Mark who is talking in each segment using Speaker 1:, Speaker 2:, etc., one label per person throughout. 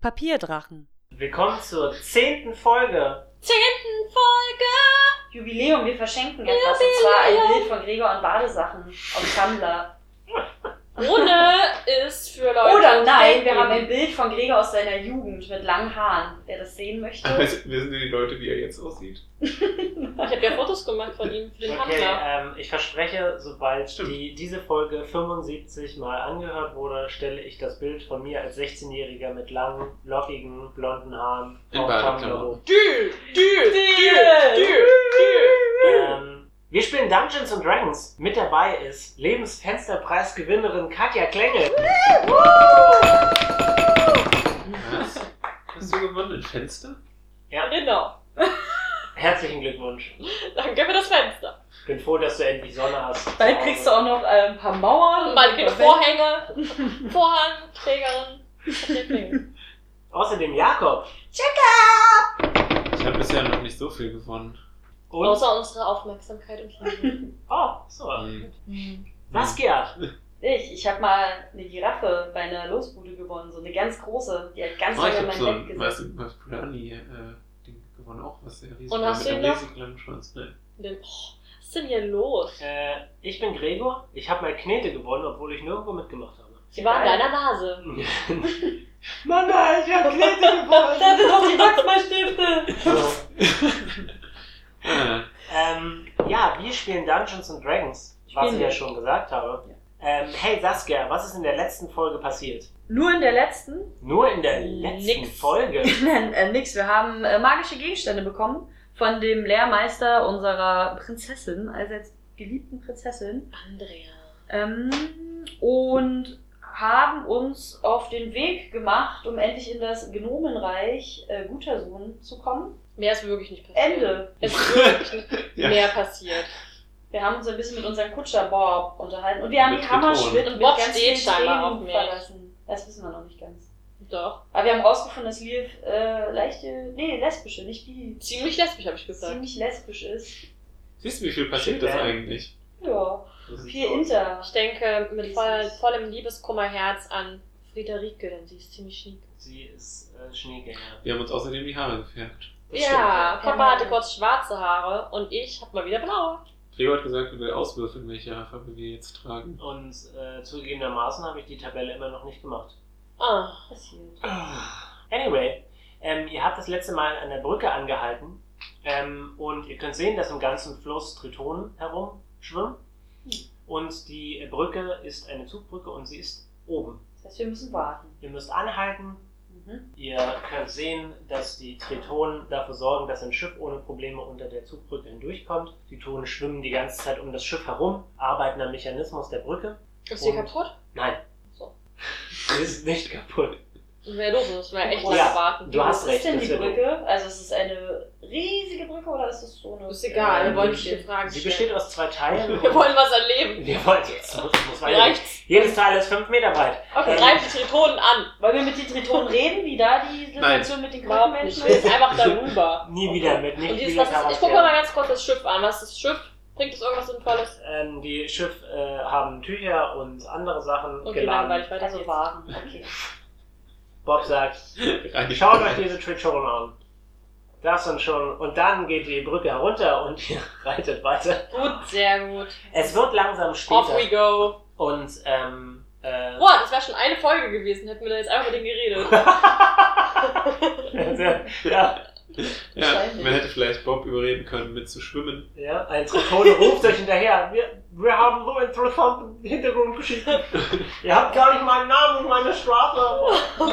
Speaker 1: Papierdrachen.
Speaker 2: Willkommen zur zehnten Folge.
Speaker 3: zehnten Folge.
Speaker 4: Jubiläum, wir verschenken etwas. Und zwar ein Bild von Gregor und Badesachen auf Tumblr.
Speaker 3: Ohne ist für Leute.
Speaker 4: Oder nein,
Speaker 3: die
Speaker 4: wir haben ein Bild von Gregor aus seiner Jugend mit langen Haaren. Wer das sehen möchte.
Speaker 5: Also, wissen die Leute, wie er jetzt aussieht?
Speaker 3: Ich habe ja Fotos gemacht von ihm für den
Speaker 2: Okay,
Speaker 3: Handler.
Speaker 2: ähm, ich verspreche, sobald
Speaker 5: Stimmt.
Speaker 2: die, diese Folge 75 mal angehört wurde, stelle ich das Bild von mir als 16-Jähriger mit langen, lockigen, blonden Haaren
Speaker 5: In Badeklamotten.
Speaker 2: hoch.
Speaker 3: Dü, dü,
Speaker 4: dü,
Speaker 2: Ähm, wir spielen Dungeons and Dragons. Mit dabei ist Lebensfensterpreisgewinnerin Katja Klengel.
Speaker 5: Was? Hast du gewonnen? Ein Fenster?
Speaker 3: Genau.
Speaker 2: Herzlichen Glückwunsch.
Speaker 3: Danke für das Fenster.
Speaker 2: Ich bin froh, dass du endlich Sonne hast.
Speaker 4: Bald kriegst du auch noch äh, ein paar Mauern.
Speaker 3: Mal kriegt Vorhänge, Vorhang, Trägerin. Katja Klingel.
Speaker 2: Außerdem Jakob.
Speaker 5: Ich habe bisher noch nicht so viel gewonnen.
Speaker 2: Und.
Speaker 3: Außer unsere Aufmerksamkeit und Liebe.
Speaker 2: Oh, so.
Speaker 5: Hm.
Speaker 4: Mhm.
Speaker 2: Saskia.
Speaker 4: Ich, ich habe mal eine Giraffe bei einer Losbude gewonnen. So eine ganz große. Die hat ganz
Speaker 5: Oh,
Speaker 4: lange
Speaker 5: ich
Speaker 4: in
Speaker 5: habe so
Speaker 4: meinem Bett
Speaker 5: ein
Speaker 4: gesessen.
Speaker 5: was, was Brownie, äh, Ding gewonnen, auch was sehr riesig
Speaker 3: Und
Speaker 5: war,
Speaker 3: hast
Speaker 5: mit
Speaker 3: du
Speaker 5: einem
Speaker 3: ihn noch?
Speaker 5: riesig langen Schwanz. Ne?
Speaker 3: Denn, oh, was ist denn hier los?
Speaker 2: Äh, ich bin Gregor. Ich habe mal Knete gewonnen, obwohl ich nirgendwo mitgemacht habe.
Speaker 3: Sie war in
Speaker 4: Geil.
Speaker 3: deiner Nase.
Speaker 2: Mama, ich habe Knete
Speaker 4: Da sind auch die Wachsmalstifte.
Speaker 2: So,
Speaker 5: Ah,
Speaker 2: ähm, ja, wir spielen Dungeons and Dragons, was
Speaker 4: Spielen
Speaker 2: ich
Speaker 4: wir.
Speaker 2: ja schon gesagt habe. Ähm, hey Saskia, was ist in der letzten Folge passiert?
Speaker 4: Nur in der letzten
Speaker 2: Nur in der letzten
Speaker 3: Nix.
Speaker 2: Folge.
Speaker 4: Nein, äh, nix. Wir haben äh, magische Gegenstände bekommen von dem Lehrmeister unserer Prinzessin, allseits geliebten Prinzessin.
Speaker 3: Andrea.
Speaker 4: Ähm, und haben uns auf den Weg gemacht, um endlich in das Gnomenreich äh, Gutersohn zu kommen.
Speaker 3: Mehr ist wirklich nicht passiert.
Speaker 4: Ende.
Speaker 3: Es ist wirklich nicht
Speaker 5: Ja.
Speaker 3: mehr passiert.
Speaker 4: Wir haben uns ein bisschen mit unserem Kutscher Bob unterhalten und wir haben
Speaker 5: Mit
Speaker 4: die
Speaker 5: Beton.
Speaker 4: Hammerschmidt
Speaker 3: Und
Speaker 4: mit
Speaker 3: Bob
Speaker 4: ganz
Speaker 3: steht
Speaker 4: vielen
Speaker 3: scheinbar
Speaker 4: Tränen
Speaker 3: auf mich.
Speaker 4: verlassen. Das wissen wir noch nicht ganz.
Speaker 3: Doch.
Speaker 4: Aber wir haben rausgefunden, dass Liv äh, leichte, nee, lesbische, nicht bi,
Speaker 3: Ziemlich lesbisch, habe ich gesagt.
Speaker 4: ziemlich lesbisch ist.
Speaker 5: Siehst du, wie viel passiert
Speaker 2: Schön,
Speaker 5: das
Speaker 2: ja.
Speaker 5: eigentlich?
Speaker 4: Ja,
Speaker 5: Das ist
Speaker 4: viel
Speaker 5: so-
Speaker 4: Inter.
Speaker 3: Ich denke mit
Speaker 4: Wie
Speaker 3: voll,
Speaker 4: süß.
Speaker 3: vollem Liebeskummerherz an Friederike, denn sie ist ziemlich schick.
Speaker 2: Sie ist äh, Schneegänger.
Speaker 5: Wir haben uns außerdem die Haare gefärbt.
Speaker 2: Das
Speaker 3: ja,
Speaker 4: stimmt, ja.
Speaker 3: Papa hatte kurz schwarze Haare und ich habe mal wieder blaue.
Speaker 5: Gregor hat gesagt, er will auswürfeln, welche Haarfarbe wir jetzt tragen.
Speaker 2: stimmt. Und äh, zugegebenermaßen habe ich die Tabelle immer noch nicht gemacht.
Speaker 3: Ah,
Speaker 4: Passiert.
Speaker 2: Anyway, ähm, ihr habt das letzte Mal an der Brücke angehalten ähm, und ihr könnt sehen, dass im ganzen Fluss Tritonen herumschwimmen. Und die Brücke ist eine Zugbrücke und sie ist oben.
Speaker 4: Das heißt, wir müssen warten.
Speaker 2: Ihr müsst anhalten.
Speaker 4: Mhm.
Speaker 2: Ihr könnt sehen, dass die Tritonen dafür sorgen, dass ein Schiff ohne Probleme unter der Zugbrücke hindurchkommt. Die Tritonen schwimmen die ganze Zeit um das Schiff herum, arbeiten am Mechanismus der Brücke.
Speaker 3: ist sie
Speaker 2: Und-
Speaker 3: kaputt?
Speaker 2: Nein,
Speaker 3: So.
Speaker 2: sie ist nicht kaputt.
Speaker 3: Wäre doof, das wäre echt
Speaker 4: Ja,
Speaker 3: lange warten.
Speaker 2: Du hast
Speaker 4: Was ist
Speaker 2: recht.
Speaker 4: denn die
Speaker 2: das wär doof.
Speaker 4: Brücke? Also ist es eine riesige Brücke oder ist es so eine... Äh,
Speaker 3: Ist egal,
Speaker 2: Ähm,
Speaker 3: wir wollen nicht hier Fragen
Speaker 2: Sie
Speaker 3: stellen.
Speaker 2: besteht aus zwei Teilen.
Speaker 3: Wir wollen was erleben.
Speaker 2: Wir wollen jetzt. Muss, muss weiter.
Speaker 3: Reicht's?
Speaker 2: Jedes Teil ist fünf Meter weit.
Speaker 3: Okay, greif die Tritonen an.
Speaker 4: Wollen wir mit den Tritonen reden, wie da die Situation mit den
Speaker 3: Überhaupt nicht.
Speaker 4: Krabbenmenschen
Speaker 3: Du bist
Speaker 4: ist?
Speaker 3: einfach darüber.
Speaker 2: Nie wieder mit nicht
Speaker 3: Und dieses,
Speaker 2: wieder
Speaker 3: was ist, ich gucke mal ganz kurz das Schiff an. Was ist das Schiff? Bringt es irgendwas Sinnvolles?
Speaker 2: ähm, Die Schiff äh, haben Tücher und andere Sachen
Speaker 3: Okay,
Speaker 2: geladen.
Speaker 3: langweilig, weiter
Speaker 4: Also
Speaker 3: geht's.
Speaker 4: Waren, okay.
Speaker 2: Bob sagt,
Speaker 5: Rein.
Speaker 2: schaut euch diese Tritonen an. Das und schon. Und dann geht die Brücke herunter und ihr reitet weiter.
Speaker 3: Gut, sehr gut.
Speaker 2: Es wird langsam
Speaker 3: Off we
Speaker 2: später.
Speaker 3: go.
Speaker 2: Und ähm, äh,
Speaker 3: Boah, das wäre schon eine Folge gewesen, hätten wir da jetzt einfach mit denen geredet.
Speaker 2: äh, ja,
Speaker 5: Ja,
Speaker 4: Wahrscheinlich.
Speaker 5: man hätte vielleicht Bob überreden können, mit zu schwimmen.
Speaker 2: ja, ein Tritone ruft euch hinterher. Wir, wir haben so interessante Hintergrundgeschichten. Ihr habt gar nicht meinen Namen und meine Strafe.
Speaker 4: Oh,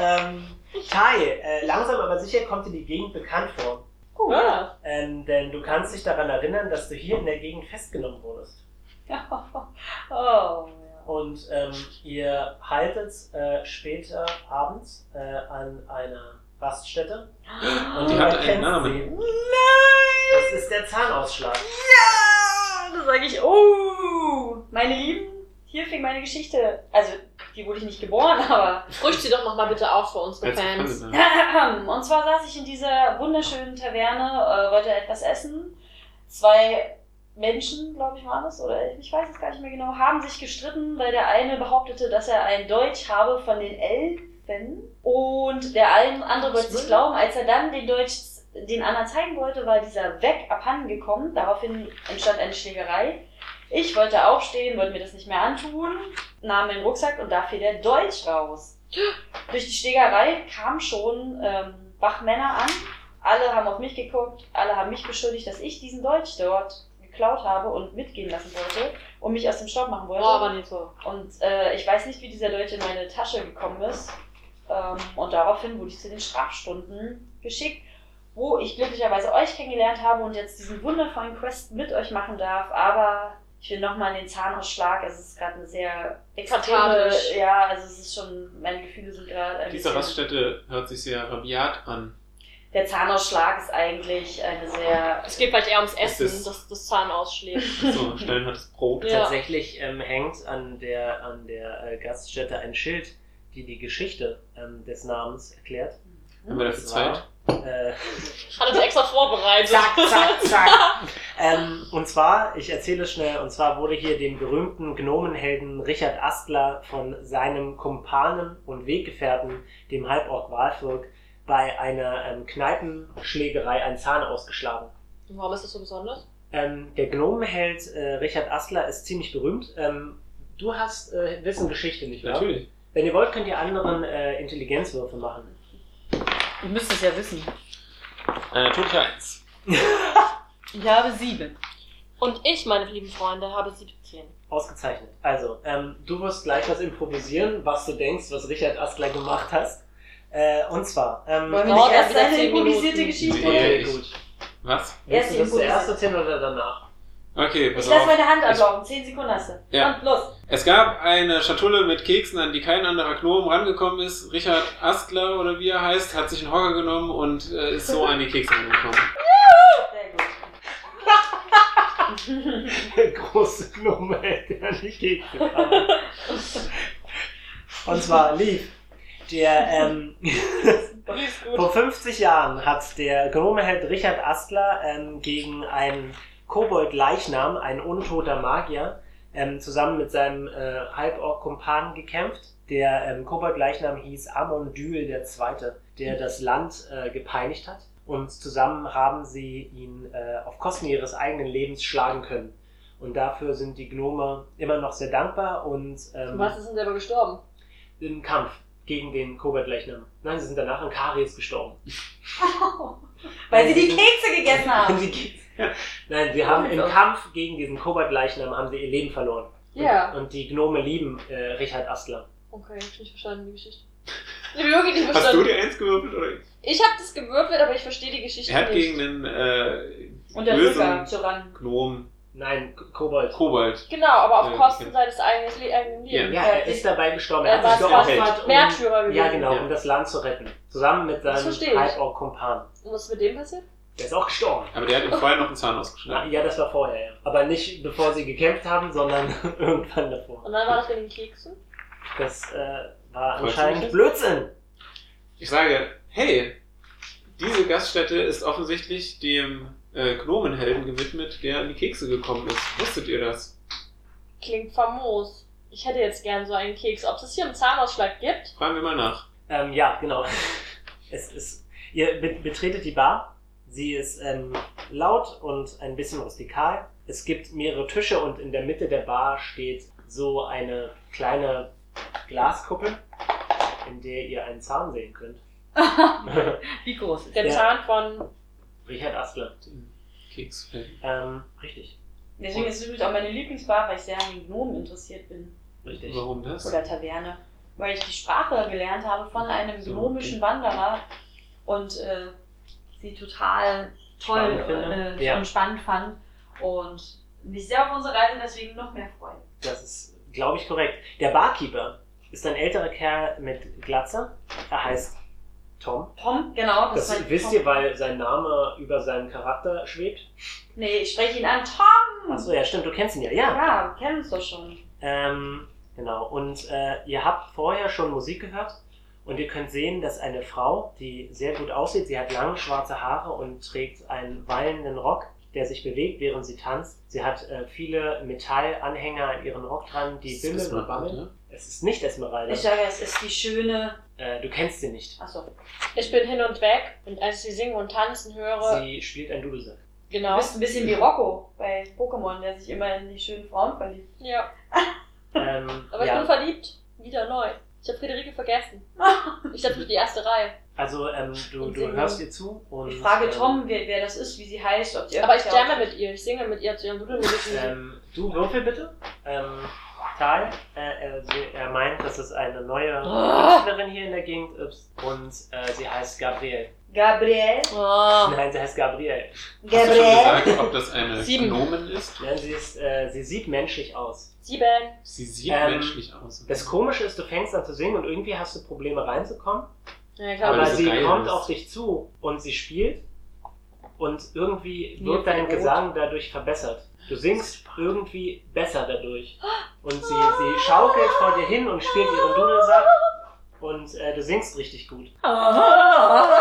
Speaker 2: Ähm, Tai, äh, langsam aber sicher kommt dir die Gegend bekannt vor.
Speaker 4: cool.
Speaker 3: Ah,
Speaker 2: Ähm, denn du kannst dich daran erinnern, dass du hier in der Gegend festgenommen wurdest.
Speaker 4: Oh, ja.
Speaker 2: Und ähm, ihr haltet äh, später abends äh, an einer Raststätte. Und
Speaker 5: Die
Speaker 2: ihr
Speaker 5: hat
Speaker 2: erkennt
Speaker 5: einen Namen.
Speaker 2: Sie.
Speaker 4: Nein!
Speaker 2: Das ist der Zahnausschlag.
Speaker 4: Ja! Da sage ich, oh, meine Lieben, hier fing meine Geschichte. Also, die wurde ich nicht geboren, aber...
Speaker 3: Brüch sie doch nochmal bitte auf für unsere
Speaker 5: Als
Speaker 3: Fans.
Speaker 5: Gefangene.
Speaker 4: Ähm, Und zwar saß ich in dieser wunderschönen Taverne, äh, wollte etwas essen. Zwei Menschen, glaube ich, waren es, oder ich weiß es gar nicht mehr genau, haben sich gestritten, weil der eine behauptete, dass er ein Deutsch habe von den Elfen Sven. Und der ein- andere wollte es
Speaker 3: Sven?
Speaker 4: nicht glauben. Als er dann den Deutsch den anderen zeigen wollte, war dieser weg abhanden gekommen. Daraufhin entstand eine Schlägerei. Ich wollte aufstehen, wollte mir das nicht mehr antun, nahm den Rucksack und da fiel der Deutsch raus. Durch die Schlägerei kamen schon ähm, Wachmänner an. Alle haben auf mich geguckt, alle haben mich beschuldigt, dass ich diesen Deutsch dort geklaut habe und mitgehen lassen wollte und mich aus dem Staub machen wollte.
Speaker 3: War aber nicht so.
Speaker 4: Und äh, ich weiß nicht, wie dieser Deutsche in meine Tasche gekommen ist. Ähm, und daraufhin wurde ich zu den Strafstunden geschickt, wo ich glücklicherweise euch kennengelernt habe und jetzt diesen wundervollen Quest mit euch machen darf. Aber ich will nochmal den Zahnausschlag. Es ist gerade eine sehr extreme.
Speaker 3: Fatalisch.
Speaker 4: Ja, also es ist schon, meine Gefühle sind gerade ein
Speaker 5: Diese
Speaker 4: bisschen.
Speaker 5: Raststätte hört sich sehr rabiat an.
Speaker 4: Der Zahnausschlag ist eigentlich eine sehr.
Speaker 3: Es geht vielleicht eher ums Essen,
Speaker 5: ist-
Speaker 3: dass das Zahn ausschlägt.
Speaker 5: So, steinhartes Brot.
Speaker 3: Ja.
Speaker 2: Tatsächlich ähm, hängt an der, an der äh, Gaststätte ein Schild, die die Geschichte ähm, des Namens erklärt.
Speaker 5: Haben wir dafür
Speaker 2: Das war,
Speaker 5: Zeit?
Speaker 2: Äh,
Speaker 3: Hat es extra vorbereitet.
Speaker 2: zack, zack, zack. ähm, und zwar, ich erzähle es schnell, und zwar wurde hier dem berühmten Gnomenhelden Richard Astler von seinem Kumpanen und Weggefährten, dem Halborg Walfurg, bei einer ähm, Kneipenschlägerei ein Zahn ausgeschlagen.
Speaker 3: Warum ist das so besonders?
Speaker 2: Ähm, der Gnomenheld äh, Richard Astler ist ziemlich berühmt. Ähm, du hast äh, Wissen Geschichte, nicht wahr?
Speaker 5: Natürlich.
Speaker 2: Wenn ihr wollt, könnt ihr anderen äh, Intelligenzwürfe machen.
Speaker 1: Ihr müsst es ja wissen.
Speaker 5: Äh, Natürlich eins.
Speaker 1: Ich habe sieben.
Speaker 3: Und ich, meine lieben Freunde, habe 17.
Speaker 2: Ausgezeichnet. Also, ähm, du wirst gleich was improvisieren, was du denkst, was Richard Astler gemacht hast. Äh, und zwar, ähm,
Speaker 4: Wollen wir
Speaker 3: Dauert
Speaker 4: nicht erst
Speaker 3: wieder
Speaker 4: eine
Speaker 3: zehn
Speaker 4: improvisierte
Speaker 3: Minuten.
Speaker 4: Geschichte?
Speaker 5: Nee.
Speaker 2: okay,
Speaker 5: ich-
Speaker 2: gut.
Speaker 5: Was?
Speaker 2: Willst
Speaker 4: Erst
Speaker 2: du das zuerst
Speaker 4: improvisieren.
Speaker 2: erzählen oder danach?
Speaker 5: Okay,
Speaker 4: Ich
Speaker 5: pass
Speaker 4: lasse
Speaker 5: auf.
Speaker 4: meine Hand
Speaker 5: Ich-
Speaker 4: anlaufen. Zehn Sekunden hast du.
Speaker 5: Ja.
Speaker 4: Und los.
Speaker 5: Es gab eine Schatulle mit Keksen, an die kein anderer Gnom rangekommen ist. Richard Astler oder wie er heißt, hat sich einen Hocker genommen und äh, ist so an die Kekse rangekommen.
Speaker 4: Sehr gut.
Speaker 2: Der große Gnome hält der nicht gegengekommen. Und zwar lief der ähm, Vor 50 Jahren hat der Gnomeheld Richard Astler ähm, gegen einen Kobold-Leichnam, ein untoter Magier, ähm, zusammen mit seinem äh, Halborg-Kumpan gekämpft. Der ähm, Kobold-Leichnam hieß Amondül II., der das Land äh, gepeinigt hat. Und zusammen haben sie ihn äh, auf Kosten ihres eigenen Lebens schlagen können. Und dafür sind die Gnome immer noch sehr dankbar und ähm,
Speaker 3: Was ist denn selber gestorben?
Speaker 2: im Kampf gegen den Kobold-Leichnam. Nein, sie sind danach an Karies gestorben.
Speaker 4: Weil sie die Kekse gegessen haben.
Speaker 2: Sie geht's. Nein, sie haben im Kampf gegen diesen Kobold-Leichnam haben sie ihr Leben verloren. Und,
Speaker 3: Ja.
Speaker 2: und die Gnome lieben äh, Richard Astler.
Speaker 3: Okay, ich hab nicht verstanden, die Geschichte. Ich hab wirklich nicht
Speaker 5: Hast du
Speaker 3: verstanden.
Speaker 5: dir eins gewürfelt oder ich?
Speaker 3: Ich habe das gewürfelt, aber ich verstehe die Geschichte
Speaker 5: Er hat
Speaker 3: nicht.
Speaker 5: gegen den äh,
Speaker 4: Und der Rücker,
Speaker 5: bösen
Speaker 4: Tyrann.
Speaker 5: Gnom
Speaker 2: Nein, K- Kobold.
Speaker 5: Kobold.
Speaker 3: Genau, aber auf
Speaker 5: Ja,
Speaker 3: Kosten
Speaker 5: okay.
Speaker 3: seines eigenen Le- eigenen
Speaker 5: Ja.
Speaker 3: Lebens.
Speaker 2: ja, er ist dabei gestorben. Er
Speaker 3: Er
Speaker 2: hat sich
Speaker 5: war fast
Speaker 2: geopfert, um,
Speaker 3: Märtyrer gewesen.
Speaker 2: ja, genau,
Speaker 5: Ja.
Speaker 2: um das Land zu retten. Zusammen mit
Speaker 3: Das
Speaker 2: seinem
Speaker 3: verstehe ich.
Speaker 2: Halborg-Kumpan.
Speaker 3: Und was ist mit dem passiert?
Speaker 2: Der ist auch gestorben.
Speaker 5: Aber der hat ihm vorher noch einen Zahn
Speaker 2: Na,
Speaker 5: ausgeschlagen.
Speaker 2: ja, das war vorher, ja. Aber nicht bevor sie gekämpft haben, sondern irgendwann davor.
Speaker 3: Und dann war das mit den Keksen.
Speaker 2: Das äh, war
Speaker 5: Wolltest du
Speaker 2: anscheinend
Speaker 5: nicht?
Speaker 2: Blödsinn.
Speaker 5: Ich sage, hey, diese Gaststätte ist offensichtlich dem äh, Gnomenhelden gewidmet, der an die Kekse gekommen ist. Wusstet ihr das?
Speaker 3: Klingt famos. Ich hätte jetzt gern so einen Keks. Ob es das hier im Zahnausschlag gibt?
Speaker 5: Fragen wir mal nach.
Speaker 2: Ähm, ja, genau. Es ist, ihr be- betretet die Bar. Sie ist ähm, laut und ein bisschen rustikal. Es gibt mehrere Tische und in der Mitte der Bar steht so eine kleine Glaskuppel, in der ihr einen Zahn sehen könnt.
Speaker 1: Wie groß ist
Speaker 3: Der
Speaker 2: Ja.
Speaker 3: Zahn von.
Speaker 2: Richard Astler.
Speaker 5: Keksfeld.
Speaker 2: Ähm, richtig,
Speaker 4: Deswegen ist es übrigens auch meine Lieblingsbar, weil ich sehr an den Gnomen interessiert bin.
Speaker 2: richtig.
Speaker 5: Warum das?
Speaker 4: Oder Taverne. Weil ich die Sprache gelernt habe von einem
Speaker 5: So,
Speaker 4: gnomischen
Speaker 5: okay.
Speaker 4: Wanderer und äh, sie total toll
Speaker 2: Spannend finde.
Speaker 4: äh,
Speaker 2: Ja.
Speaker 4: und spannend fand. Und mich sehr auf unsere Reise deswegen noch mehr freue.
Speaker 2: Das ist, glaube ich, korrekt. Der Barkeeper ist ein älterer Kerl mit Glatze. Er heißt Tom.
Speaker 4: Tom, genau.
Speaker 2: Das
Speaker 4: war die
Speaker 2: wisst
Speaker 4: Tom.
Speaker 2: ihr, weil sein Name über seinen Charakter schwebt.
Speaker 4: Nee, ich spreche ihn an. Tom!
Speaker 2: Achso, ja, stimmt, du kennst ihn ja.
Speaker 4: ja.
Speaker 2: Ja.
Speaker 4: wir kennen uns doch schon.
Speaker 2: Ähm, genau. Und äh, ihr habt vorher schon Musik gehört und ihr könnt sehen, dass eine Frau, die sehr gut aussieht, sie hat lange schwarze Haare und trägt einen wallenden Rock, der sich bewegt, während sie tanzt. Sie hat äh, viele Metallanhänger an ihren Rock dran, die
Speaker 5: Das
Speaker 2: bimmeln und
Speaker 5: macht man,
Speaker 2: bammeln.
Speaker 5: ne?
Speaker 2: Es ist nicht Esmeralda.
Speaker 4: Ich sage, es ist die schöne.
Speaker 2: Äh, du kennst sie nicht.
Speaker 4: Achso.
Speaker 3: Ich bin hin und weg und als sie singen und tanzen höre,
Speaker 2: Sie spielt ein Dudelsack.
Speaker 4: Du
Speaker 3: genau.
Speaker 4: bist ein bisschen wie Rocco bei Pokémon, der sich immer in die schönen Frauen verliebt.
Speaker 3: Ja,
Speaker 2: Ähm,
Speaker 3: aber ich bin
Speaker 2: ja.
Speaker 3: verliebt. Wieder neu. Ich habe Friederike vergessen. Ich dachte, die erste Reihe.
Speaker 2: Also ähm, du,
Speaker 3: Und
Speaker 2: du
Speaker 3: singen.
Speaker 2: hörst ihr zu und.
Speaker 4: Ich frage
Speaker 2: ähm,
Speaker 4: Tom, wer, wer das ist, wie sie heißt, ob die
Speaker 3: Aber ich
Speaker 4: irgendwelche
Speaker 3: jamme mit ihr, ich singe mit ihr zu ihrem Dudeln.
Speaker 2: Ähm, du würfel bitte. Ähm, Tal, äh, er, sie- er meint, das ist eine neue
Speaker 3: Oh.
Speaker 1: Ah.
Speaker 2: Künstlerin hier in der Gegend ist und äh, sie heißt Gabriel.
Speaker 4: Gabriel.
Speaker 1: Oh.
Speaker 2: Nein, sie heißt Gabriel.
Speaker 5: Hast du schon
Speaker 4: Gabriel.
Speaker 5: gesagt, ob das eine
Speaker 1: Sieben.
Speaker 5: Gnomen ist?
Speaker 2: Nein, sie, ist, äh, sie sieht menschlich aus.
Speaker 3: Sieben.
Speaker 5: Sie sieht
Speaker 2: Ähm,
Speaker 5: menschlich aus.
Speaker 2: Das Komische ist, du fängst an zu singen und irgendwie hast du Probleme reinzukommen.
Speaker 3: Ja, ich
Speaker 5: Weil
Speaker 2: Aber
Speaker 5: du
Speaker 3: glaube,
Speaker 5: so
Speaker 2: sie
Speaker 5: geil
Speaker 2: kommt
Speaker 5: bist.
Speaker 2: auf dich zu und sie spielt und irgendwie
Speaker 1: Mir
Speaker 2: wird dein
Speaker 1: rot.
Speaker 2: Gesang dadurch verbessert. Du singst irgendwie besser dadurch.
Speaker 1: Oh.
Speaker 2: Und sie, sie schaukelt vor dir hin und spielt ihren Dudelsack und äh, du singst richtig gut. An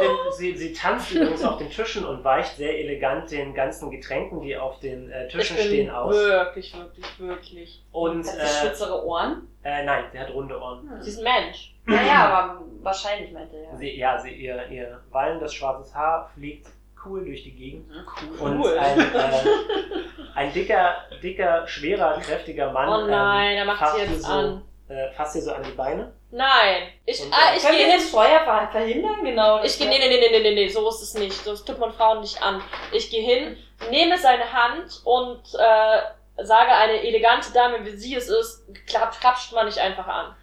Speaker 2: den, sie, sie tanzt übrigens auf den Tischen und weicht sehr elegant den ganzen Getränken, die auf den äh,
Speaker 1: Ich
Speaker 2: Tischen
Speaker 1: bin
Speaker 2: stehen, aus.
Speaker 1: wirklich, wirklich, wirklich.
Speaker 2: Und
Speaker 4: Hat sie
Speaker 2: äh,
Speaker 4: spitzere Ohren?
Speaker 2: äh, nein, sie hat runde Ohren.
Speaker 3: sie ist ein Mensch.
Speaker 4: Naja, aber wahrscheinlich meinte er.
Speaker 2: Sie, ja, sie, ihr, ihr wallendes schwarzes Haar fliegt cool durch die Gegend.
Speaker 3: Mhm.
Speaker 5: Cool.
Speaker 2: Und ein, äh, ein dicker, dicker, schwerer, kräftiger Mann.
Speaker 3: Oh nein, er
Speaker 2: ähm,
Speaker 3: macht
Speaker 2: fasst
Speaker 3: sie
Speaker 2: dir
Speaker 3: jetzt
Speaker 2: so,
Speaker 3: an.
Speaker 2: Äh, fasst dir so an die Beine.
Speaker 3: Nein. Ich,
Speaker 2: Und,
Speaker 3: ah,
Speaker 2: äh,
Speaker 3: ich
Speaker 4: Können
Speaker 3: gehe
Speaker 4: wir
Speaker 3: hin.
Speaker 4: das vorher ver- verhindern? Genau.
Speaker 3: Ich gehe, nee, nee, nee, nee, nee, nee, nee, so ist es nicht. So tut man Frauen nicht an. Ich gehe hin, nehme seine Hand und äh, sage eine elegante Dame, wie sie es ist, klappt, krapscht man nicht einfach an.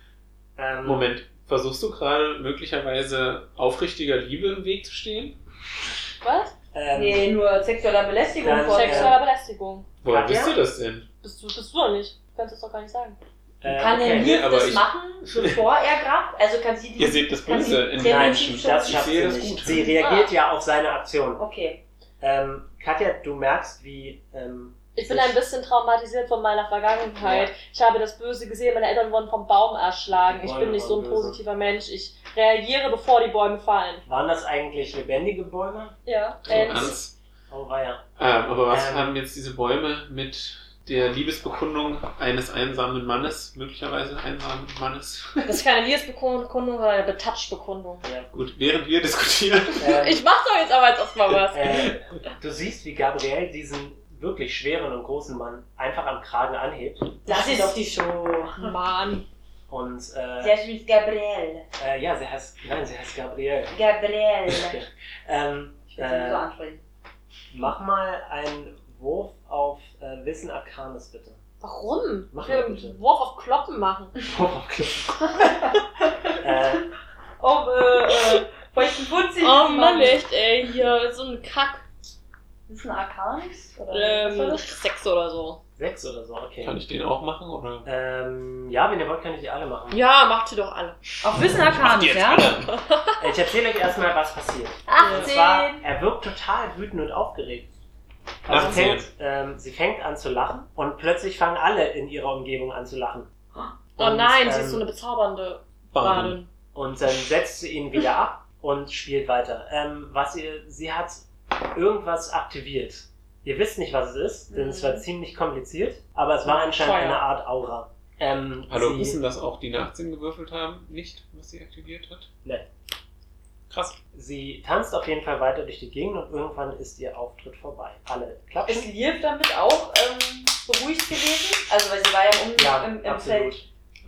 Speaker 2: Ähm,
Speaker 5: Moment, versuchst du gerade möglicherweise aufrichtiger Liebe im Weg zu stehen?
Speaker 3: Was?
Speaker 2: Ähm,
Speaker 4: Nee, nur sexueller Belästigung
Speaker 2: Dann
Speaker 4: vorher.
Speaker 3: Sexuelle Belästigung.
Speaker 5: Woher
Speaker 2: Katja?
Speaker 5: wisst ihr das denn?
Speaker 3: Bist du, bist du doch nicht. Du kannst es doch gar nicht sagen.
Speaker 2: äh,
Speaker 4: Kann
Speaker 2: okay.
Speaker 4: er mir
Speaker 5: nee, aber
Speaker 4: das
Speaker 5: ich-
Speaker 4: machen, bevor er grabt? Also kann sie die.
Speaker 5: Ihr seht das
Speaker 4: kann
Speaker 5: Böse
Speaker 4: sie
Speaker 5: in den
Speaker 4: präventiv
Speaker 5: Menschen.
Speaker 4: schon-
Speaker 2: Das
Speaker 5: Ich
Speaker 2: schafft
Speaker 5: sehe
Speaker 2: sie
Speaker 5: das
Speaker 2: nicht.
Speaker 5: gut.
Speaker 2: Sie
Speaker 3: Ah.
Speaker 2: reagiert ja auf seine Aktion.
Speaker 4: Okay.
Speaker 2: Ähm, Katja, du merkst, wie ähm,
Speaker 3: Ich bin ein bisschen traumatisiert von meiner Vergangenheit. Ich habe das Böse gesehen, meine Eltern wurden vom Baum erschlagen.
Speaker 2: Die
Speaker 3: Ich
Speaker 2: Bäume
Speaker 3: bin nicht so ein
Speaker 2: waren böse.
Speaker 3: positiver Mensch. Ich reagiere, bevor die Bäume fallen.
Speaker 2: waren das eigentlich lebendige Bäume?
Speaker 3: Ja.
Speaker 5: So
Speaker 3: Und
Speaker 5: ernst.
Speaker 2: Oh weia.
Speaker 5: Ähm, aber was
Speaker 2: Ähm.
Speaker 5: haben jetzt diese Bäume mit der Liebesbekundung eines einsamen Mannes, möglicherweise einsamen Mannes?
Speaker 3: das ist keine Liebesbekundung, sondern eine Betatschbekundung.
Speaker 2: Ja.
Speaker 5: Gut, während wir diskutieren.
Speaker 2: Ähm,
Speaker 3: Ich mach doch jetzt aber jetzt erstmal was.
Speaker 2: äh, du siehst, wie Gabriel diesen wirklich schweren und großen Mann einfach am Kragen anhebt.
Speaker 4: Lass sie doch die Show.
Speaker 3: Mann.
Speaker 2: Und
Speaker 4: Sie
Speaker 2: äh,
Speaker 4: heißt übrigens Gabrielle.
Speaker 2: äh, ja, sie heißt, nein, sie heißt Gabriel.
Speaker 4: Gabrielle.
Speaker 2: Ähm,
Speaker 4: Ich will sie
Speaker 2: äh,
Speaker 4: so ansprechen.
Speaker 2: Mach mal einen Wurf auf äh, Wissen Arcanes, bitte.
Speaker 3: Warum?
Speaker 2: Mach
Speaker 3: ich will
Speaker 2: mal bitte.
Speaker 3: einen Wurf auf Kloppen machen.
Speaker 2: äh,
Speaker 4: Oh, äh, äh, feuchten Putzig.
Speaker 3: Oh Mann, echt, ey. Hier, so ein Kack.
Speaker 4: Ist das ein Arcanix? Oder Äh, was war
Speaker 3: Ähm,
Speaker 4: das?
Speaker 3: sechs oder so.
Speaker 2: sechs oder so,
Speaker 5: Kann
Speaker 2: okay.
Speaker 5: ich den auch machen? Oder?
Speaker 2: Ähm, ja, wenn ihr wollt, kann ich die alle machen.
Speaker 3: Ja, macht ihr doch alle.
Speaker 1: Auf Wissen Arcanis, ja?
Speaker 2: Äh, Ich erzähle euch erstmal, was passiert. Und
Speaker 4: 18.
Speaker 2: zwar, er wirkt total wütend und aufgeregt. Also
Speaker 5: 18.
Speaker 2: fängt, ähm, sie fängt an zu lachen und plötzlich fangen alle in ihrer Umgebung an zu lachen.
Speaker 3: Oh
Speaker 2: Und,
Speaker 3: nein, sie
Speaker 2: ähm,
Speaker 3: ist so eine bezaubernde
Speaker 5: Baden.
Speaker 3: Badin.
Speaker 2: Und dann setzt sie ihn wieder ab und spielt weiter. Ähm, was ihr, sie hat irgendwas aktiviert. Ihr wisst nicht, was es ist, denn es war
Speaker 3: Mhm.
Speaker 2: ziemlich kompliziert, aber es war anscheinend
Speaker 3: Feuer.
Speaker 2: eine Art Aura. Ähm,
Speaker 5: Hallo, wissen
Speaker 2: sie,
Speaker 5: das auch die eine 18 gewürfelt haben, nicht, was sie aktiviert hat?
Speaker 2: Nee.
Speaker 5: Krass.
Speaker 2: sie tanzt auf jeden Fall weiter durch die Gegend und irgendwann ist ihr Auftritt vorbei. Alle
Speaker 4: Ist
Speaker 2: klatschen.
Speaker 4: Liv damit auch ähm, beruhigt gewesen? Also, weil sie war ja, um,
Speaker 2: Ja,
Speaker 4: im, im
Speaker 2: absolut.
Speaker 4: Feld.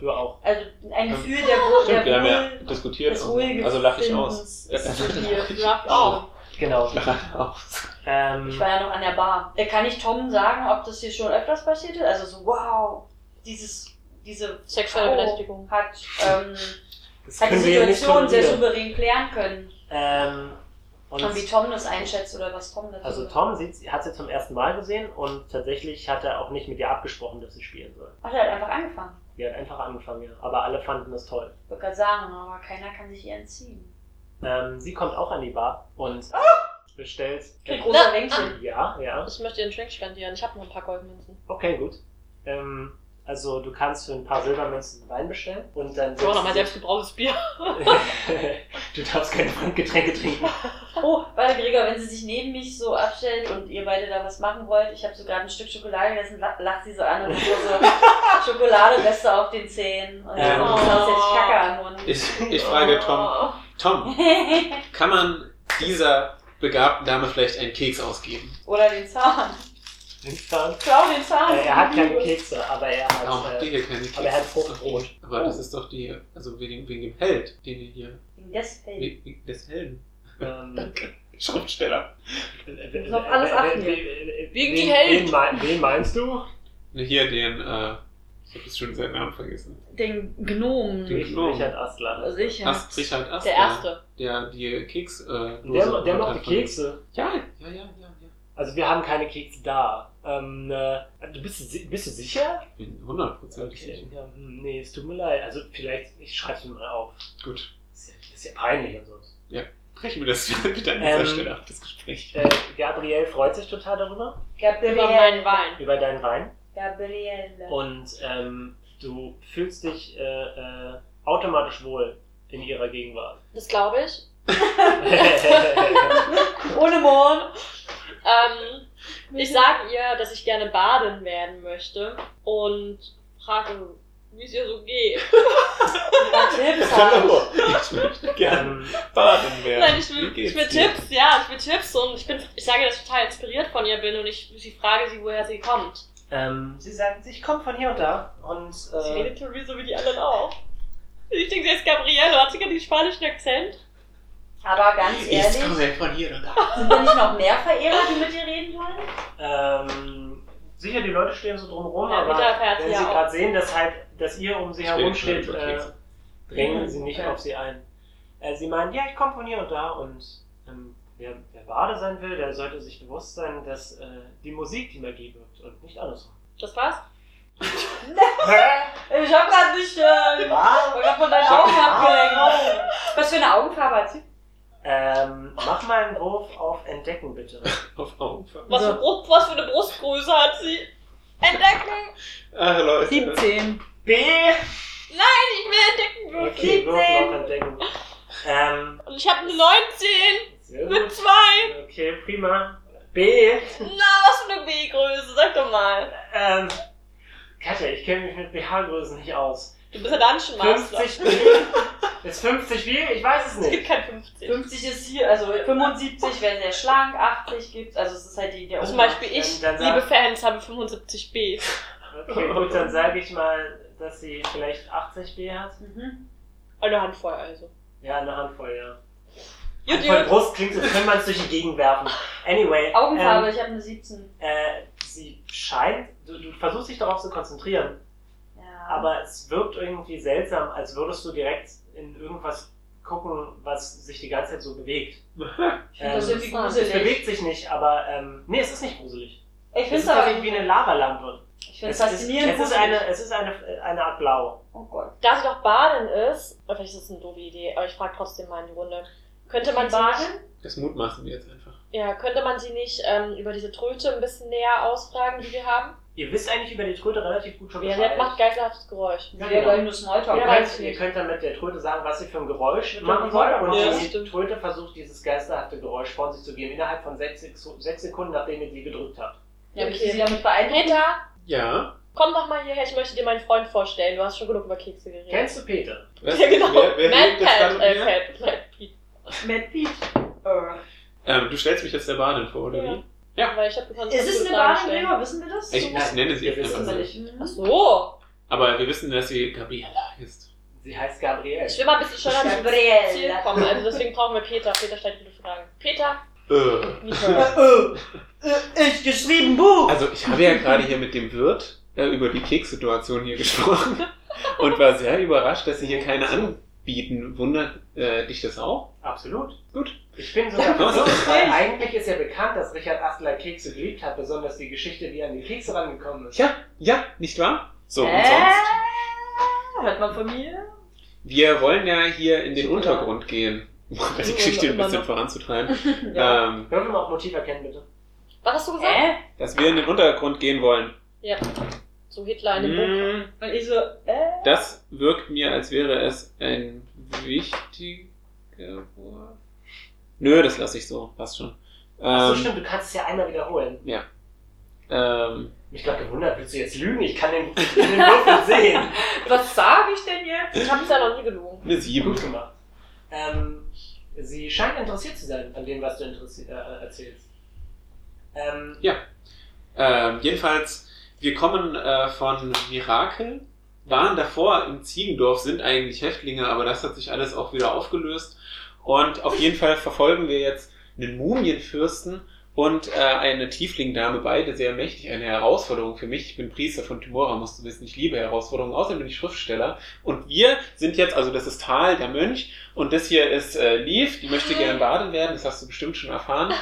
Speaker 2: Du auch.
Speaker 4: Also, ein
Speaker 5: Ähm,
Speaker 4: Gefühl der, Wohl-
Speaker 5: Stimmt, wir
Speaker 4: der
Speaker 5: haben ja
Speaker 4: Wohl-
Speaker 5: diskutiert.
Speaker 4: des
Speaker 5: und so. Also lache ich aus. Äh,
Speaker 4: Wohlbefindens zu dir.
Speaker 3: Ihr lacht auch.
Speaker 2: Genau.
Speaker 5: Lache aus.
Speaker 2: Ähm,
Speaker 4: Ich war ja noch an der Bar. Äh, Kann ich Tom sagen, ob das hier schon öfters passiert ist? Also so, wow, dieses, diese
Speaker 3: Sexuelle
Speaker 4: Frau
Speaker 3: Belästigung.
Speaker 4: hat, ähm,
Speaker 2: das
Speaker 4: hat die
Speaker 2: können wir nicht
Speaker 4: also Situation sehr
Speaker 2: kontrollieren.
Speaker 4: souverän klären können.
Speaker 2: ähm, und
Speaker 4: Und wie Tom das einschätzt oder was Tom dazu
Speaker 2: also
Speaker 4: sagt.
Speaker 2: Tom sieht, hat sie zum ersten Mal gesehen und tatsächlich hat er auch nicht mit ihr abgesprochen, dass sie spielen soll.
Speaker 4: Ach, er hat einfach angefangen.
Speaker 2: Die hat einfach angefangen, ja. Aber alle fanden das toll.
Speaker 4: Ich würde gerade sagen, aber keiner kann sich ihr entziehen.
Speaker 2: Ähm, sie kommt auch an die Bar und bestellt.
Speaker 4: Ein
Speaker 2: Äh,
Speaker 4: großer Wänkchen.
Speaker 2: ja, ja.
Speaker 3: Oh, Ich möchte ihren Drink skandieren. Ich habe noch ein paar Goldmünzen.
Speaker 2: Okay, gut. Ähm, Also du kannst für ein paar Silbermünzen Wein bestellen und dann
Speaker 3: So,
Speaker 2: setzt du-
Speaker 3: nochmal selbstgebrauchtes Bier.
Speaker 2: du darfst keine Fremdgetränke trinken.
Speaker 4: Oh, warte, Gregor, wenn sie sich neben mich so abstellt und ihr beide da was machen wollt, ich habe so gerade ein Stück Schokolade gegessen, la- lacht sie so an und so, so Schokoladereste auf den Zähnen. Und
Speaker 2: Ähm.
Speaker 4: dann kommt so aus jetzt Kacke am Mund.
Speaker 5: Ich, ich frage Tom,
Speaker 3: Oh.
Speaker 2: Oh.
Speaker 5: Tom, kann man dieser begabten Dame vielleicht einen Keks ausgeben?
Speaker 4: Oder den Zahn.
Speaker 2: Äh,
Speaker 4: Klau den Zahn.
Speaker 2: er hat keine Kekse, aber er
Speaker 5: Warum
Speaker 2: hat,
Speaker 5: habt ihr
Speaker 2: äh,
Speaker 5: hier keine Kekse?
Speaker 2: aber er hat Fruchtbrot.
Speaker 5: Aber das ist doch die, also wegen, wegen dem Held, den ihr hier,
Speaker 4: Wegen des Fells.
Speaker 5: wegen wegen des Helden.
Speaker 2: Ähm,
Speaker 5: Schriftsteller.
Speaker 2: äh,
Speaker 4: auf alles achten
Speaker 2: äh, äh, äh,
Speaker 3: Wegen
Speaker 2: wen-
Speaker 3: die Helden.
Speaker 2: Wen, mein- wen meinst du?
Speaker 5: Ne, Hier den, äh, ich habe jetzt schon seinen Namen vergessen.
Speaker 4: Den also Gnomen.
Speaker 5: Den Gnom.
Speaker 2: Richard Astler.
Speaker 4: Sicher.
Speaker 5: Ast, Richard Ast.
Speaker 3: Der erste.
Speaker 5: Der die Keks, äh,
Speaker 2: Der, der
Speaker 5: macht
Speaker 2: macht die Kekse.
Speaker 5: Ja, ja, ja, ja, ja.
Speaker 2: Also wir haben keine Kekse da. Ähm, äh, du bist, si- bist du sicher?
Speaker 5: Ich bin 100% sicher.
Speaker 2: Ja, hm, nee, es tut mir leid. Also vielleicht, ich schreibe es mir mal auf.
Speaker 5: Gut.
Speaker 2: Das ist ja, das ist ja peinlich und so.
Speaker 5: Brechen wir das bitte an dieser
Speaker 2: Ähm,
Speaker 5: Stelle ab, das Gespräch.
Speaker 2: Äh, Gabriel freut sich total darüber,
Speaker 3: Über meinen Wein.
Speaker 2: über deinen Wein. Oh.
Speaker 4: Gabrielle.
Speaker 2: Und ähm, du fühlst dich äh, äh, automatisch wohl in ihrer Gegenwart.
Speaker 3: Das glaube ich.
Speaker 2: ja,
Speaker 4: Ohne Mohn.
Speaker 3: Ähm, ich sage ihr, dass ich gerne baden werden möchte und frage, wie es ihr so geht.
Speaker 4: Tipps
Speaker 5: Hallo,
Speaker 4: haben.
Speaker 5: ich möchte gerne
Speaker 2: ähm,
Speaker 5: baden werden.
Speaker 3: Nein, ich
Speaker 5: Wie
Speaker 3: will,
Speaker 5: geht's
Speaker 3: ich will
Speaker 5: dir?
Speaker 3: Tipps, ja, ich will Tipps und ich bin, ich sage, dass ich total inspiriert von ihr bin und ich, sie frage sie, woher sie kommt.
Speaker 2: ähm, sie sagt, ich komme von hier und da. Und
Speaker 3: Sie
Speaker 2: äh,
Speaker 3: redet irgendwie so wie die anderen auch. Ich denke, sie ist Gabrielle, hat sie gar den spanischen Akzent?
Speaker 4: Aber ganz ehrlich,
Speaker 5: Ich
Speaker 4: sind
Speaker 5: komme von hier und da.
Speaker 4: da nicht noch mehr Verehrer, die mit dir reden wollen?
Speaker 2: ähm, sicher, die Leute stehen so drumherum,
Speaker 3: Ja,
Speaker 2: aber
Speaker 3: Peter fährt
Speaker 2: wenn
Speaker 3: sie
Speaker 2: sie
Speaker 3: ja
Speaker 2: gerade
Speaker 3: auch.
Speaker 2: sehen, dass halt, dass ihr um sie
Speaker 5: Ich
Speaker 2: herum
Speaker 5: rede schon
Speaker 2: steht,
Speaker 5: über
Speaker 2: äh,
Speaker 5: Kekse.
Speaker 3: Mhm.
Speaker 2: drängen sie nicht
Speaker 4: Okay.
Speaker 2: auf sie ein. Äh, sie meinen, ja, ich komme von hier und da und ähm, wer, wer Bade sein will, der sollte sich bewusst sein, dass äh, die Musik die Magie wirkt und nicht andersrum.
Speaker 3: Das war's?
Speaker 4: Ich hab grad nicht. Äh, ich
Speaker 2: Was?
Speaker 4: hab grad von deinen Augen abgelenkt. Was für eine Augenfarbe hat sie?
Speaker 2: Ähm, mach mal einen Wurf auf Entdecken, bitte.
Speaker 5: Auf Augenfang.
Speaker 3: Was für, Brust, was für eine Brustgröße hat sie? Entdecken!
Speaker 5: Ah, Leute.
Speaker 4: 17.
Speaker 2: B!
Speaker 3: Ich will entdecken würfeln.
Speaker 2: Okay, Würfel auf Entdecken. Ähm,
Speaker 3: Und ich habe eine 19
Speaker 2: sehr
Speaker 3: mit
Speaker 2: gut.
Speaker 3: 2.
Speaker 2: Okay, prima. B!
Speaker 3: Na, was für eine B-Größe, sag doch mal.
Speaker 2: Ähm, Katja, ich kenne mich mit BH-Größen nicht aus.
Speaker 3: Du bist ja Dungeon Master.
Speaker 2: 50 Ist 50 wie? Ich weiß es
Speaker 3: Es gibt
Speaker 2: nicht.
Speaker 3: kein 50.
Speaker 4: 50 ist hier, also 75 wäre sehr schlank, 80 gibt's, also es ist halt die, der
Speaker 3: Zum
Speaker 4: Ober-
Speaker 3: Beispiel ich,
Speaker 2: Dann- dann
Speaker 3: liebe Fans, habe 75 B.
Speaker 2: Okay, gut, dann sage ich mal, dass sie vielleicht 80 B hat.
Speaker 4: Mhm.
Speaker 3: Eine Handvoll also.
Speaker 2: Ja, eine Handvoll, ja.
Speaker 3: Gut,
Speaker 2: Voll
Speaker 3: gut.
Speaker 2: Brust klingt, als könnte man es durch die Gegend werfen. Anyway.
Speaker 4: Augenfarbe, ich habe eine 17.
Speaker 2: Ähm, äh, sie scheint, du, du versuchst dich darauf zu konzentrieren,
Speaker 4: Ja.
Speaker 2: aber es wirkt irgendwie seltsam, als würdest du direkt in irgendwas gucken, was sich die ganze Zeit so bewegt.
Speaker 4: ich finde das
Speaker 2: ähm,
Speaker 4: irgendwie
Speaker 2: Es
Speaker 4: gruselig.
Speaker 2: bewegt sich nicht, aber ähm, nee, es ist nicht gruselig.
Speaker 4: Ich
Speaker 2: Es
Speaker 4: finde es
Speaker 2: ist
Speaker 4: aber
Speaker 2: tatsächlich wie eine Lavalampe.
Speaker 4: Ich finde es
Speaker 2: Es
Speaker 4: faszinierend.
Speaker 2: Ist, es ist
Speaker 4: gruselig.
Speaker 2: eine, es ist eine, eine Art Blau.
Speaker 4: oh Gott.
Speaker 3: Da sie doch baden ist, oder vielleicht ist das eine doofe Idee, aber ich frage trotzdem mal in die Runde. Könnte man sie nicht,
Speaker 4: baden?
Speaker 5: Das mutmaßen wir jetzt einfach.
Speaker 3: ja, könnte man sie nicht ähm, über diese Tröte ein bisschen näher ausfragen, die wir haben?
Speaker 2: Ihr wisst eigentlich über die Tröte relativ gut schon
Speaker 3: Ja,
Speaker 2: Bescheid.
Speaker 3: sie macht geisterhaftes Geräusch.
Speaker 2: Ja,
Speaker 4: Wir
Speaker 2: genau.
Speaker 4: wollen nur Smalltalk.
Speaker 2: Ihr
Speaker 3: Ja, weiß
Speaker 2: könnt,
Speaker 3: ich
Speaker 2: ihr
Speaker 3: nicht.
Speaker 2: könnt dann mit der Tröte sagen, was sie für ein Geräusch
Speaker 4: Mit
Speaker 2: machen
Speaker 4: dem
Speaker 2: soll.
Speaker 4: Roboter
Speaker 2: Und
Speaker 3: machen. Ja,
Speaker 2: die
Speaker 3: stimmt.
Speaker 2: Tröte versucht, dieses geisterhafte Geräusch von sich zu geben, innerhalb von sechs, Sek- sechs Sekunden, nachdem ihr sie gedrückt habt.
Speaker 4: Ja, ich
Speaker 3: Okay.
Speaker 4: will sie damit beeindrucken.
Speaker 3: Peter,
Speaker 5: Ja.
Speaker 3: komm doch mal hierher, ich möchte dir meinen Freund vorstellen. Du hast schon genug über Kekse geredet.
Speaker 2: Kennst du Peter?
Speaker 5: Was,
Speaker 3: Ja, genau.
Speaker 5: Wer, wer
Speaker 3: Mad
Speaker 5: redet jetzt
Speaker 3: Pat,
Speaker 5: gerade
Speaker 3: äh,
Speaker 5: mit mir?
Speaker 3: Pat, Mad Pete.
Speaker 4: Matt Pete.
Speaker 5: ähm, Du stellst mich jetzt der Badin vor, oder wie? Ja.
Speaker 3: Weil ich hab gekonnt,
Speaker 4: Ist
Speaker 3: dass
Speaker 4: es
Speaker 3: du
Speaker 4: eine
Speaker 3: Fragen
Speaker 4: Bahn,
Speaker 3: stellst.
Speaker 4: Gregor? Wissen wir das?
Speaker 5: Ich,
Speaker 4: So-
Speaker 5: ich nenne sie
Speaker 2: Wir
Speaker 5: jetzt
Speaker 2: wissen
Speaker 5: einfach
Speaker 4: Wissen wir
Speaker 5: so.
Speaker 4: nicht. Mhm.
Speaker 3: Ach so.
Speaker 5: Aber wir wissen, dass sie Gabriella ist.
Speaker 2: Sie heißt Gabrielle.
Speaker 3: Ich will mal ein bisschen schneller zum
Speaker 4: Gabrielle.
Speaker 3: Ziel kommen. Also deswegen brauchen wir Peter. Peter stellt gute Fragen. Peter,
Speaker 5: Äh.
Speaker 3: Mieter.
Speaker 4: Ich Äh, geschrieben Buch.
Speaker 5: Also ich habe ja gerade hier mit dem Wirt äh, über die Kekssituation hier gesprochen und war sehr überrascht, dass sie hier keine anbieten. Wundert äh, dich das auch?
Speaker 2: Absolut.
Speaker 5: Gut.
Speaker 2: Ich bin sogar
Speaker 5: Ja, so
Speaker 2: verwirrt,
Speaker 5: ist
Speaker 2: weil eigentlich ist ja bekannt, dass Richard Astler Kekse geliebt hat, besonders die Geschichte, wie er an die Kekse rangekommen ist.
Speaker 5: Ja, ja, nicht wahr? So, Also, und
Speaker 4: Äh?
Speaker 5: sonst?
Speaker 4: Hört man von mir?
Speaker 5: Wir wollen ja hier in den
Speaker 2: Ja.
Speaker 5: Untergrund gehen, um die Geschichte ein
Speaker 3: Immer
Speaker 5: bisschen
Speaker 3: noch.
Speaker 5: voranzutreiben.
Speaker 4: Ja.
Speaker 5: Ähm,
Speaker 2: Können wir mal auf Motiv erkennen, bitte?
Speaker 3: Was hast du gesagt?
Speaker 4: Hä?
Speaker 5: dass wir in den Untergrund gehen wollen.
Speaker 3: Ja. So Hitler in dem Bunker.
Speaker 5: Mm,
Speaker 4: Und ich so, äh?
Speaker 5: Das wirkt mir, als wäre es ein wichtiger Wurf. Nö, das lasse ich so. Passt schon.
Speaker 2: Ach so
Speaker 5: Ähm,
Speaker 2: stimmt, du kannst es ja einmal wiederholen.
Speaker 5: ähm,
Speaker 2: Mich gerade gewundert, willst du jetzt lügen? Ich kann den, ich kann den Würfel sehen.
Speaker 4: Was sage ich denn jetzt?
Speaker 3: Ich hab's ja noch nie gelogen.
Speaker 5: eine 7.
Speaker 2: Gut gemacht. Ähm, sie scheint interessiert zu sein an dem, was du interessi- äh, erzählst. Ähm,
Speaker 5: Ähm, jedenfalls, wir kommen äh, von Mirakel, waren davor im Ziegendorf, sind eigentlich Häftlinge, aber das hat sich alles auch wieder aufgelöst. Und auf jeden Fall verfolgen wir jetzt einen Mumienfürsten und äh, eine Tieflingdame, beide sehr mächtig. Eine Herausforderung für mich. Ich bin Priester von Timora, musst du wissen, ich liebe Herausforderungen. Außerdem bin ich Schriftsteller. Und wir sind jetzt, also das ist Tal, der Mönch. Und das hier ist äh, Leaf, die möchte gern baden werden. Das hast du bestimmt schon erfahren.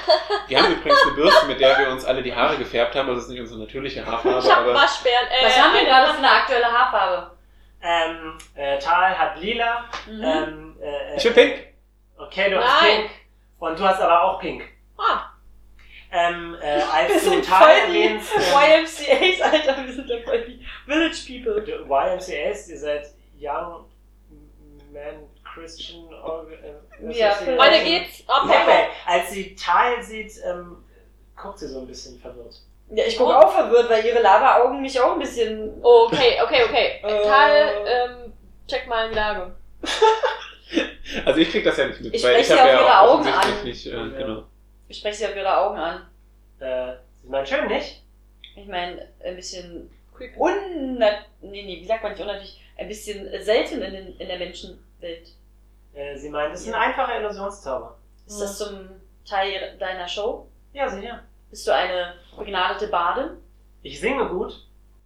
Speaker 5: Wir haben übrigens eine Bürste, mit der wir uns alle die Haare gefärbt haben. Also das ist nicht unsere natürliche
Speaker 3: Ich
Speaker 5: Haarfarbe,
Speaker 3: hab
Speaker 5: aber
Speaker 3: Waschbären. Äh,
Speaker 4: Was haben wir
Speaker 3: äh,
Speaker 4: gerade für eine aktuelle Haarfarbe?
Speaker 2: ähm, äh, Tal hat lila.
Speaker 4: Mhm.
Speaker 2: Ähm, äh, äh,
Speaker 5: ich bin pink.
Speaker 2: Okay, du hast
Speaker 3: Mhm. Nein.
Speaker 2: pink. Und du hast aber auch pink.
Speaker 3: Ah.
Speaker 2: Ähm, äh,
Speaker 4: Wir
Speaker 2: als du
Speaker 4: sind
Speaker 2: Tal
Speaker 4: voll die
Speaker 2: erwähnst, ähm,
Speaker 4: YMCAs, Alter, wir sind da voll die Village People.
Speaker 2: du- YMCAs, ihr seid Young Men Christian Org äh,
Speaker 4: Ja,
Speaker 2: Association.
Speaker 3: Weiter geht's. Ab, ab, ab.
Speaker 2: Okay. Als sie Tal sieht, ähm, guckt sie so ein bisschen verwirrt.
Speaker 4: Ja, ich gucke auch verwirrt, weil ihre Lava-Augen mich auch ein bisschen... oh,
Speaker 3: Okay, okay, okay.
Speaker 4: Äh.
Speaker 3: Tal, ähm, check mal die Lage.
Speaker 5: Also ich krieg das ja nicht mit,
Speaker 4: Ich
Speaker 5: weil ich
Speaker 4: spreche
Speaker 5: habe
Speaker 4: ja auf
Speaker 5: ja
Speaker 4: ihre
Speaker 5: auch
Speaker 4: Augen
Speaker 5: offensichtlich
Speaker 4: an.
Speaker 5: nicht, äh,
Speaker 2: Ja.
Speaker 5: genau.
Speaker 4: Ich spreche sie auf ihre Augen an.
Speaker 2: Äh, sie meint schön, nicht?
Speaker 4: Ich meine, ein bisschen
Speaker 3: Oh,
Speaker 4: unnat... Nee, nee, wie sagt man nicht unnatürlich? Ein bisschen selten in, den, in der Menschenwelt.
Speaker 2: Äh, sie meint, es ist ein einfacher Illusionszauber.
Speaker 4: Ist das
Speaker 3: Hm.
Speaker 4: zum Teil deiner Show?
Speaker 2: Ja, sicher.
Speaker 4: Bist du eine begnadete Bardin?
Speaker 2: Ich singe gut.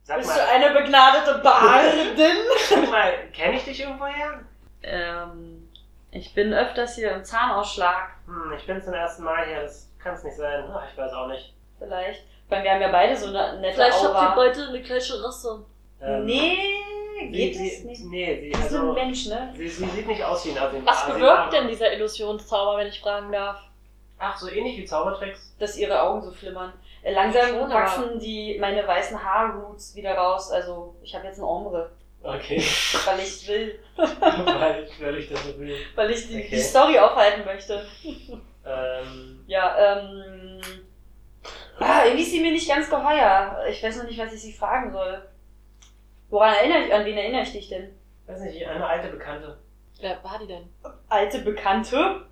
Speaker 2: Sag
Speaker 4: Bist du
Speaker 2: mal,
Speaker 4: eine begnadete Bardin?
Speaker 2: sag mal, kenne ich dich irgendwo her?
Speaker 4: ähm, ich bin öfters hier im Zahnausschlag.
Speaker 2: Hm, ich bin zum ersten Mal hier, das kann es nicht sein. Ach, ich weiß auch nicht.
Speaker 4: Vielleicht. Ich meine, wir haben ja beide so eine nette
Speaker 3: Vielleicht habt ihr
Speaker 4: Aura.
Speaker 3: beide eine gleiche Rasse.
Speaker 2: Ähm,
Speaker 4: nee,
Speaker 2: sie-
Speaker 4: geht
Speaker 2: sie,
Speaker 4: es nicht.
Speaker 2: Nee, sie,
Speaker 4: Wir sind ein
Speaker 2: also,
Speaker 4: Mensch, ne?
Speaker 2: sie, sie sieht nicht aus wie ein Asien.
Speaker 3: Was
Speaker 2: Asianer.
Speaker 3: bewirkt denn dieser Illusionszauber, wenn ich fragen darf?
Speaker 2: Ach, so ähnlich wie Zaubertricks.
Speaker 4: Dass ihre Augen so flimmern. Äh,
Speaker 3: Schon,
Speaker 4: langsam
Speaker 3: aber-
Speaker 4: wachsen die meine weißen Haarroots wieder raus. Also ich habe jetzt ein Ombre,
Speaker 2: Okay,
Speaker 4: weil ich will,
Speaker 2: weil, ich- weil ich das so will.
Speaker 4: weil ich die,
Speaker 2: Okay.
Speaker 4: die Story aufhalten möchte.
Speaker 2: Ähm,
Speaker 4: Ja, ähm. Ah, irgendwie ist sie mir nicht ganz geheuer. Ich weiß noch nicht, was ich sie fragen soll. Woran erinnere ich, an wen erinnere ich dich denn?
Speaker 2: weiß nicht, eine alte Bekannte.
Speaker 3: Wer war die denn?
Speaker 4: Alte Bekannte?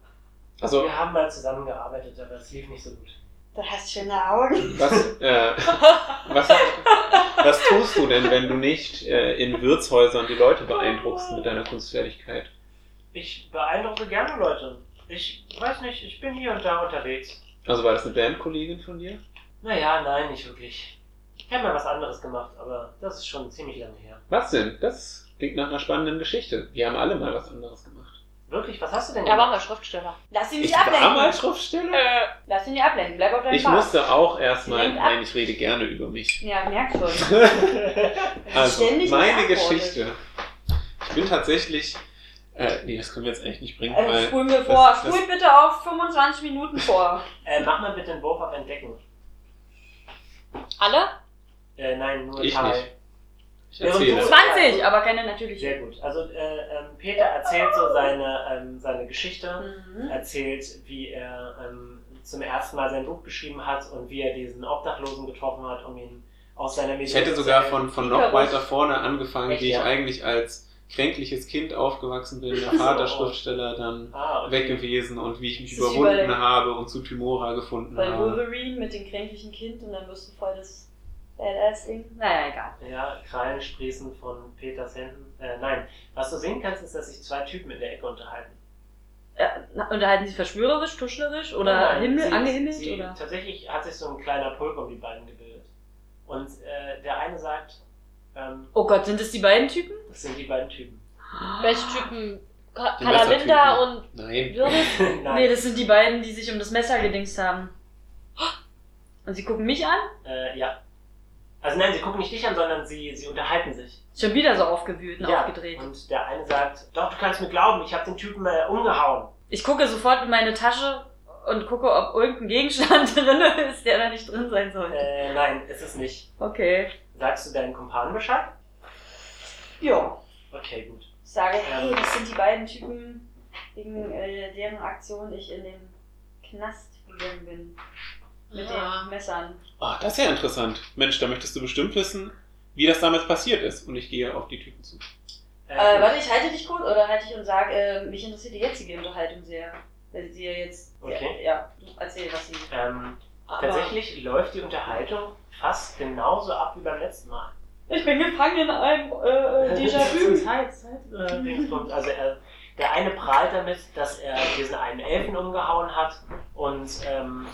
Speaker 5: Also
Speaker 2: Wir haben mal zusammengearbeitet, aber es lief nicht so gut.
Speaker 4: Du hast schöne Augen.
Speaker 5: Was, äh, was, was tust du denn, wenn du nicht äh, in Wirtshäusern die Leute beeindruckst mit deiner Kunstfertigkeit?
Speaker 2: Ich beeindrucke gerne Leute. Ich weiß nicht, ich bin hier und da unterwegs.
Speaker 5: Also war das eine Bandkollegin von dir?
Speaker 2: Naja, nein, nicht wirklich. Ich habe mal was anderes gemacht, aber das ist schon ziemlich lange her.
Speaker 5: Was denn? Das klingt nach einer spannenden Geschichte. Wir haben alle mal was anderes gemacht.
Speaker 2: Wirklich, was hast du denn
Speaker 3: Er war mal Schriftsteller.
Speaker 4: Lass ihn
Speaker 5: Ich
Speaker 4: nicht
Speaker 5: war mal
Speaker 4: ablenken.
Speaker 5: Schriftsteller.
Speaker 3: Äh,
Speaker 4: Lass ihn nicht ablenken. Bleib auf deinem
Speaker 5: Ich
Speaker 4: Pfad.
Speaker 5: musste auch erstmal,
Speaker 4: Lenkt ab.
Speaker 5: nein, ich rede gerne über mich.
Speaker 4: Ja, merk schon.
Speaker 5: Also,
Speaker 4: Ständig
Speaker 5: meine
Speaker 4: beantwortet.
Speaker 5: Geschichte. Ich bin tatsächlich, äh, nee, das können wir jetzt eigentlich nicht bringen,
Speaker 4: Also,
Speaker 5: weil
Speaker 4: spulen wir vor.
Speaker 5: das- das-
Speaker 4: Spulen bitte auf 25 Minuten vor.
Speaker 2: äh, mach mal bitte den Wurf auf Entdecken.
Speaker 3: alle?
Speaker 2: Äh, nein, nur
Speaker 5: Ich
Speaker 2: Tal.
Speaker 5: nicht. ich
Speaker 2: Während du-
Speaker 5: erzähle.
Speaker 4: 20, aber keine natürliche.
Speaker 2: Sehr gut. Also äh, ähm, Peter erzählt so seine, ähm, seine Geschichte,
Speaker 4: Mhm.
Speaker 2: erzählt, wie er ähm, zum ersten Mal sein Buch geschrieben hat und wie er diesen Obdachlosen getroffen hat, um ihn aus seiner
Speaker 5: Ich
Speaker 2: Misere
Speaker 5: hätte
Speaker 2: zu
Speaker 5: sogar
Speaker 2: helfen.
Speaker 5: von, von noch
Speaker 4: Icarus.
Speaker 5: weiter vorne angefangen,
Speaker 4: Echt,
Speaker 5: wie ich
Speaker 4: ja?
Speaker 5: eigentlich als kränkliches Kind aufgewachsen bin, der Vater Schriftsteller dann
Speaker 2: Ah, okay.
Speaker 5: weg gewesen und wie ich mich
Speaker 4: Das ist
Speaker 5: überwunden
Speaker 4: überall-
Speaker 5: habe und zu Timora gefunden
Speaker 4: Bei
Speaker 5: habe.
Speaker 4: Wolverine mit dem kränklichen Kind und dann wirst du voll das Badass-Ding. Naja, egal.
Speaker 2: Ja, Krallen sprießen von Peters Händen. Äh, nein, was du sehen kannst, ist, dass sich zwei Typen in der Ecke unterhalten.
Speaker 4: Ja, na, Äh, unterhalten sie verschwörerisch, tuschlerisch
Speaker 2: Nein,
Speaker 4: oder
Speaker 2: nein,
Speaker 4: Himmel,
Speaker 2: sie-
Speaker 4: angehimmelt?
Speaker 2: sie,
Speaker 4: oder?
Speaker 2: Tatsächlich hat sich so ein kleiner Pulk um die beiden gebildet. Und äh, der eine sagt, ähm,
Speaker 4: Oh Gott, sind das die beiden Typen?
Speaker 2: das sind die beiden Typen.
Speaker 3: Welche Typen? Ka-
Speaker 5: Die
Speaker 3: Kalalinda und
Speaker 5: Messertypen. Nein.
Speaker 3: Würdel?
Speaker 2: nein,
Speaker 4: Nee, das sind die beiden, die sich um das Messer gedingst haben. Und sie gucken mich an?
Speaker 2: äh, ja. Also nein, sie gucken nicht dich an, sondern sie, sie unterhalten sich.
Speaker 4: Schon wieder so aufgewühlt und
Speaker 2: ja.
Speaker 4: aufgedreht.
Speaker 2: Und der eine sagt, doch, du kannst mir glauben, ich habe den Typen äh, umgehauen.
Speaker 4: Ich gucke sofort in meine Tasche und gucke, ob irgendein Gegenstand drin ist, der da nicht drin sein sollte.
Speaker 2: Äh, nein, ist es nicht.
Speaker 4: Okay.
Speaker 2: Sagst du deinen Kumpanen Bescheid?
Speaker 4: Ja.
Speaker 2: Okay, gut.
Speaker 4: Ich sage,
Speaker 2: Ja.
Speaker 4: hey, das sind die beiden Typen, wegen äh, deren Aktion ich in den Knast gegangen bin. Mit
Speaker 3: Ah.
Speaker 4: den Messern.
Speaker 5: Ah, das ist ja interessant. Mensch, da möchtest du bestimmt wissen, wie das damals passiert ist. Und ich gehe auf die Typen zu.
Speaker 4: Äh, warte, ich halte dich kurz oder halte ich und sage, äh, mich interessiert die jetzige Unterhaltung sehr. Wenn sie dir jetzt.
Speaker 2: Okay.
Speaker 4: Ja, ja, erzähl, was sie.
Speaker 2: ähm,
Speaker 3: Aber
Speaker 2: tatsächlich läuft die Unterhaltung fast genauso ab wie beim letzten Mal.
Speaker 4: Ich bin gefangen in einem äh,
Speaker 2: Zeit, Zeit, äh, Dingsbums. also er, der eine prahlt damit, dass er diesen einen Elfen umgehauen hat und ähm,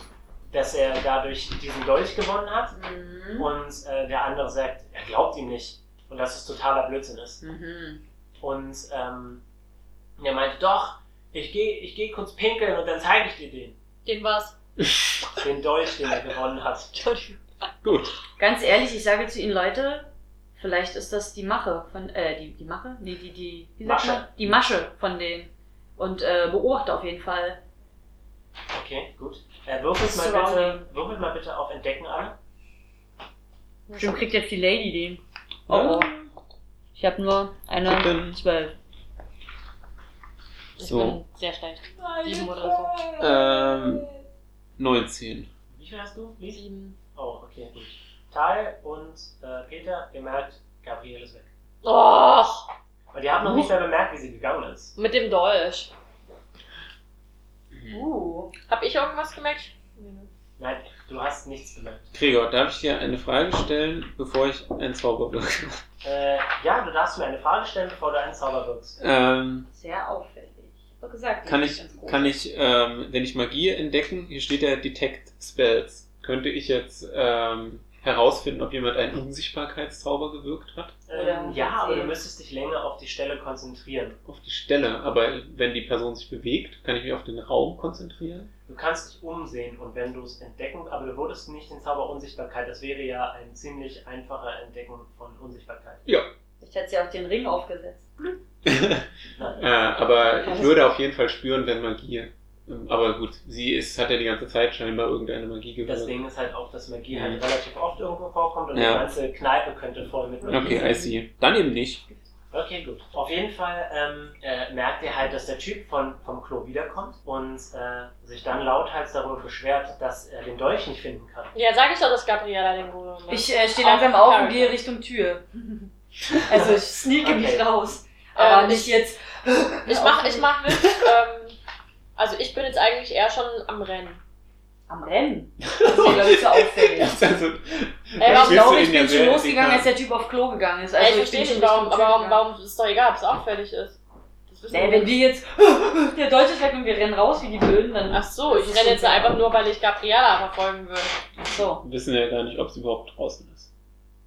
Speaker 2: dass er dadurch diesen Dolch gewonnen hat.
Speaker 4: Mhm.
Speaker 2: Und äh, der andere sagt, er glaubt ihm nicht und dass es totaler Blödsinn ist.
Speaker 4: Mhm.
Speaker 2: Und ähm, er meinte, doch, ich gehe ich geh kurz pinkeln und dann zeige ich dir den.
Speaker 3: den war's.
Speaker 2: Den Dolch, den er gewonnen hat.
Speaker 3: Entschuldigung.
Speaker 5: Gut.
Speaker 4: Ganz ehrlich, ich sage zu ihnen, Leute, vielleicht ist das die Mache von, äh, die, die Mache? Nee, die, die, wie sagt
Speaker 2: Masche.
Speaker 4: man? Die Masche von denen. Und äh, beobachte auf jeden Fall.
Speaker 2: Okay, gut. Äh, würfelt, mal
Speaker 4: Surrounding.
Speaker 2: bitte, würfelt mal bitte auf Entdecken an.
Speaker 4: Bestimmt kriegt jetzt die Lady den.
Speaker 5: Oh,
Speaker 4: Ich habe nur
Speaker 5: Gucken.
Speaker 4: zwölf.
Speaker 3: Ich
Speaker 5: So.
Speaker 3: bin sehr schlecht. Sieben oder so.
Speaker 5: Ähm, 19.
Speaker 2: Wie viel hast du? Lies?
Speaker 3: Sieben.
Speaker 2: Oh, okay, gut. Tal und äh, Peter, ihr merkt, Gabriel ist weg.
Speaker 3: Och,
Speaker 2: Und ihr habt noch nicht mehr bemerkt, wie sie gegangen ist.
Speaker 3: mit dem Dolch.
Speaker 4: Uh.
Speaker 3: Hab ich irgendwas gemerkt?
Speaker 2: Nein, du hast nichts bemerkt.
Speaker 5: Gregor, darf ich dir eine Frage stellen, bevor ich einen Zauber wirke?
Speaker 2: Äh, ja, du darfst mir eine Frage stellen, bevor du einen Zauber wirkst.
Speaker 5: Ähm,
Speaker 4: Sehr auffällig. Ich hab doch gesagt, die
Speaker 5: kann
Speaker 4: ist
Speaker 5: ich,
Speaker 4: ganz groß.
Speaker 5: kann ich ähm, wenn ich Magie entdecken, hier steht ja Detect Spells, könnte ich jetzt ähm, herausfinden, ob jemand einen Unsichtbarkeitszauber gewirkt hat?
Speaker 2: Ähm,
Speaker 4: Oder
Speaker 2: ja, aber du
Speaker 4: erzählen.
Speaker 2: müsstest dich länger auf die Stelle konzentrieren.
Speaker 5: Auf die Stelle, aber wenn die Person sich bewegt, kann ich mich auf den Raum konzentrieren?
Speaker 2: Du kannst dich umsehen und wenn du es entdecken, aber du würdest nicht den Zauber Unsichtbarkeit, das wäre ja ein ziemlich einfacher Entdecken von Unsichtbarkeit.
Speaker 4: Ich hätte sie auch den Ring aufgesetzt.
Speaker 5: äh, aber ich würde auf jeden Fall spüren, wenn Magie. ähm, Aber gut, sie ist, hat ja die ganze Zeit scheinbar irgendeine Magie
Speaker 2: Das
Speaker 5: gewirkt.
Speaker 2: Ding ist halt auch, dass Magie
Speaker 5: Mhm.
Speaker 2: halt relativ oft irgendwo vorkommt und
Speaker 5: Ja.
Speaker 2: die ganze Kneipe könnte voll mit Magie
Speaker 5: Okay, I see. Dann eben nicht.
Speaker 2: Okay, gut. Auf jeden Fall ähm, äh, merkt ihr halt, dass der Typ von, vom Klo wiederkommt und äh, sich dann lauthals darüber beschwert, dass er den Dolch nicht finden kann.
Speaker 3: Ja, sag ich doch, dass Gabriela den Bruder macht.
Speaker 4: Ich äh, stehe
Speaker 3: Auf
Speaker 4: langsam auf und
Speaker 3: Character.
Speaker 4: gehe Richtung Tür. Also ich sneake mich
Speaker 2: Okay.
Speaker 4: raus. Aber
Speaker 3: Ähm,
Speaker 4: nicht jetzt.
Speaker 3: ich mach, ich mach mit. ähm, also ich bin jetzt eigentlich eher schon am Rennen.
Speaker 4: Am Rennen. Das ist ja, glaube ich, so auffällig.
Speaker 5: Das ist also,
Speaker 3: Ey,
Speaker 5: das
Speaker 4: Ich glaube, Äh,
Speaker 3: warum,
Speaker 5: schießt du
Speaker 4: ich bin
Speaker 5: in der
Speaker 4: schon
Speaker 5: Welt,
Speaker 4: losgegangen,
Speaker 5: egal.
Speaker 4: als der Typ auf Klo gegangen ist.
Speaker 3: ey, ich
Speaker 4: Also ich
Speaker 3: verstehe
Speaker 4: bin schon
Speaker 3: nicht, warum,
Speaker 4: Richtung
Speaker 3: aber warum,
Speaker 4: Tür
Speaker 3: warum ist doch egal, ob es auffällig ist. Das wissen
Speaker 4: gegangen. Nee,
Speaker 3: wir
Speaker 4: wenn
Speaker 3: nicht.
Speaker 4: wir jetzt. Der Deutsche ist weg und wir rennen raus wie die Blöden, dann.
Speaker 3: Ach so, ich renne jetzt einfach nur, weil ich Gabriela verfolgen würde.
Speaker 4: Ach so.
Speaker 5: Wir wissen ja gar nicht, ob sie überhaupt draußen ist.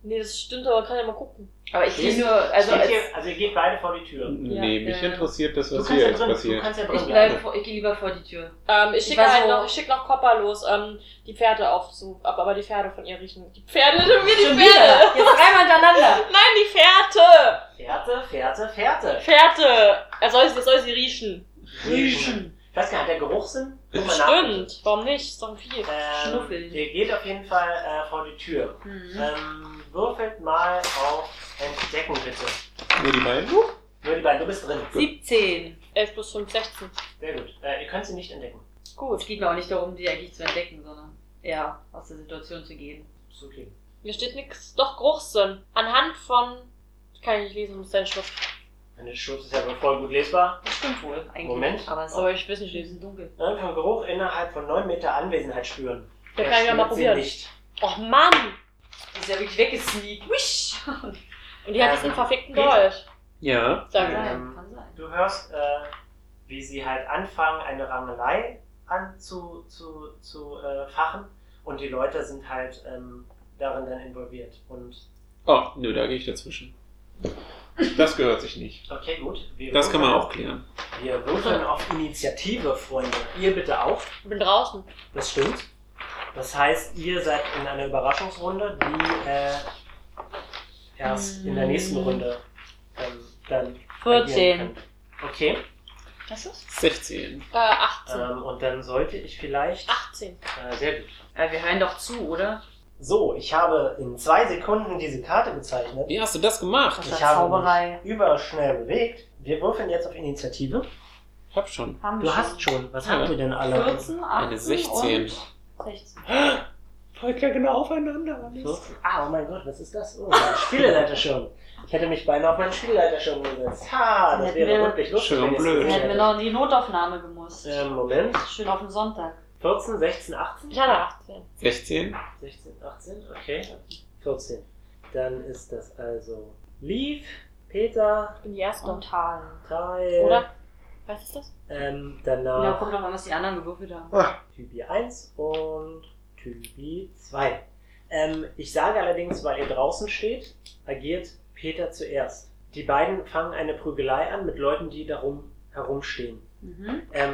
Speaker 3: Nee, das stimmt, aber kann ja mal gucken.
Speaker 4: Aber ich gehe
Speaker 2: Stehst-
Speaker 4: nur. Also
Speaker 2: Steht
Speaker 4: als,
Speaker 2: ihr, also ihr geht beide vor die Tür.
Speaker 5: nee, mich
Speaker 4: ja.
Speaker 5: interessiert das,
Speaker 2: Du
Speaker 5: was
Speaker 2: kannst,
Speaker 5: hier
Speaker 2: ja
Speaker 5: jetzt
Speaker 2: drin, du
Speaker 5: passiert.
Speaker 2: kannst ja drin
Speaker 4: ich,
Speaker 2: bleiben.
Speaker 4: bleib vor, ich gehe lieber vor die Tür.
Speaker 3: Ähm, ich
Speaker 4: Ich
Speaker 3: schicke
Speaker 4: war
Speaker 3: halt
Speaker 4: so-
Speaker 3: noch, ich schick noch Copper los, ähm, die Pferde auf zu, aber, aber die Pferde von ihr riechen. Die Pferde, wir die
Speaker 4: Schon
Speaker 3: Pferde!
Speaker 4: wieder. Jetzt dreimal hintereinander.
Speaker 3: Nein, die Pferde!
Speaker 2: Fährte, Fährte, Fährte.
Speaker 3: Pferde! Er soll, er soll sie riechen.
Speaker 2: Riechen. Ich weiß gar nicht, hat der Geruchssinn? Guck mal nach.
Speaker 3: Stimmt, warum nicht? Ist doch ein Vieh.
Speaker 4: Äh.
Speaker 2: Ähm,
Speaker 4: Schnuffeln.
Speaker 2: Ihr geht auf jeden Fall äh, vor die Tür.
Speaker 4: Mhm.
Speaker 2: Ähm, würfelt mal auf Entdecken, bitte.
Speaker 5: Nur die beiden?
Speaker 2: Nur die beiden, du bist drin.
Speaker 4: 17.
Speaker 3: 11 plus 5, 16.
Speaker 2: Sehr gut. Äh, ihr könnt sie nicht entdecken.
Speaker 4: Es
Speaker 3: Gut.
Speaker 4: geht mir auch nicht darum, die eigentlich zu entdecken, sondern eher aus der Situation zu gehen.
Speaker 2: Ist okay.
Speaker 3: Mir steht nichts. Doch Geruchssinn. Anhand von. Kann ich nicht lesen, muss deine Schrift.
Speaker 2: Meine Schrift ist ja wohl voll gut lesbar.
Speaker 4: Das stimmt wohl, eigentlich.
Speaker 2: Moment.
Speaker 4: Aber es ist
Speaker 3: Aber ich will es nicht
Speaker 4: ein
Speaker 3: lesen.
Speaker 4: bisschen dunkel.
Speaker 2: Ne, Vom Geruch innerhalb von 9 Meter Anwesenheit spüren.
Speaker 3: Da
Speaker 2: Er
Speaker 3: kann ich ja mal
Speaker 2: spürt sie
Speaker 3: probieren.
Speaker 2: Nicht.
Speaker 3: Och Mann!
Speaker 4: Die ist ja wirklich weggesneakt. Wisch!
Speaker 3: Und die hat
Speaker 2: Ähm,
Speaker 3: diesen verfickten
Speaker 2: Peter.
Speaker 3: Dolch.
Speaker 5: Ja.
Speaker 3: Sag ich.
Speaker 2: Ähm,
Speaker 4: Kann sein.
Speaker 2: Du hörst, äh, wie sie halt anfangen, eine Rangelei an zu, zu, zu äh, fachen und die Leute sind halt ähm, darin dann involviert. Und
Speaker 5: Oh, nö, da gehe ich dazwischen. Das gehört sich nicht.
Speaker 2: okay, gut. Wir
Speaker 5: Das kann man
Speaker 2: würfeln-
Speaker 5: auch klären.
Speaker 2: Wir würfeln auf Initiative, Freunde. Ihr bitte auch.
Speaker 3: Ich bin draußen.
Speaker 2: Das stimmt. Das heißt, ihr seid in einer Überraschungsrunde, die äh, erst in der nächsten Runde ähm, dann
Speaker 3: 14.
Speaker 2: agieren kann. Okay,
Speaker 3: Was ist?
Speaker 5: 16.
Speaker 3: Äh, 18.
Speaker 2: ähm, und dann sollte ich vielleicht.
Speaker 3: 18.
Speaker 2: Äh, sehr gut.
Speaker 4: Ja, wir hören doch zu, oder?
Speaker 2: So, ich habe in zwei Sekunden diese Karte gezeichnet.
Speaker 5: Wie hast du das gemacht?
Speaker 4: Das
Speaker 2: Ich
Speaker 4: ist
Speaker 2: habe
Speaker 4: Zauberei.
Speaker 2: mich überschnell bewegt. Wir würfeln jetzt auf Initiative.
Speaker 5: Ich hab schon.
Speaker 4: Haben
Speaker 2: Du hast schon. Was
Speaker 4: Ah.
Speaker 5: Ja.
Speaker 2: haben wir denn alle?
Speaker 4: 14, 18
Speaker 5: Eine 16.
Speaker 4: Und 16.
Speaker 5: Volker genau aufeinander.
Speaker 2: So. Ah, oh mein Gott, was ist das? Oh, mein Spieleleiter schon. Ich hätte mich beinahe auf meinen Spieleleiter schon gesetzt. Ha, das
Speaker 4: Hätten
Speaker 2: wäre
Speaker 4: wir-
Speaker 2: wirklich lustig.
Speaker 5: Schön
Speaker 2: wenn ich es
Speaker 5: blöd.
Speaker 4: Dann
Speaker 2: gesehen
Speaker 4: hätten wir noch in die Notaufnahme gemusst.
Speaker 2: Ähm, Moment.
Speaker 4: Schön auf den Sonntag.
Speaker 2: 14, 16, 18?
Speaker 3: Ich hatte 18.
Speaker 5: 16.
Speaker 2: 16, 18, okay. 14. Dann ist das also Leaf, Peter,
Speaker 3: Ich bin die Erste. Äh.
Speaker 4: Und Tal.
Speaker 2: Teil.
Speaker 3: Oder? Was ist das?
Speaker 2: Ähm,
Speaker 4: Ja,
Speaker 2: danach
Speaker 4: guck doch mal, was die anderen gewürfelt haben.
Speaker 2: Typi 1 und Typi 2. Ähm, ich sage allerdings, weil ihr draußen steht, agiert Peter zuerst. Die beiden fangen eine Prügelei an mit Leuten, die darum herumstehen.
Speaker 4: Mhm.
Speaker 2: Ähm,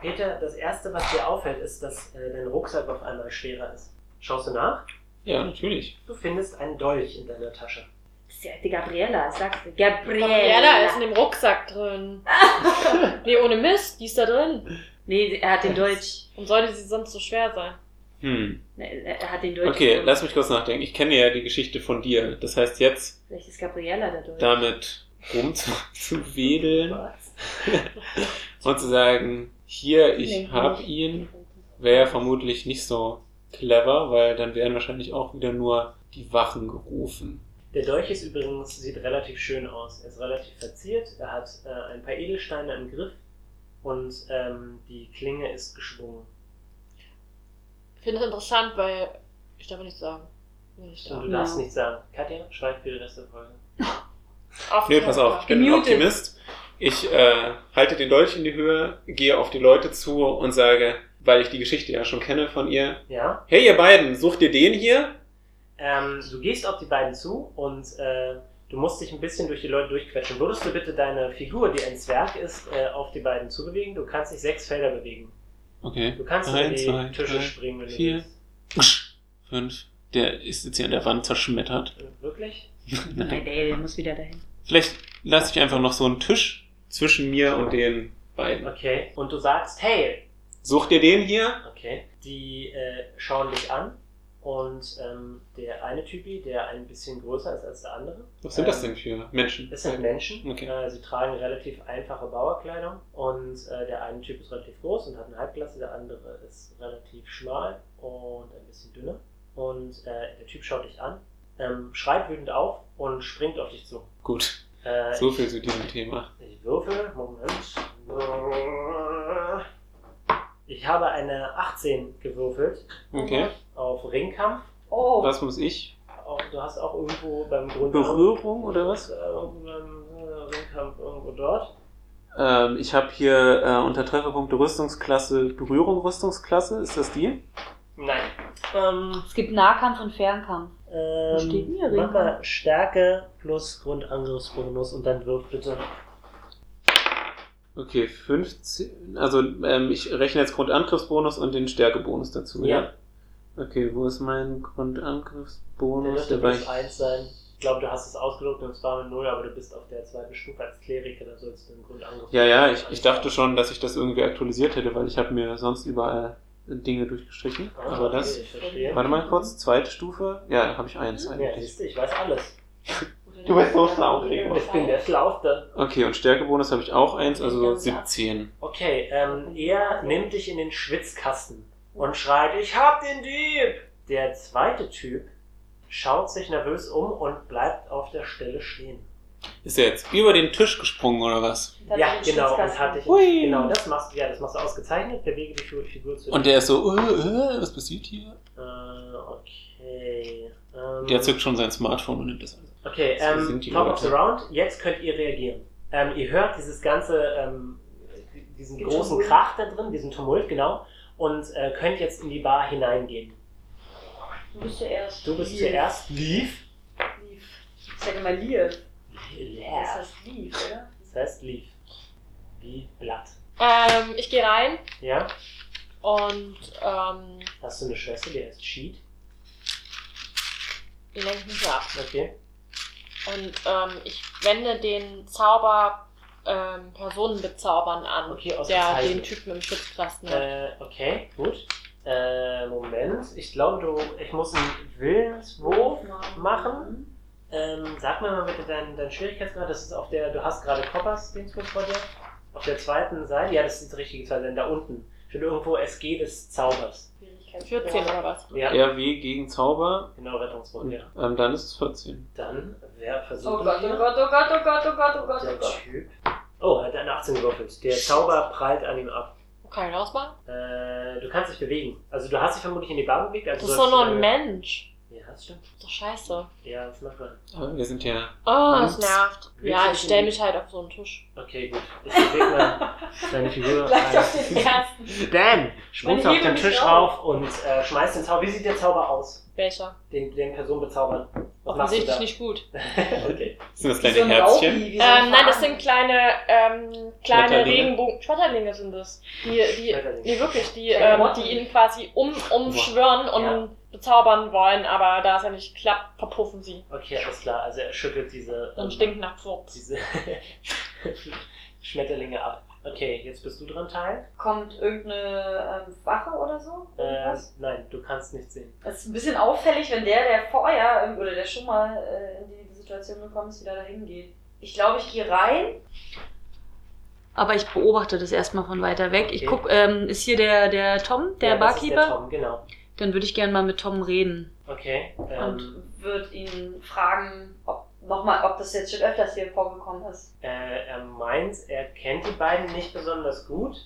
Speaker 2: Peter, das erste, was dir auffällt, ist, dass äh, dein Rucksack auf einmal schwerer ist. Schaust du nach?
Speaker 5: Ja, natürlich.
Speaker 2: Du findest einen Dolch in deiner Tasche.
Speaker 4: Das ist die alte Gabriela, ich sag's dir. Gabriela.
Speaker 3: Gabriella ist in dem Rucksack drin. nee, ohne Mist, die ist da drin.
Speaker 4: Nee, er hat den Deutsch.
Speaker 3: Und sollte sie sonst so schwer sein?
Speaker 5: Hm.
Speaker 4: Nee, Er hat den Deutsch.
Speaker 5: Okay, lass mich kurz nachdenken. Ich kenne ja die Geschichte von dir. Das heißt, jetzt
Speaker 4: Vielleicht ist Gabriela der Deutsch.
Speaker 5: damit rumzuwedeln und zu sagen, hier, ich hab ihn, wäre vermutlich nicht so clever, weil dann wären wahrscheinlich auch wieder nur die Wachen gerufen.
Speaker 2: Der Dolch ist übrigens, sieht relativ schön aus. Er ist relativ verziert, er hat äh, ein paar Edelsteine im Griff und ähm, die Klinge ist geschwungen.
Speaker 3: Ich finde das interessant, weil ich darf nicht sagen. Wenn ich
Speaker 2: Und
Speaker 3: darf.
Speaker 2: du darfst nichts sagen. Katja, schweig für den Rest der Folge.
Speaker 3: Auf
Speaker 5: Nee, pass auf, ich bin ein
Speaker 4: Gemutet.
Speaker 5: Optimist. Ich äh, halte den Dolch in die Höhe, gehe auf die Leute zu und sage, weil ich die Geschichte ja schon kenne von ihr,
Speaker 2: Ja.
Speaker 5: hey ihr beiden, sucht ihr den hier?
Speaker 2: Ähm, du gehst auf die beiden zu und äh, du musst dich ein bisschen durch die Leute durchquetschen. Würdest du bitte deine Figur, die ein Zwerg ist, äh, auf die beiden zubewegen? Du kannst dich sechs Felder bewegen.
Speaker 5: Okay.
Speaker 2: Du kannst über
Speaker 5: Eins,
Speaker 2: die
Speaker 5: zwei,
Speaker 2: Tische
Speaker 5: drei,
Speaker 2: springen, wenn du
Speaker 5: vier.
Speaker 2: willst.
Speaker 5: Fünf. Der ist jetzt hier an der Wand zerschmettert.
Speaker 2: Äh, Wirklich?
Speaker 4: Nee, nee, der muss wieder dahin.
Speaker 5: Vielleicht lasse ich einfach noch so einen Tisch zwischen mir und den beiden.
Speaker 2: Okay. Und du sagst, hey,
Speaker 5: Sucht ihr den hier?
Speaker 2: Okay. Die äh, schauen dich an und ähm, der eine Typi, der ein bisschen größer ist als der andere.
Speaker 5: Was sind
Speaker 2: ähm,
Speaker 5: das denn für Menschen?
Speaker 2: Das sind Menschen.
Speaker 5: Okay.
Speaker 2: Äh, sie tragen relativ einfache Bauerkleidung und äh, der eine Typ ist relativ groß und hat eine Halbklasse, der andere ist relativ schmal und ein bisschen dünner. Und äh, der Typ schaut dich an, ähm, schreit wütend auf und springt auf dich zu.
Speaker 5: Gut,
Speaker 2: Äh,
Speaker 5: so viel zu diesem Thema.
Speaker 2: ich würfel, Moment. Ich habe eine 18 gewürfelt
Speaker 5: Okay.
Speaker 2: auf Ringkampf.
Speaker 4: Oh,
Speaker 5: Was muss ich?
Speaker 2: Auch, du hast auch irgendwo beim Grund
Speaker 5: Berührung oder was?
Speaker 2: Äh, irgendwo beim äh, Ringkampf irgendwo dort.
Speaker 5: Ähm, ich habe hier äh, unter Trefferpunkte Rüstungsklasse Berührung Rüstungsklasse. Ist das die?
Speaker 2: Nein. Ähm,
Speaker 4: es gibt Nahkampf und Fernkampf.
Speaker 2: ähm,
Speaker 4: steht denn hier,
Speaker 2: mach
Speaker 4: Ringkampf?
Speaker 2: mal Stärke plus Grundangriffsbonus und dann wirf bitte.
Speaker 5: Okay, 15. Also ähm, ich rechne jetzt Grundangriffsbonus und den Stärkebonus dazu.
Speaker 2: Ja.
Speaker 5: Okay, wo ist mein Grundangriffsbonus?
Speaker 2: Der
Speaker 5: Da war
Speaker 2: wird
Speaker 5: ich.
Speaker 2: 1 sein. Ich glaube, du hast es ausgedruckt und zwar mit 0, aber du bist auf der zweiten Stufe als Kleriker, da sollst du den Grundangriff.
Speaker 5: Ja, ja, ich, ich dachte schon, dass ich das irgendwie aktualisiert hätte, weil ich habe mir sonst überall Dinge durchgestrichen.
Speaker 2: Ah,
Speaker 5: Aber
Speaker 2: okay,
Speaker 5: das.
Speaker 2: Ich verstehe.
Speaker 5: Warte mal kurz, zweite Stufe. Ja, habe ich eins
Speaker 2: Ja,
Speaker 5: eigentlich.
Speaker 2: siehst du, ich weiß alles.
Speaker 5: Du bist so schlau,
Speaker 2: Ich bin der Schlauste.
Speaker 5: Okay, und Stärkebonus habe ich auch eins, also 17.
Speaker 2: Okay, ähm, er nimmt dich in den Schwitzkasten und schreit, ich hab den Dieb! Der zweite Typ schaut sich nervös um und bleibt auf der Stelle stehen.
Speaker 5: Ist er jetzt über den Tisch gesprungen oder was?
Speaker 2: ja, genau, das hatte ich.
Speaker 5: Ui.
Speaker 2: Genau, das machst du, ja, das machst du ausgezeichnet, bewege die Figur, Figur zu.
Speaker 5: Und der ist so, äh, äh, was passiert hier?
Speaker 2: äh, okay. Ähm,
Speaker 5: Der zückt schon sein Smartphone und nimmt das alles.
Speaker 2: Okay,
Speaker 5: So
Speaker 2: ähm,
Speaker 5: sind die
Speaker 2: Top of the
Speaker 5: Leute.
Speaker 2: Round, jetzt könnt ihr reagieren. Ähm, ihr hört dieses ganze, ähm, diesen
Speaker 4: Den
Speaker 2: großen
Speaker 4: Tumult.
Speaker 2: Krach da drin, diesen Tumult, genau, und äh, könnt jetzt in die Bar hineingehen.
Speaker 4: Du bist zuerst.
Speaker 2: Du bist zuerst. Leaf?
Speaker 4: Lief. Ich sage mal Lief. Ist
Speaker 2: Ja.
Speaker 4: das Lief, oder?
Speaker 2: Das heißt Leaf. Wie Blatt.
Speaker 3: Ähm, ich gehe rein
Speaker 2: Ja?
Speaker 3: und ähm,
Speaker 2: Hast du eine Schwester, die heißt Sheet?
Speaker 3: die lenkt mich ab.
Speaker 2: Okay.
Speaker 3: Und ähm, ich wende den Zauber ähm, Personen bezaubern an,
Speaker 2: Okay,
Speaker 3: der
Speaker 2: ausgezeichnet.
Speaker 3: den Typen im Schutzkasten hat.
Speaker 2: Äh, okay, gut. Äh, Moment, ich glaube, du, ich muss einen Willenswurf machen. Ähm, sag mir mal bitte deinen dein Schwierigkeitsgrad. Das ist auf der, du hast gerade Koppers Dingsbus vor dir. Auf der zweiten Seite, ja, das ist die richtige Zahl, denn da unten steht irgendwo SG des Zaubers.
Speaker 3: 14 oder was?
Speaker 2: Ja,
Speaker 5: RW gegen Zauber.
Speaker 2: genau, Rettungswurf, ja.
Speaker 5: Ähm, dann ist es 14.
Speaker 2: Dann, wer
Speaker 4: Oh
Speaker 2: versucht
Speaker 4: Gott, oh Gott, oh Gott, oh Gott, oh Gott, oh Gott, oh
Speaker 2: Der
Speaker 4: Gott.
Speaker 2: Typ. Oh, er hat eine 18 gewürfelt. Der Zauber prallt an ihm ab.
Speaker 3: Kann ich ausmachen?
Speaker 2: Äh, du kannst dich bewegen. Also du hast dich vermutlich in die Bar bewegt.
Speaker 3: Das
Speaker 2: Also
Speaker 3: ist doch
Speaker 2: sollst
Speaker 3: nur
Speaker 2: du-
Speaker 3: ein Mensch.
Speaker 2: Ja, das stimmt.
Speaker 3: Das ist Doch scheiße.
Speaker 2: Ja, das macht man.
Speaker 5: Aber wir sind ja.
Speaker 3: Oh, das
Speaker 5: Mensch.
Speaker 3: nervt. Ja, ich stell mich halt auf so einen Tisch.
Speaker 2: Okay, gut. Ich bewege mal deine Figur.
Speaker 4: Gleich
Speaker 2: ein.
Speaker 4: auf den ersten.
Speaker 2: Bam! Springt
Speaker 4: Meine
Speaker 2: auf den
Speaker 4: Liebe,
Speaker 2: Tisch
Speaker 4: ich
Speaker 2: rauf und äh, schmeißt den Zauber. Wie sieht der Zauber aus?
Speaker 3: Welcher?
Speaker 2: Den, den Person bezaubern. Was machst du
Speaker 3: Offensichtlich
Speaker 2: da?
Speaker 3: nicht gut.
Speaker 2: okay.
Speaker 5: Sind das
Speaker 4: Wie so
Speaker 5: kleine
Speaker 4: ein
Speaker 5: Herzchen?
Speaker 4: Raupi, wie so ein
Speaker 3: Ähm, nein, das
Speaker 4: Faden.
Speaker 3: sind kleine, ähm, kleine
Speaker 5: Schmetterlinge?
Speaker 3: Regenbogen. Schmetterlinge sind das. Die, die,
Speaker 2: Schmetterlinge.
Speaker 3: nee, wirklich, die,
Speaker 4: Kleine
Speaker 3: ähm,
Speaker 4: Motten.
Speaker 3: die ihn quasi um, umschwören und
Speaker 2: Ja.
Speaker 3: bezaubern wollen, aber da es ja nicht klappt, verpuffen sie
Speaker 2: okay, alles klar. Also er schüttelt diese,
Speaker 3: und
Speaker 2: ähm,
Speaker 3: stinken nach Furz.
Speaker 2: diese Schmetterlinge ab. Okay, jetzt bist du dran, Teil.
Speaker 4: Kommt irgendeine ähm, Wache oder so?
Speaker 2: Äh,
Speaker 4: Irgendwas?
Speaker 2: nein, du kannst nichts sehen.
Speaker 4: Es ist ein bisschen auffällig, wenn der, der vorher ähm, oder der schon mal äh, in die Situation gekommen ist, wieder dahin geht. Ich glaube, ich gehe rein.
Speaker 6: Aber ich beobachte das erstmal von weiter weg. Ich
Speaker 2: Okay.
Speaker 6: guck, ähm, ist hier der, der Tom, der
Speaker 2: ja, das ist
Speaker 6: Barkeeper?
Speaker 2: der Tom, genau.
Speaker 6: Dann würde ich gerne mal mit Tom reden.
Speaker 2: Okay. Ähm,
Speaker 4: und wird ihn fragen, ob nochmal, ob das jetzt schon öfters hier vorgekommen ist.
Speaker 2: äh, er meint, er kennt die beiden nicht besonders gut.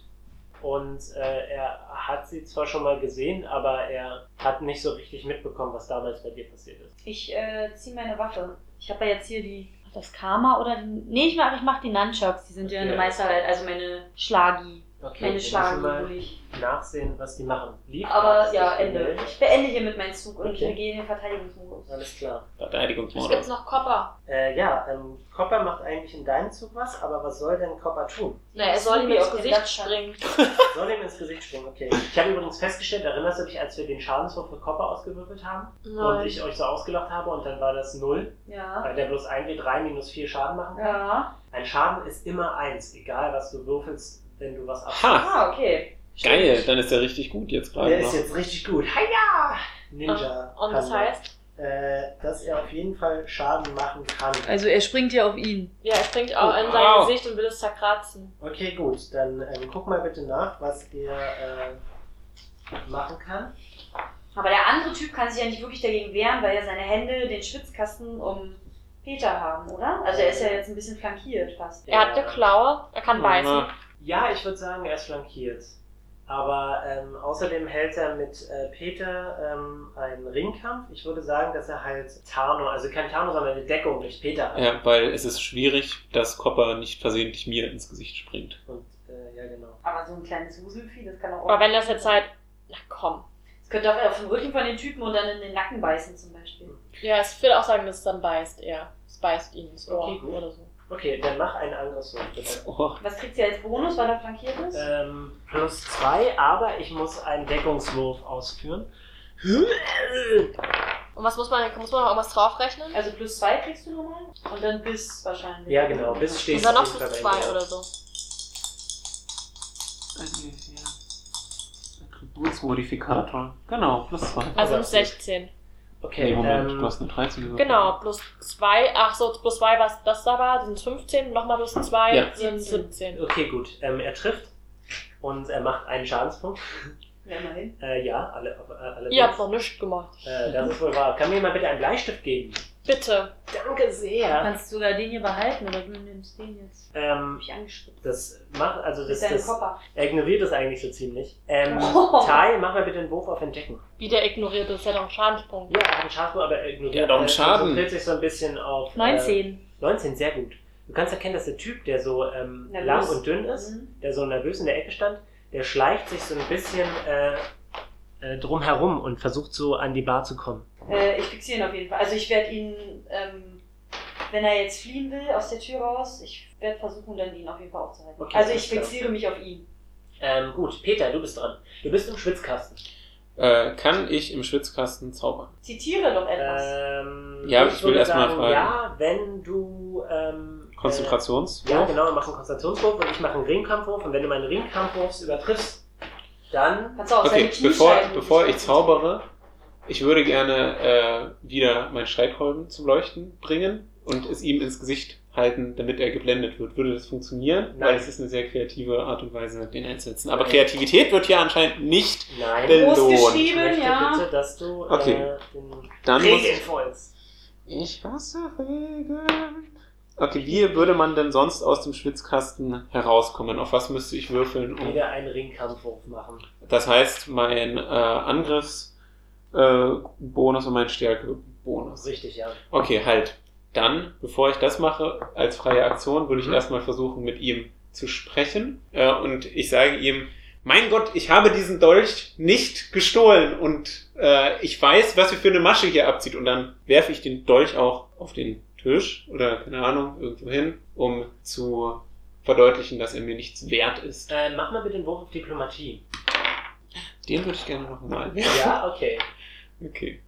Speaker 2: Und äh, er hat sie zwar schon mal gesehen, aber er hat nicht so richtig mitbekommen, was damals bei dir passiert ist.
Speaker 4: Ich äh, ziehe meine Waffe. Ich habe ja jetzt hier die. Ach, Das Karma oder die. Nee, ich mache ich mach die Nunchucks, die sind ja eine
Speaker 2: Okay.
Speaker 4: Meisterheit, also meine Schlagi.
Speaker 2: Okay,
Speaker 4: Meine
Speaker 2: wir müssen
Speaker 4: Schlagi
Speaker 2: mal
Speaker 4: hol ich.
Speaker 2: nachsehen, was die machen. Lief
Speaker 4: Aber
Speaker 2: das?
Speaker 4: ja,
Speaker 2: Ich bin
Speaker 4: Ende.
Speaker 2: wild.
Speaker 4: Ich beende hier mit meinem Zug und
Speaker 2: Okay.
Speaker 4: wir gehen in den Verteidigungsmodus.
Speaker 2: Alles klar.
Speaker 3: Es
Speaker 5: Verteidigungsmodus.
Speaker 3: gibt noch Copper.
Speaker 2: Äh, ja, ähm, Copper macht eigentlich in deinem Zug was, aber was soll denn Copper tun?
Speaker 3: Naja, er
Speaker 4: Das
Speaker 3: soll
Speaker 4: sind
Speaker 3: ihm
Speaker 4: wir
Speaker 3: ins
Speaker 4: auf dem
Speaker 3: Gesicht
Speaker 4: Dachschaden.
Speaker 3: springen.
Speaker 2: Soll ihm ins Gesicht springen, okay. Ich habe übrigens festgestellt, erinnerst du dich, als wir den Schadenswurf für Copper ausgewürfelt haben und
Speaker 3: Nein.
Speaker 2: ich euch so ausgelacht habe und dann war das 0,
Speaker 4: Ja.
Speaker 2: weil der bloß 1W3 minus 4 Schaden machen kann?
Speaker 4: Ja.
Speaker 2: Ein Schaden ist immer 1, egal was du würfelst, wenn du was abschließt.
Speaker 5: Ha!
Speaker 4: Ah, okay.
Speaker 5: Geil, dann ist der richtig gut jetzt gerade
Speaker 2: Der
Speaker 5: noch.
Speaker 2: ist jetzt richtig gut. Hiya! Ninja.
Speaker 3: Und das
Speaker 2: kann er.
Speaker 3: heißt,
Speaker 2: Äh, dass er auf jeden Fall Schaden machen kann.
Speaker 6: Also er springt ja auf ihn.
Speaker 3: ja, er springt auch in sein
Speaker 5: Wow.
Speaker 3: Gesicht und will es zerkratzen.
Speaker 2: Okay, gut. Dann ähm, guck mal bitte nach, was er äh, machen kann.
Speaker 4: Aber der andere Typ kann sich ja nicht wirklich dagegen wehren, weil ja seine Hände den Schwitzkasten um Peter haben, oder? Also er ist ja jetzt ein bisschen flankiert fast.
Speaker 3: Er hat eine Klaue, er
Speaker 5: Oh,
Speaker 3: kann
Speaker 5: ne.
Speaker 3: beißen.
Speaker 2: Ja, ich würde sagen, er ist flankiert. Aber ähm, außerdem hält er mit äh, Peter ähm, einen Ringkampf. Ich würde sagen, dass er halt Tarnung, also kein Tarnung, sondern eine Deckung durch Peter hat.
Speaker 5: Ja, weil es ist schwierig, dass Copper nicht versehentlich mir ins Gesicht springt.
Speaker 2: Und äh, ja, genau.
Speaker 4: Aber so ein kleines Huselvieh, das kann auch.
Speaker 3: Aber wenn das jetzt halt, na komm.
Speaker 4: Das könnte auch auf den Rücken von den Typen und dann in den Nacken beißen zum Beispiel.
Speaker 3: Ja, ich würde auch sagen, dass es dann beißt er. Es beißt ihn ins Ohr
Speaker 2: Okay, gut.
Speaker 3: oder so.
Speaker 2: Okay, dann mach einen Angriffswurf, bitte.
Speaker 5: Oh,
Speaker 4: Was kriegt sie als Bonus, weil er flankiert ist?
Speaker 2: Ähm, plus zwei, aber ich muss einen Deckungswurf ausführen.
Speaker 3: Und was muss man, muss man noch irgendwas draufrechnen?
Speaker 4: Also plus zwei kriegst du nochmal und dann bis wahrscheinlich.
Speaker 2: Ja, genau, bis stehst
Speaker 3: Und dann noch
Speaker 2: auf jeden
Speaker 3: plus
Speaker 2: Fall bei
Speaker 3: zwei
Speaker 2: mir.
Speaker 3: oder so.
Speaker 5: Attributsmodifikator. Genau, plus 2.
Speaker 3: Also
Speaker 2: Aber-
Speaker 3: ein 16.
Speaker 2: Okay,
Speaker 5: Moment,
Speaker 2: ähm,
Speaker 5: du hast eine 13 gewürfelt.
Speaker 3: Genau, plus 2. Ach so, plus 2, was das da war, sind 15. Nochmal plus 2
Speaker 5: Ja.
Speaker 3: sind 17.
Speaker 2: okay, gut. Ähm, er trifft und er macht einen Schadenspunkt.
Speaker 4: Ja, immerhin.
Speaker 2: Äh, ja, alle, auf- äh, alle
Speaker 3: Ihr habt noch nichts gemacht.
Speaker 2: äh, Das ist wohl wahr. Kann mir jemand bitte einen Bleistift geben?
Speaker 3: Bitte.
Speaker 2: Danke sehr.
Speaker 6: Kannst sogar den hier behalten oder du nimmst den jetzt.
Speaker 2: Ähm,
Speaker 4: Hab ich angespitzt.
Speaker 2: das macht, also
Speaker 4: Mit
Speaker 2: das,
Speaker 4: seinem
Speaker 2: das
Speaker 4: Kopper.
Speaker 2: er ignoriert das eigentlich so ziemlich. Ähm,
Speaker 4: Oh.
Speaker 2: Tai, mach mal bitte einen Wurf auf Entdecken.
Speaker 3: Wie der ignoriert, das ist ja noch ein Schadenspunkt.
Speaker 2: Ja, er hat einen Schaden, aber er ignoriert.
Speaker 5: Er hat auch einen
Speaker 2: er
Speaker 5: Schaden.
Speaker 2: konzentriert sich so ein bisschen auf.
Speaker 6: 19.
Speaker 2: Äh, 19, sehr gut. Du kannst erkennen, dass der Typ, der so ähm,
Speaker 4: Nervös.
Speaker 2: lang und dünn ist,
Speaker 4: Mhm.
Speaker 2: der so nervös in der Ecke stand, der schleicht sich so ein bisschen äh, äh, drumherum und versucht so an die Bar zu kommen.
Speaker 4: Äh, ich fixiere ihn auf jeden Fall. Also ich werde ihn, ähm, wenn er jetzt fliehen will aus der Tür raus, ich werde versuchen, dann ihn auf jeden Fall aufzuhalten.
Speaker 2: Okay,
Speaker 4: also
Speaker 2: alles
Speaker 4: ich
Speaker 2: klar.
Speaker 4: fixiere mich auf ihn.
Speaker 2: Ähm, gut, Peter, du bist dran. Du bist im Schwitzkasten.
Speaker 5: Äh, kann ich im Schwitzkasten zaubern?
Speaker 4: Zitiere doch etwas.
Speaker 2: Ähm,
Speaker 5: Ja, ich will
Speaker 2: würde
Speaker 5: erst mal
Speaker 2: sagen,
Speaker 5: fragen.
Speaker 2: Ja, wenn du. Ähm,
Speaker 5: Konzentrations?
Speaker 2: Äh, ja, genau, mach einen Konzentrationswurf und ich mache einen Ringkampfwurf. Und wenn du meinen Ringkampfwurf übertriffst, Dann
Speaker 4: Kannst du auch aus
Speaker 5: Okay,
Speaker 4: deinem Knie
Speaker 5: bevor,
Speaker 4: schneiden.
Speaker 5: bevor ich zaubere, ich würde gerne äh, wieder meinen Streitkolben zum Leuchten bringen und es ihm ins Gesicht halten, damit er geblendet wird. Würde das funktionieren?
Speaker 2: Nein.
Speaker 5: Weil es ist eine sehr kreative Art und Weise, den einzusetzen. Aber Kreativität wird hier anscheinend nicht
Speaker 2: nein.
Speaker 5: belohnt.
Speaker 2: Ich
Speaker 4: Großgeschrieben,
Speaker 2: möchte
Speaker 4: ja.
Speaker 2: bitte, dass du
Speaker 5: Okay.
Speaker 2: äh, den
Speaker 5: Dann muss
Speaker 2: Regeln folgst.
Speaker 5: ich hasse Regeln. Okay, wie würde man denn sonst aus dem Schwitzkasten herauskommen? Auf was müsste ich würfeln, um
Speaker 2: Wieder einen Ringkampfwurf machen.
Speaker 5: Das heißt, mein äh, Angriffsbonus äh, Bonus und mein Stärkebonus.
Speaker 2: Richtig, ja.
Speaker 5: Okay, halt. Dann, bevor ich das mache, als freie Aktion, würde ich
Speaker 2: Mhm.
Speaker 5: erstmal versuchen, mit ihm zu sprechen. Äh, und ich sage ihm, mein Gott, ich habe diesen Dolch nicht gestohlen und äh, ich weiß, was wir für eine Masche hier abzieht. Und dann werfe ich den Dolch auch auf den Tisch oder, keine Ahnung, irgendwo hin, um zu verdeutlichen, dass er mir nichts wert ist.
Speaker 2: Äh, mach mal bitte den Wurf auf Diplomatie.
Speaker 5: Den würde ich gerne nochmal.
Speaker 2: Ja, okay.
Speaker 5: Okay.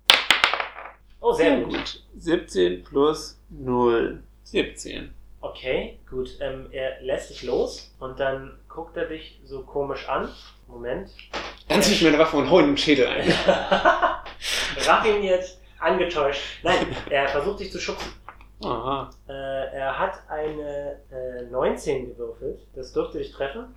Speaker 2: Oh, sehr gut.
Speaker 5: 17 plus 0. 17.
Speaker 2: Okay, gut. Ähm, er lässt dich los und dann guckt er dich so komisch an. Moment.
Speaker 5: Dann ziehe ich meine Waffe und hau in den Schädel ein.
Speaker 2: Raffiniert, angetäuscht. Nein, er versucht dich zu schubsen.
Speaker 5: Aha.
Speaker 2: Äh, er hat eine äh, 19 gewürfelt. Das dürfte dich treffen.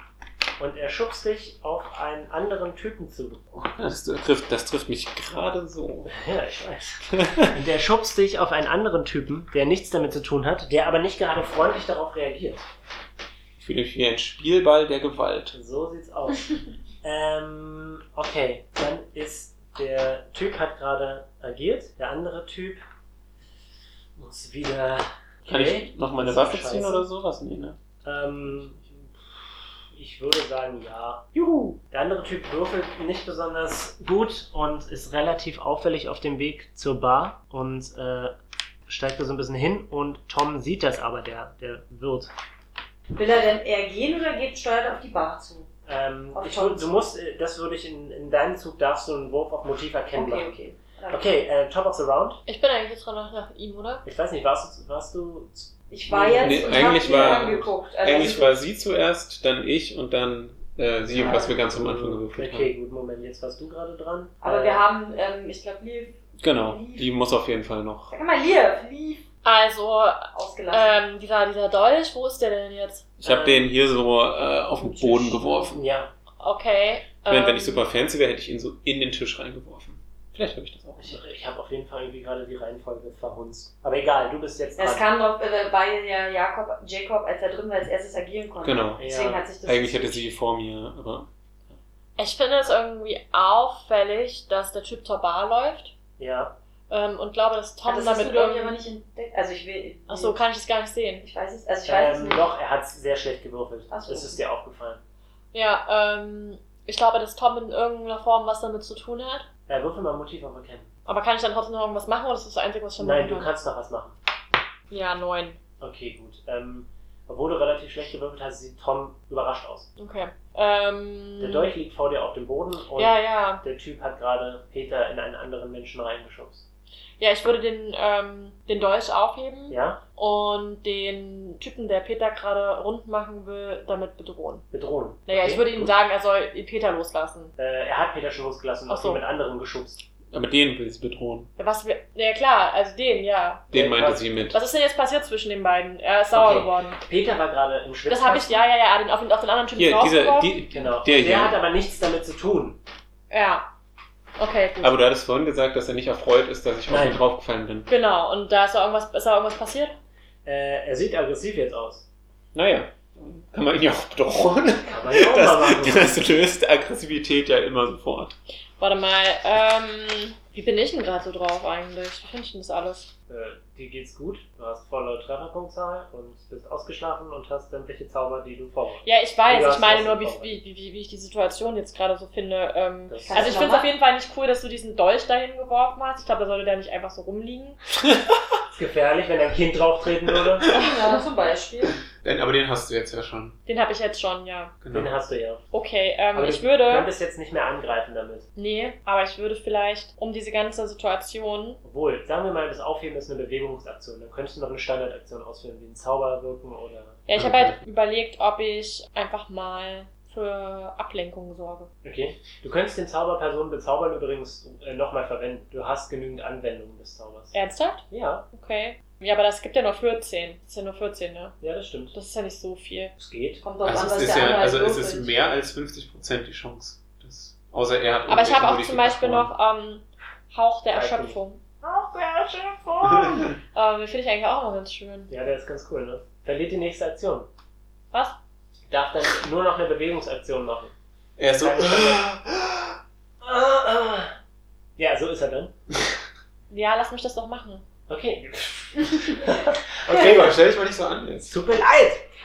Speaker 2: Und er schubst dich auf einen anderen Typen zu.
Speaker 5: Das trifft, das trifft mich gerade so.
Speaker 2: Ja, ich weiß. Und er schubst dich auf einen anderen Typen, der nichts damit zu tun hat, der aber nicht gerade freundlich darauf reagiert.
Speaker 5: Ich fühle mich wie ein Spielball der Gewalt.
Speaker 2: So sieht's aus. ähm, okay, dann ist der Typ hat gerade agiert, der andere Typ muss wieder.
Speaker 5: Kann ich noch meine Waffe ziehen
Speaker 2: Scheiße.
Speaker 5: oder sowas? Nee, ne?
Speaker 2: Ähm, ich würde sagen ja. Juhu! Der andere Typ würfelt nicht besonders gut und ist relativ auffällig auf dem Weg zur Bar und äh, steigt da so ein bisschen hin und Tom sieht das aber, der, der Wirt.
Speaker 4: Will er denn eher gehen oder geht steuert er auf die Bar zu?
Speaker 2: Ähm,
Speaker 4: Auf
Speaker 2: ich,
Speaker 4: Tom.
Speaker 2: wür- du musst, äh, das würde ich in, in deinem Zug darfst du einen Wurf auf Motiv erkennen machen.
Speaker 4: Okay, okay. Dann-
Speaker 2: Okay, äh, Top of the Round.
Speaker 3: Ich bin eigentlich jetzt dran nach, nach ihm, oder?
Speaker 2: Ich weiß nicht, warst du, warst du
Speaker 4: Ich war jetzt
Speaker 5: Nee,
Speaker 4: und
Speaker 5: eigentlich
Speaker 4: hab ihn
Speaker 5: war-
Speaker 4: angeguckt. Also
Speaker 5: Eigentlich war sie zuerst, dann ich und dann äh, sie, was wir ganz am Anfang gewürfelt
Speaker 2: Okay, gut, Moment, jetzt warst du gerade dran.
Speaker 4: aber
Speaker 2: Äh,
Speaker 4: wir haben, ähm, ich glaube, Liv.
Speaker 5: haben. Genau, die muss auf jeden Fall noch.
Speaker 4: Sag mal, Liv. Liv.
Speaker 3: Also,
Speaker 4: Ausgelassen.
Speaker 3: ähm, dieser, dieser Dolch, wo ist der denn jetzt?
Speaker 5: Ich habe den hier so äh, auf den Boden geworfen.
Speaker 2: Ja,
Speaker 3: Okay.
Speaker 5: Ich meine,
Speaker 3: ähm,
Speaker 5: wenn ich super fancy wäre, hätte ich ihn so in den Tisch reingeworfen. Vielleicht habe ich das auch.
Speaker 2: ich, ich habe auf jeden Fall irgendwie gerade die Reihenfolge verhunzt. Aber egal, du bist jetzt
Speaker 4: es
Speaker 2: dran.
Speaker 4: kam drauf, äh, weil ja Jakob, Jacob, als er drin war, als erstes agieren konnte.
Speaker 5: Genau.
Speaker 4: Deswegen
Speaker 2: Ja.
Speaker 4: hat sich das.
Speaker 5: Eigentlich hätte sie vor mir, aber
Speaker 3: Ich finde es irgendwie auffällig, dass der Typ zur Bar läuft
Speaker 2: Ja,
Speaker 3: ähm, und glaube, dass Tom
Speaker 4: Tom das damit
Speaker 3: damit
Speaker 4: hast du, glaube ich,
Speaker 3: irgend-
Speaker 4: aber nicht entdeckt. Also ich will.
Speaker 3: Achso, kann ich das gar nicht sehen.
Speaker 4: Ich weiß es. Also ich weiß es
Speaker 2: ähm,
Speaker 4: nicht.
Speaker 2: doch, er hat sehr schlecht gewürfelt.
Speaker 4: Ach so.
Speaker 2: Das ist dir aufgefallen.
Speaker 3: Ja, ähm, ich glaube, dass Tom in irgendeiner Form was damit zu tun hat.
Speaker 2: Äh, würfel mal Motiv auf Erkennen.
Speaker 3: Aber kann ich dann trotzdem noch irgendwas machen oder ist das das Einzige, was ich schon
Speaker 2: Nein,
Speaker 3: machen
Speaker 2: du
Speaker 3: kann?
Speaker 2: kannst noch was machen.
Speaker 3: Ja, neun.
Speaker 2: Okay, gut. Ähm, obwohl du relativ schlecht gewürfelt hast, sieht Tom überrascht aus.
Speaker 3: Okay. Ähm,
Speaker 4: Mhm.
Speaker 2: Der Dolch liegt vor dir auf dem Boden und
Speaker 3: Ja, ja.
Speaker 2: der Typ hat gerade Peter in einen anderen Menschen reingeschubst.
Speaker 3: Ja, ich würde den, ähm, den Dolch
Speaker 4: Mhm.
Speaker 3: aufheben
Speaker 2: Ja?
Speaker 3: und den Typen, der Peter gerade rund machen will, damit bedrohen.
Speaker 2: Bedrohen.
Speaker 3: Naja,
Speaker 2: Okay,
Speaker 3: ich würde ihm
Speaker 2: gut.
Speaker 3: sagen, er soll Peter loslassen.
Speaker 2: Äh, er hat Peter schon losgelassen und
Speaker 3: Ach
Speaker 2: hat
Speaker 3: so.
Speaker 2: ihn mit anderen geschubst.
Speaker 5: Aber den will sie bedrohen.
Speaker 3: Was wir. Ja klar, also den, ja.
Speaker 5: Den
Speaker 2: Ja,
Speaker 5: meinte
Speaker 2: klar.
Speaker 5: sie mit.
Speaker 3: Was ist denn jetzt passiert zwischen den beiden? Er ist sauer
Speaker 2: Okay.
Speaker 3: geworden.
Speaker 2: Peter war gerade im
Speaker 3: Das
Speaker 2: Schwitzkasten.
Speaker 3: habe ich, ja, ja, ja, den, auf, den, auf den anderen Typen
Speaker 5: Hier, dieser,
Speaker 3: draufgeworfen.
Speaker 5: die,
Speaker 2: Genau.
Speaker 5: der
Speaker 2: Der,
Speaker 5: hier.
Speaker 2: hat aber nichts damit zu tun.
Speaker 3: Ja. Okay, gut.
Speaker 5: aber du hattest vorhin gesagt, dass er nicht erfreut ist, dass ich auf
Speaker 2: Nein.
Speaker 5: ihn draufgefallen bin.
Speaker 3: genau, und da ist da irgendwas, ist da irgendwas passiert?
Speaker 2: Äh, er sieht aggressiv jetzt aus.
Speaker 5: Naja, kann man ihn ja auch bedrohen.
Speaker 2: Kann man ja auch mal
Speaker 5: Das,
Speaker 2: machen.
Speaker 5: das löst Aggressivität ja immer sofort.
Speaker 3: Warte mal, ähm, wie bin ich denn gerade so drauf eigentlich? Wie finde ich denn das alles?
Speaker 2: Äh, dir geht's gut. Du hast volle Trefferpunktzahl und bist ausgeschlafen und hast sämtliche Zauber, die du vorbereitet
Speaker 3: Ja, ich weiß,
Speaker 2: Ja,
Speaker 3: ich meine
Speaker 2: das
Speaker 3: nur, wie,
Speaker 2: ist
Speaker 3: wie, wie, wie, wie ich die Situation jetzt gerade so finde. Ähm,
Speaker 2: hast.
Speaker 3: also
Speaker 4: du
Speaker 3: ich
Speaker 4: noch
Speaker 3: finde es auf
Speaker 4: machen?
Speaker 3: jeden Fall nicht cool, dass du diesen Dolch dahin geworfen hast. Ich glaube, da sollte der nicht einfach so rumliegen.
Speaker 2: Das ist gefährlich, wenn ein Kind drauftreten würde.
Speaker 4: Ja, zum Beispiel.
Speaker 5: Denn, aber den hast du jetzt ja schon.
Speaker 3: Den habe ich jetzt schon, ja.
Speaker 2: Den
Speaker 5: Genau.
Speaker 2: hast du ja.
Speaker 3: Okay, ähm,
Speaker 2: Aber
Speaker 3: ich
Speaker 2: Du
Speaker 3: würde.
Speaker 2: könntest jetzt nicht mehr angreifen damit.
Speaker 3: Nee, aber ich würde vielleicht um diese ganze Situation.
Speaker 2: Obwohl, sagen wir mal, das Aufheben ist eine Bewegungsaktion. Dann könntest du noch eine Standardaktion ausführen, wie ein Zauber wirken oder...
Speaker 3: Ja, ich habe halt überlegt, ob ich einfach mal für Ablenkung sorge.
Speaker 2: Okay. Du könntest den Zauber Personen bezaubern übrigens äh, nochmal verwenden. Du hast genügend Anwendungen des Zaubers.
Speaker 3: Ernsthaft?
Speaker 2: Ja,
Speaker 3: Okay. Ja, aber das gibt ja nur 14. Das sind nur 14, ne?
Speaker 2: ja, das stimmt.
Speaker 3: Das ist ja nicht so viel.
Speaker 2: Es geht.
Speaker 4: Kommt drauf
Speaker 5: Also,
Speaker 4: an,
Speaker 5: es
Speaker 4: was
Speaker 5: ist
Speaker 4: der
Speaker 5: ja,
Speaker 4: andere
Speaker 5: also es
Speaker 4: als
Speaker 5: ist
Speaker 4: würfelt.
Speaker 5: mehr als 50% die Chance. Das, außer er hat
Speaker 3: Aber ich
Speaker 5: irgendwelche
Speaker 3: habe auch zum Beispiel noch ähm, Hauch der
Speaker 2: Weiß
Speaker 3: Erschöpfung.
Speaker 2: Ach, der Schiffung!
Speaker 5: Modifikationen.
Speaker 3: Ähm, den finde ich eigentlich auch immer ganz schön.
Speaker 2: Ja, der ist ganz cool, ne? Verliert die nächste Aktion.
Speaker 3: Was?
Speaker 2: Darf dann nur noch eine Bewegungsaktion machen.
Speaker 5: er ist so.
Speaker 2: Ja, so ist er dann.
Speaker 3: Ja, lass mich das doch machen.
Speaker 2: Okay.
Speaker 5: Okay, Gott, stell dich mal nicht so an jetzt.
Speaker 2: Es tut mir leid.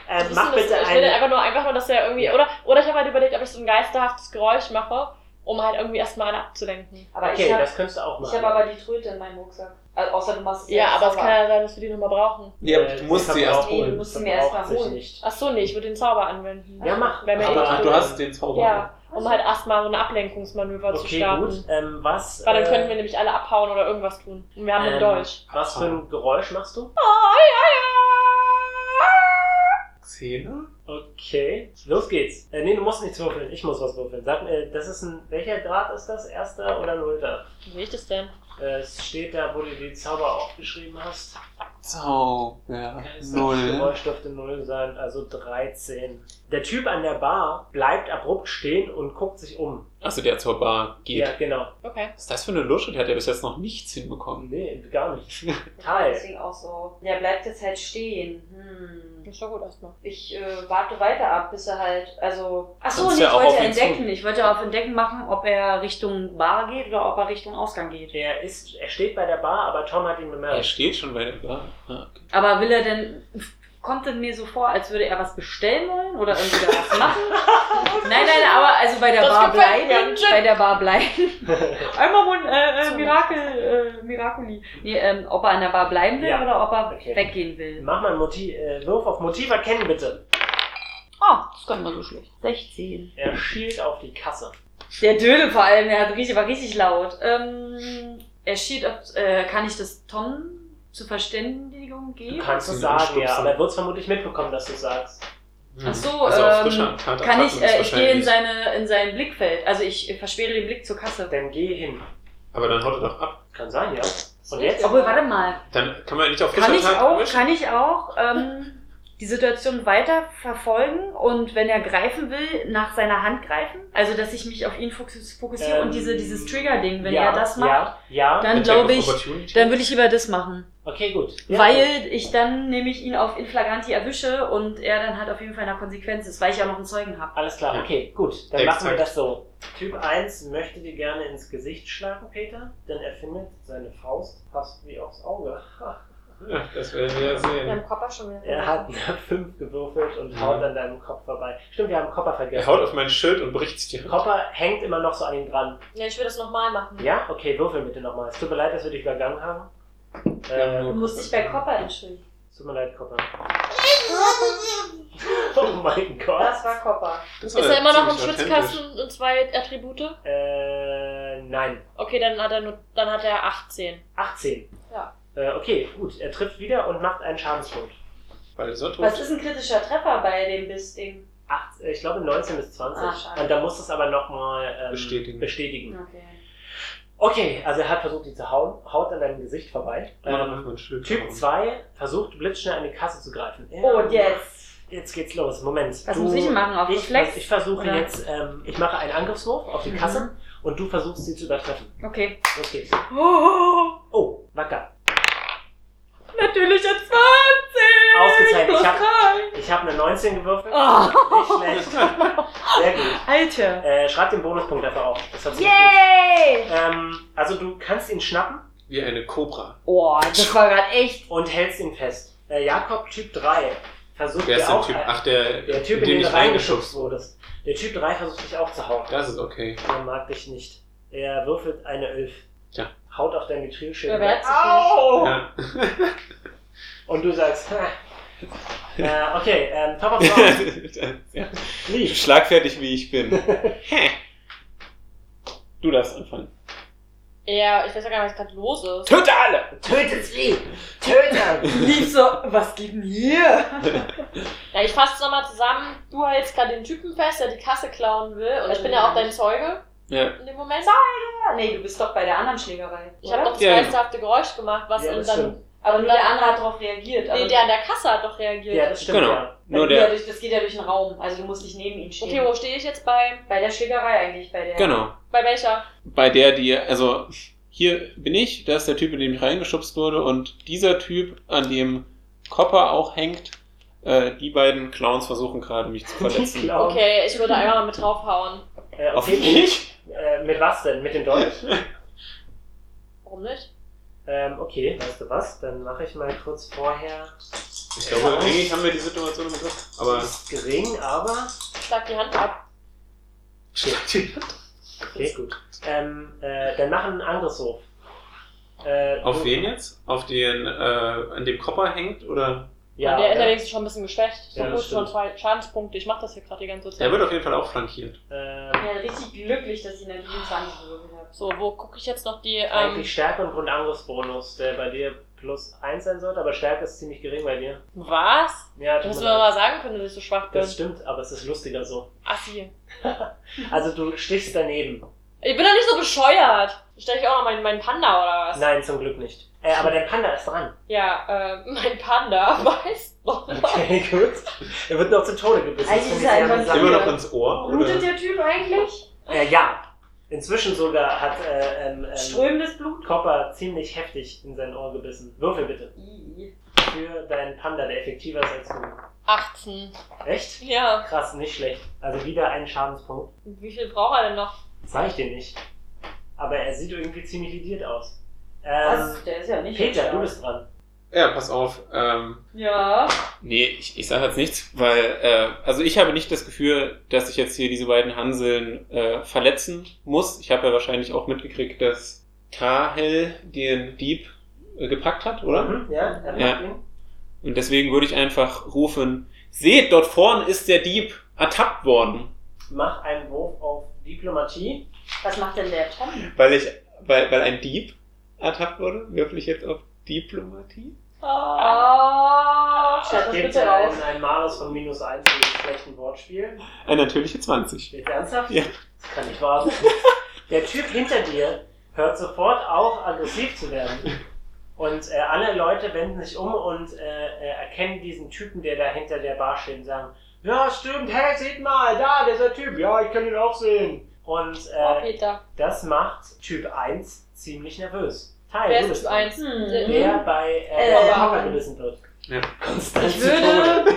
Speaker 2: Ähm,
Speaker 3: Das
Speaker 2: mach
Speaker 3: ist
Speaker 2: bitte
Speaker 3: das, ich will
Speaker 2: eine.
Speaker 3: einfach nur, einfach nur, dass er irgendwie.
Speaker 2: Ja.
Speaker 3: Oder, oder ich habe halt überlegt, ob ich so ein geisterhaftes Geräusch mache, um halt irgendwie erstmal alle abzulenken.
Speaker 4: Aber
Speaker 2: Okay,
Speaker 4: ich habe
Speaker 2: das könntest du auch machen.
Speaker 4: hab aber die Tröte in meinem Rucksack. Also, außer du machst
Speaker 3: Ja, aber es
Speaker 4: sauber.
Speaker 3: kann ja sein, dass wir die nochmal brauchen.
Speaker 5: Ja, aber
Speaker 2: Äh,
Speaker 5: du musst sie erst
Speaker 2: verbraucht-
Speaker 4: Nee, du
Speaker 5: holen.
Speaker 4: musst sie mir erst mal
Speaker 2: verbraucht sich
Speaker 4: holen. um
Speaker 2: Nicht.
Speaker 3: Ach so, nee, ich würde den Zauber anwenden.
Speaker 2: Ja, mach.
Speaker 3: Wenn wir
Speaker 5: Aber
Speaker 3: echt-
Speaker 5: ach, du hast den Zauber.
Speaker 3: Ja, um halt erstmal so ein Ablenkungsmanöver zu
Speaker 2: Okay,
Speaker 3: starten.
Speaker 2: gut. Ähm, was,
Speaker 3: Weil dann
Speaker 2: äh,
Speaker 3: könnten wir nämlich alle abhauen oder irgendwas tun. Und wir haben
Speaker 2: Ähm,
Speaker 3: einen Dolch.
Speaker 2: was für ein Geräusch machst du?
Speaker 5: Zähne?
Speaker 2: Okay, los geht's. Äh, nee, du musst nichts würfeln. Ich muss was würfeln. Sag mir, das ist ein. Welcher Grad ist das? Erster oder nullter?
Speaker 3: Wie sehe ich das denn?
Speaker 2: Äh, es steht da, wo du die Zauber aufgeschrieben hast.
Speaker 5: Zauber.
Speaker 2: Das
Speaker 5: Null.
Speaker 2: Geräusch dürfte null sein, also 13. Der Typ an der Bar bleibt abrupt stehen und guckt sich um.
Speaker 5: Achso, der zur Bar geht.
Speaker 2: Ja, genau.
Speaker 3: Okay.
Speaker 5: Was ist das für eine Lusche? Der hat ja bis jetzt noch nichts hinbekommen.
Speaker 2: Nee, gar nicht. Teil.
Speaker 4: Deswegen auch so. Der bleibt jetzt halt stehen. Hm.
Speaker 3: Ist doch gut erstmal.
Speaker 4: Ich äh, warte weiter ab, bis er halt, also.
Speaker 5: Kannst
Speaker 4: Achso,
Speaker 5: du
Speaker 4: nee,
Speaker 5: ja
Speaker 4: ich
Speaker 5: auch
Speaker 4: wollte
Speaker 5: auf ihn
Speaker 4: entdecken. Ich wollte auf entdecken machen, ob er Richtung Bar geht oder ob er Richtung Ausgang geht.
Speaker 2: Er, ist, er steht bei der Bar, aber Tom hat ihn
Speaker 5: Er
Speaker 2: bemerkt.
Speaker 5: steht schon bei der Bar. Ah, okay.
Speaker 4: Aber will er denn. Kommt es mir so vor, als würde er was bestellen wollen oder irgendwie da was machen? nein, nein, aber also bei der
Speaker 3: Das
Speaker 4: Bar
Speaker 3: gefällt mir,
Speaker 4: bleiben.
Speaker 3: Jin.
Speaker 4: Bei der Bar bleiben. Einmal wohl äh, äh, Mirakel, äh, Miraculi. Nee, ähm, ob er an der Bar bleiben will
Speaker 2: Ja.
Speaker 4: oder ob er
Speaker 2: Okay.
Speaker 4: weggehen will.
Speaker 2: Mach mal einen Motiv, äh, Wurf auf Motiv erkennen, bitte.
Speaker 4: Oh, das kann man so schlecht. 16.
Speaker 2: Er schielt auf die Kasse.
Speaker 4: Der Dödel vor allem, der hat richtig, war richtig laut. Ähm, er schied, ob, äh, kann ich das Tom zur Verständigung
Speaker 2: Du
Speaker 4: geben?
Speaker 2: kannst
Speaker 5: Kannst
Speaker 2: es
Speaker 5: du
Speaker 2: sagen,
Speaker 5: stupsen.
Speaker 2: ja, aber er wird es vermutlich mitbekommen, dass du es sagst.
Speaker 5: Hm.
Speaker 4: Ach so,
Speaker 5: also auf
Speaker 4: ähm,
Speaker 5: frischer Tat
Speaker 4: Kann ich,
Speaker 5: Attacken ist
Speaker 4: äh, ich gehe in
Speaker 5: wahrscheinlich-
Speaker 4: seine, in sein Blickfeld. Also ich äh, versperre den Blick zur Kasse.
Speaker 2: Dann geh hin.
Speaker 5: Aber dann haut er doch ab.
Speaker 2: Kann sein, ja. Und jetzt?
Speaker 4: Obwohl, warte mal.
Speaker 5: Dann kann man ja nicht auf frischer
Speaker 4: Kann ich
Speaker 5: Tat
Speaker 4: auch,
Speaker 5: erwischen.
Speaker 4: kann ich auch, ähm, die Situation weiter verfolgen und wenn er greifen will, nach seiner Hand greifen? Also, dass ich mich auf ihn fokus- fokussiere
Speaker 2: Ähm,
Speaker 4: und diese, dieses Trigger-Ding, wenn
Speaker 2: ja,
Speaker 4: er das macht,
Speaker 2: Ja, ja.
Speaker 4: dann
Speaker 5: Attack of
Speaker 4: glaube ich,
Speaker 5: Opportunity?
Speaker 4: dann würde ich lieber das machen.
Speaker 2: Okay, gut. Ja.
Speaker 4: Weil ich dann nämlich ihn auf Inflagranti erwische und er dann halt auf jeden Fall eine Konsequenz ist, weil ich auch noch einen Zeugen habe.
Speaker 2: Alles klar,
Speaker 5: Ja.
Speaker 2: okay, gut. Dann
Speaker 5: Exakt.
Speaker 2: machen wir das so. Typ 1 möchte dir gerne ins Gesicht schlagen, Peter, denn er findet, seine Faust passt wie aufs Auge.
Speaker 5: Ja, das werden wir ja
Speaker 3: Wir
Speaker 5: sehen.
Speaker 3: haben Kopper schon wieder.
Speaker 2: Er hat eine 5 gewürfelt und
Speaker 5: Mhm.
Speaker 2: haut an deinem Kopf vorbei. Stimmt, wir haben Copper
Speaker 5: Er
Speaker 2: vergessen.
Speaker 5: haut auf mein Schild und bricht sich die Hand.
Speaker 2: Copper hängt immer noch so an ihm dran.
Speaker 3: Ja, ich will das nochmal machen.
Speaker 2: Ja? Okay, würfel bitte nochmal. Es tut mir leid, dass wir dich übergangen haben.
Speaker 5: Ja,
Speaker 2: Ähm,
Speaker 5: nur-
Speaker 4: Du musst dich bei Copper entschuldigen.
Speaker 2: es tut mir leid, Copper. Oh mein Gott.
Speaker 4: Das war Copper.
Speaker 5: Das war
Speaker 3: Ist er immer noch im
Speaker 5: ziemlich authentisch.
Speaker 3: Schutzkasten und zwei Attribute?
Speaker 2: Äh, nein.
Speaker 3: Okay, dann hat er nur, dann hat er 18.
Speaker 2: 18.
Speaker 3: Ja.
Speaker 2: Äh, okay, gut. Er trifft wieder und macht einen Schadenswurf.
Speaker 5: Weil er so tot
Speaker 4: Was ist ein kritischer Treffer bei dem Bissding?
Speaker 2: Acht- äh, ich glaube 19 bis 20.
Speaker 4: Ah, schade.
Speaker 2: und da muss es aber nochmal ähm,
Speaker 5: Bestätigen.
Speaker 2: bestätigen.
Speaker 4: Okay.
Speaker 2: Okay, also er hat versucht, die zu hauen, haut an deinem Gesicht vorbei.
Speaker 5: Immer noch auf
Speaker 2: Ähm,
Speaker 5: mein Schild.
Speaker 2: typ 2 versucht blitzschnell an die Kasse zu greifen. Ja.
Speaker 4: Oh, und jetzt.
Speaker 2: Jetzt geht's los. Moment.
Speaker 4: Was muss ich machen? Auf
Speaker 2: ich,
Speaker 4: Reflex?
Speaker 2: Ich versuche
Speaker 4: Oder?
Speaker 2: jetzt, ähm, ich mache einen Angriffswurf auf die
Speaker 4: Mhm.
Speaker 2: Kasse und du versuchst sie zu übertreffen.
Speaker 4: Okay.
Speaker 2: Los geht's.
Speaker 4: Oh,
Speaker 2: Oh, wacker.
Speaker 4: natürlich hat 20!
Speaker 2: Ausgezeichnet.
Speaker 4: Plus
Speaker 2: Ich habe
Speaker 4: drei.
Speaker 2: ich hab eine 19 gewürfelt.
Speaker 4: Oh.
Speaker 2: Nicht schlecht. Sehr gut.
Speaker 4: Alter.
Speaker 2: Äh, schreib den Bonuspunkt dafür auf. Das hat sich gut.
Speaker 4: Yay!
Speaker 2: Ähm, also du kannst ihn schnappen
Speaker 5: Wie eine Cobra.
Speaker 4: Oh, das war gerade echt.
Speaker 2: und hältst ihn fest. Äh, Jakob Typ 3 versucht
Speaker 5: Wer ist
Speaker 2: dir
Speaker 5: denn
Speaker 2: auch...
Speaker 5: Typ?
Speaker 2: äh,
Speaker 5: Ach, der,
Speaker 2: der Typ,
Speaker 5: in den
Speaker 2: du
Speaker 5: ich reingeschubst
Speaker 2: reingeschubst wurdest. Der Typ 3 versucht dich auch zu hauen.
Speaker 5: Das ist okay.
Speaker 2: Er mag dich nicht. Er würfelt eine 11.
Speaker 5: Tja.
Speaker 2: Haut auf dein Vitrinschild.
Speaker 3: Er wehrt sich
Speaker 4: Oh,
Speaker 2: Au!
Speaker 5: Ja.
Speaker 2: Und du sagst... "Ha." äh, okay, ähm, Top of Round.
Speaker 5: ja.
Speaker 2: Lief.
Speaker 5: Schlagfertig, wie ich bin. du darfst anfangen.
Speaker 3: Ja, ich weiß ja gar nicht, was gerade los ist.
Speaker 5: Töte alle!
Speaker 2: Tötet sie! Tötet!
Speaker 4: Lief so, was geht denn hier?
Speaker 3: Ja, ich fasse es nochmal zusammen. Du hältst gerade den Typen fest, der die Kasse klauen will. Und ich bin ja auch dein Zeuge
Speaker 5: Ja.
Speaker 3: in dem Moment.
Speaker 7: Ja, nee, du bist doch bei der anderen Schlägerei.
Speaker 3: Ich habe doch das
Speaker 5: Ja, genau.
Speaker 3: geisterhafte Geräusch gemacht, was
Speaker 2: Ja,
Speaker 3: in
Speaker 2: das Also
Speaker 3: dann.
Speaker 7: Aber nur der andere hat darauf reagiert. Aber
Speaker 4: Also
Speaker 3: Nee, der an der Kasse hat doch reagiert.
Speaker 2: Ja, das stimmt.
Speaker 5: Genau.
Speaker 2: Ja.
Speaker 4: Äh,
Speaker 5: Nur
Speaker 7: ja,
Speaker 5: der.
Speaker 7: durch, das geht ja durch den Raum. Also du musst nicht neben ihm stehen.
Speaker 3: okay, wo stehe ich jetzt bei?
Speaker 7: Bei der Schlägerei eigentlich, bei der.
Speaker 5: Genau.
Speaker 3: Bei welcher?
Speaker 5: Bei der, die, also hier bin ich, das ist der Typ, in dem ich reingeschubst wurde und dieser Typ, an dem Copper auch hängt, äh, die beiden Clowns versuchen gerade mich zu verletzen.
Speaker 2: Clown.
Speaker 3: Okay, ich würde einmal mit draufhauen.
Speaker 2: Äh,
Speaker 5: Auf
Speaker 2: okay.
Speaker 5: mich?
Speaker 2: Äh, mit was denn? Mit dem Dolch?
Speaker 3: Warum nicht?
Speaker 2: ähm, okay, weißt du was? Dann mache ich mal kurz vorher.
Speaker 5: Ich glaube, eigentlich haben wir die Situation im Griff. Aber
Speaker 2: Ist gering, aber.
Speaker 3: Schlag die Hand ab.
Speaker 2: Okay, gut. Ähm, äh, dann machen einen Angriffshof. Äh,
Speaker 5: auf
Speaker 2: du-
Speaker 5: wen jetzt? Auf den, äh, an dem Copper hängt? Oder?
Speaker 3: Ja,
Speaker 2: Ja,
Speaker 3: der ist
Speaker 2: ja.
Speaker 3: allerdings schon ein bisschen geschwächt. Ich
Speaker 2: Ja,
Speaker 3: ja,
Speaker 2: das
Speaker 3: schon
Speaker 2: stimmt.
Speaker 3: zwei Schadenspunkte. Ich mache das hier gerade die ganze
Speaker 5: Er
Speaker 3: Zeit.
Speaker 5: wird auf jeden Fall auch flankiert.
Speaker 2: Ähm,
Speaker 7: Ja, richtig glücklich, dass ich eine 27 gewürfelt habe.
Speaker 3: So, wo gucke ich jetzt noch die. Ähm,
Speaker 2: eigentlich Stärke und Grundangriffsbonus, der bei dir plus 1 sein sollte, aber Stärke ist ziemlich gering bei dir.
Speaker 3: was?
Speaker 2: Ja,
Speaker 3: Das
Speaker 2: tut
Speaker 3: hättest du
Speaker 2: mir leid.
Speaker 3: mir mal sagen können, dass ich so schwach bin.
Speaker 2: das stimmt, aber es ist lustiger so.
Speaker 3: Assi.
Speaker 2: Also du stichst daneben.
Speaker 3: Ich bin doch nicht so bescheuert. Stell ich auch noch meinen, meinen Panda oder was?
Speaker 2: Nein, zum Glück nicht. Äh, aber dein Panda ist dran.
Speaker 3: Ja, äh, mein Panda weiß noch was.
Speaker 2: Okay, gut. Er wird noch zu Tode gebissen.
Speaker 7: Also
Speaker 2: Das
Speaker 7: ist
Speaker 2: finde
Speaker 7: er
Speaker 2: ich sehr
Speaker 7: einfach-
Speaker 2: amüsant.
Speaker 5: Immer noch ins Ohr?
Speaker 7: Blutet
Speaker 5: Oder?
Speaker 7: der Typ eigentlich?
Speaker 2: äh, ja, inzwischen sogar hat äh, ähm, ähm,
Speaker 7: Strömendes Blut?
Speaker 2: Copper ziemlich heftig in sein Ohr gebissen. Würfel bitte.
Speaker 7: Ih.
Speaker 2: Für deinen Panda, der effektiver ist als du.
Speaker 3: 18.
Speaker 2: Echt?
Speaker 3: Ja.
Speaker 2: Krass, nicht schlecht. Also wieder einen Schadenspunkt.
Speaker 3: Wie viel braucht er denn noch?
Speaker 2: Sag ich dir nicht. Aber er sieht irgendwie ziemlich lidiert aus. Ähm,
Speaker 7: Also, der ist ja nicht
Speaker 2: Peter,
Speaker 7: stark.
Speaker 2: du bist dran.
Speaker 5: Ja, pass auf. Ähm,
Speaker 7: Ja.
Speaker 5: Nee, ich, ich sage jetzt nichts, weil, äh, also ich habe nicht das Gefühl, dass ich jetzt hier diese beiden Hanseln äh, verletzen muss. Ich habe ja wahrscheinlich auch mitgekriegt, dass Kahel den Dieb äh, gepackt hat, oder?
Speaker 2: Mhm, ja, dann
Speaker 5: Ja.
Speaker 2: mach ihn.
Speaker 5: Und deswegen würde ich einfach rufen, seht, dort vorn ist der Dieb ertappt worden.
Speaker 2: Mach einen Wurf auf Diplomatie.
Speaker 7: Was macht denn der Tom?
Speaker 5: Weil ich, weil, weil ein Dieb ertappt wurde, würfel ich jetzt auf Diplomatie.
Speaker 7: Oh, schreib das
Speaker 2: Gebt
Speaker 7: bitte auf.
Speaker 2: einen Malus von minus 1 wegen schlechten Wortspiel.
Speaker 5: Eine Äh, natürliche 20.
Speaker 2: Jetzt ernsthaft?
Speaker 5: Ja.
Speaker 2: Das kann nicht wahr sein. Der Typ hinter dir hört sofort auf, aggressiv zu werden. Und äh, alle Leute wenden sich um und äh, äh, erkennen diesen Typen, der da hinter der Bar steht und sagen, ja stimmt, hey, seht mal, da, dieser Typ, ja, ich kann ihn auch sehen. Und
Speaker 3: Oh,
Speaker 2: äh,
Speaker 3: Peter.
Speaker 2: das macht Typ 1 ziemlich nervös. Teil,
Speaker 3: Wer
Speaker 2: du
Speaker 3: ist
Speaker 2: bist
Speaker 3: Typ 1?
Speaker 7: Hm.
Speaker 3: Der-
Speaker 2: Der bei äh,
Speaker 7: Äh,
Speaker 2: Papa gebissen wird.
Speaker 5: Ja.
Speaker 7: Ich würde.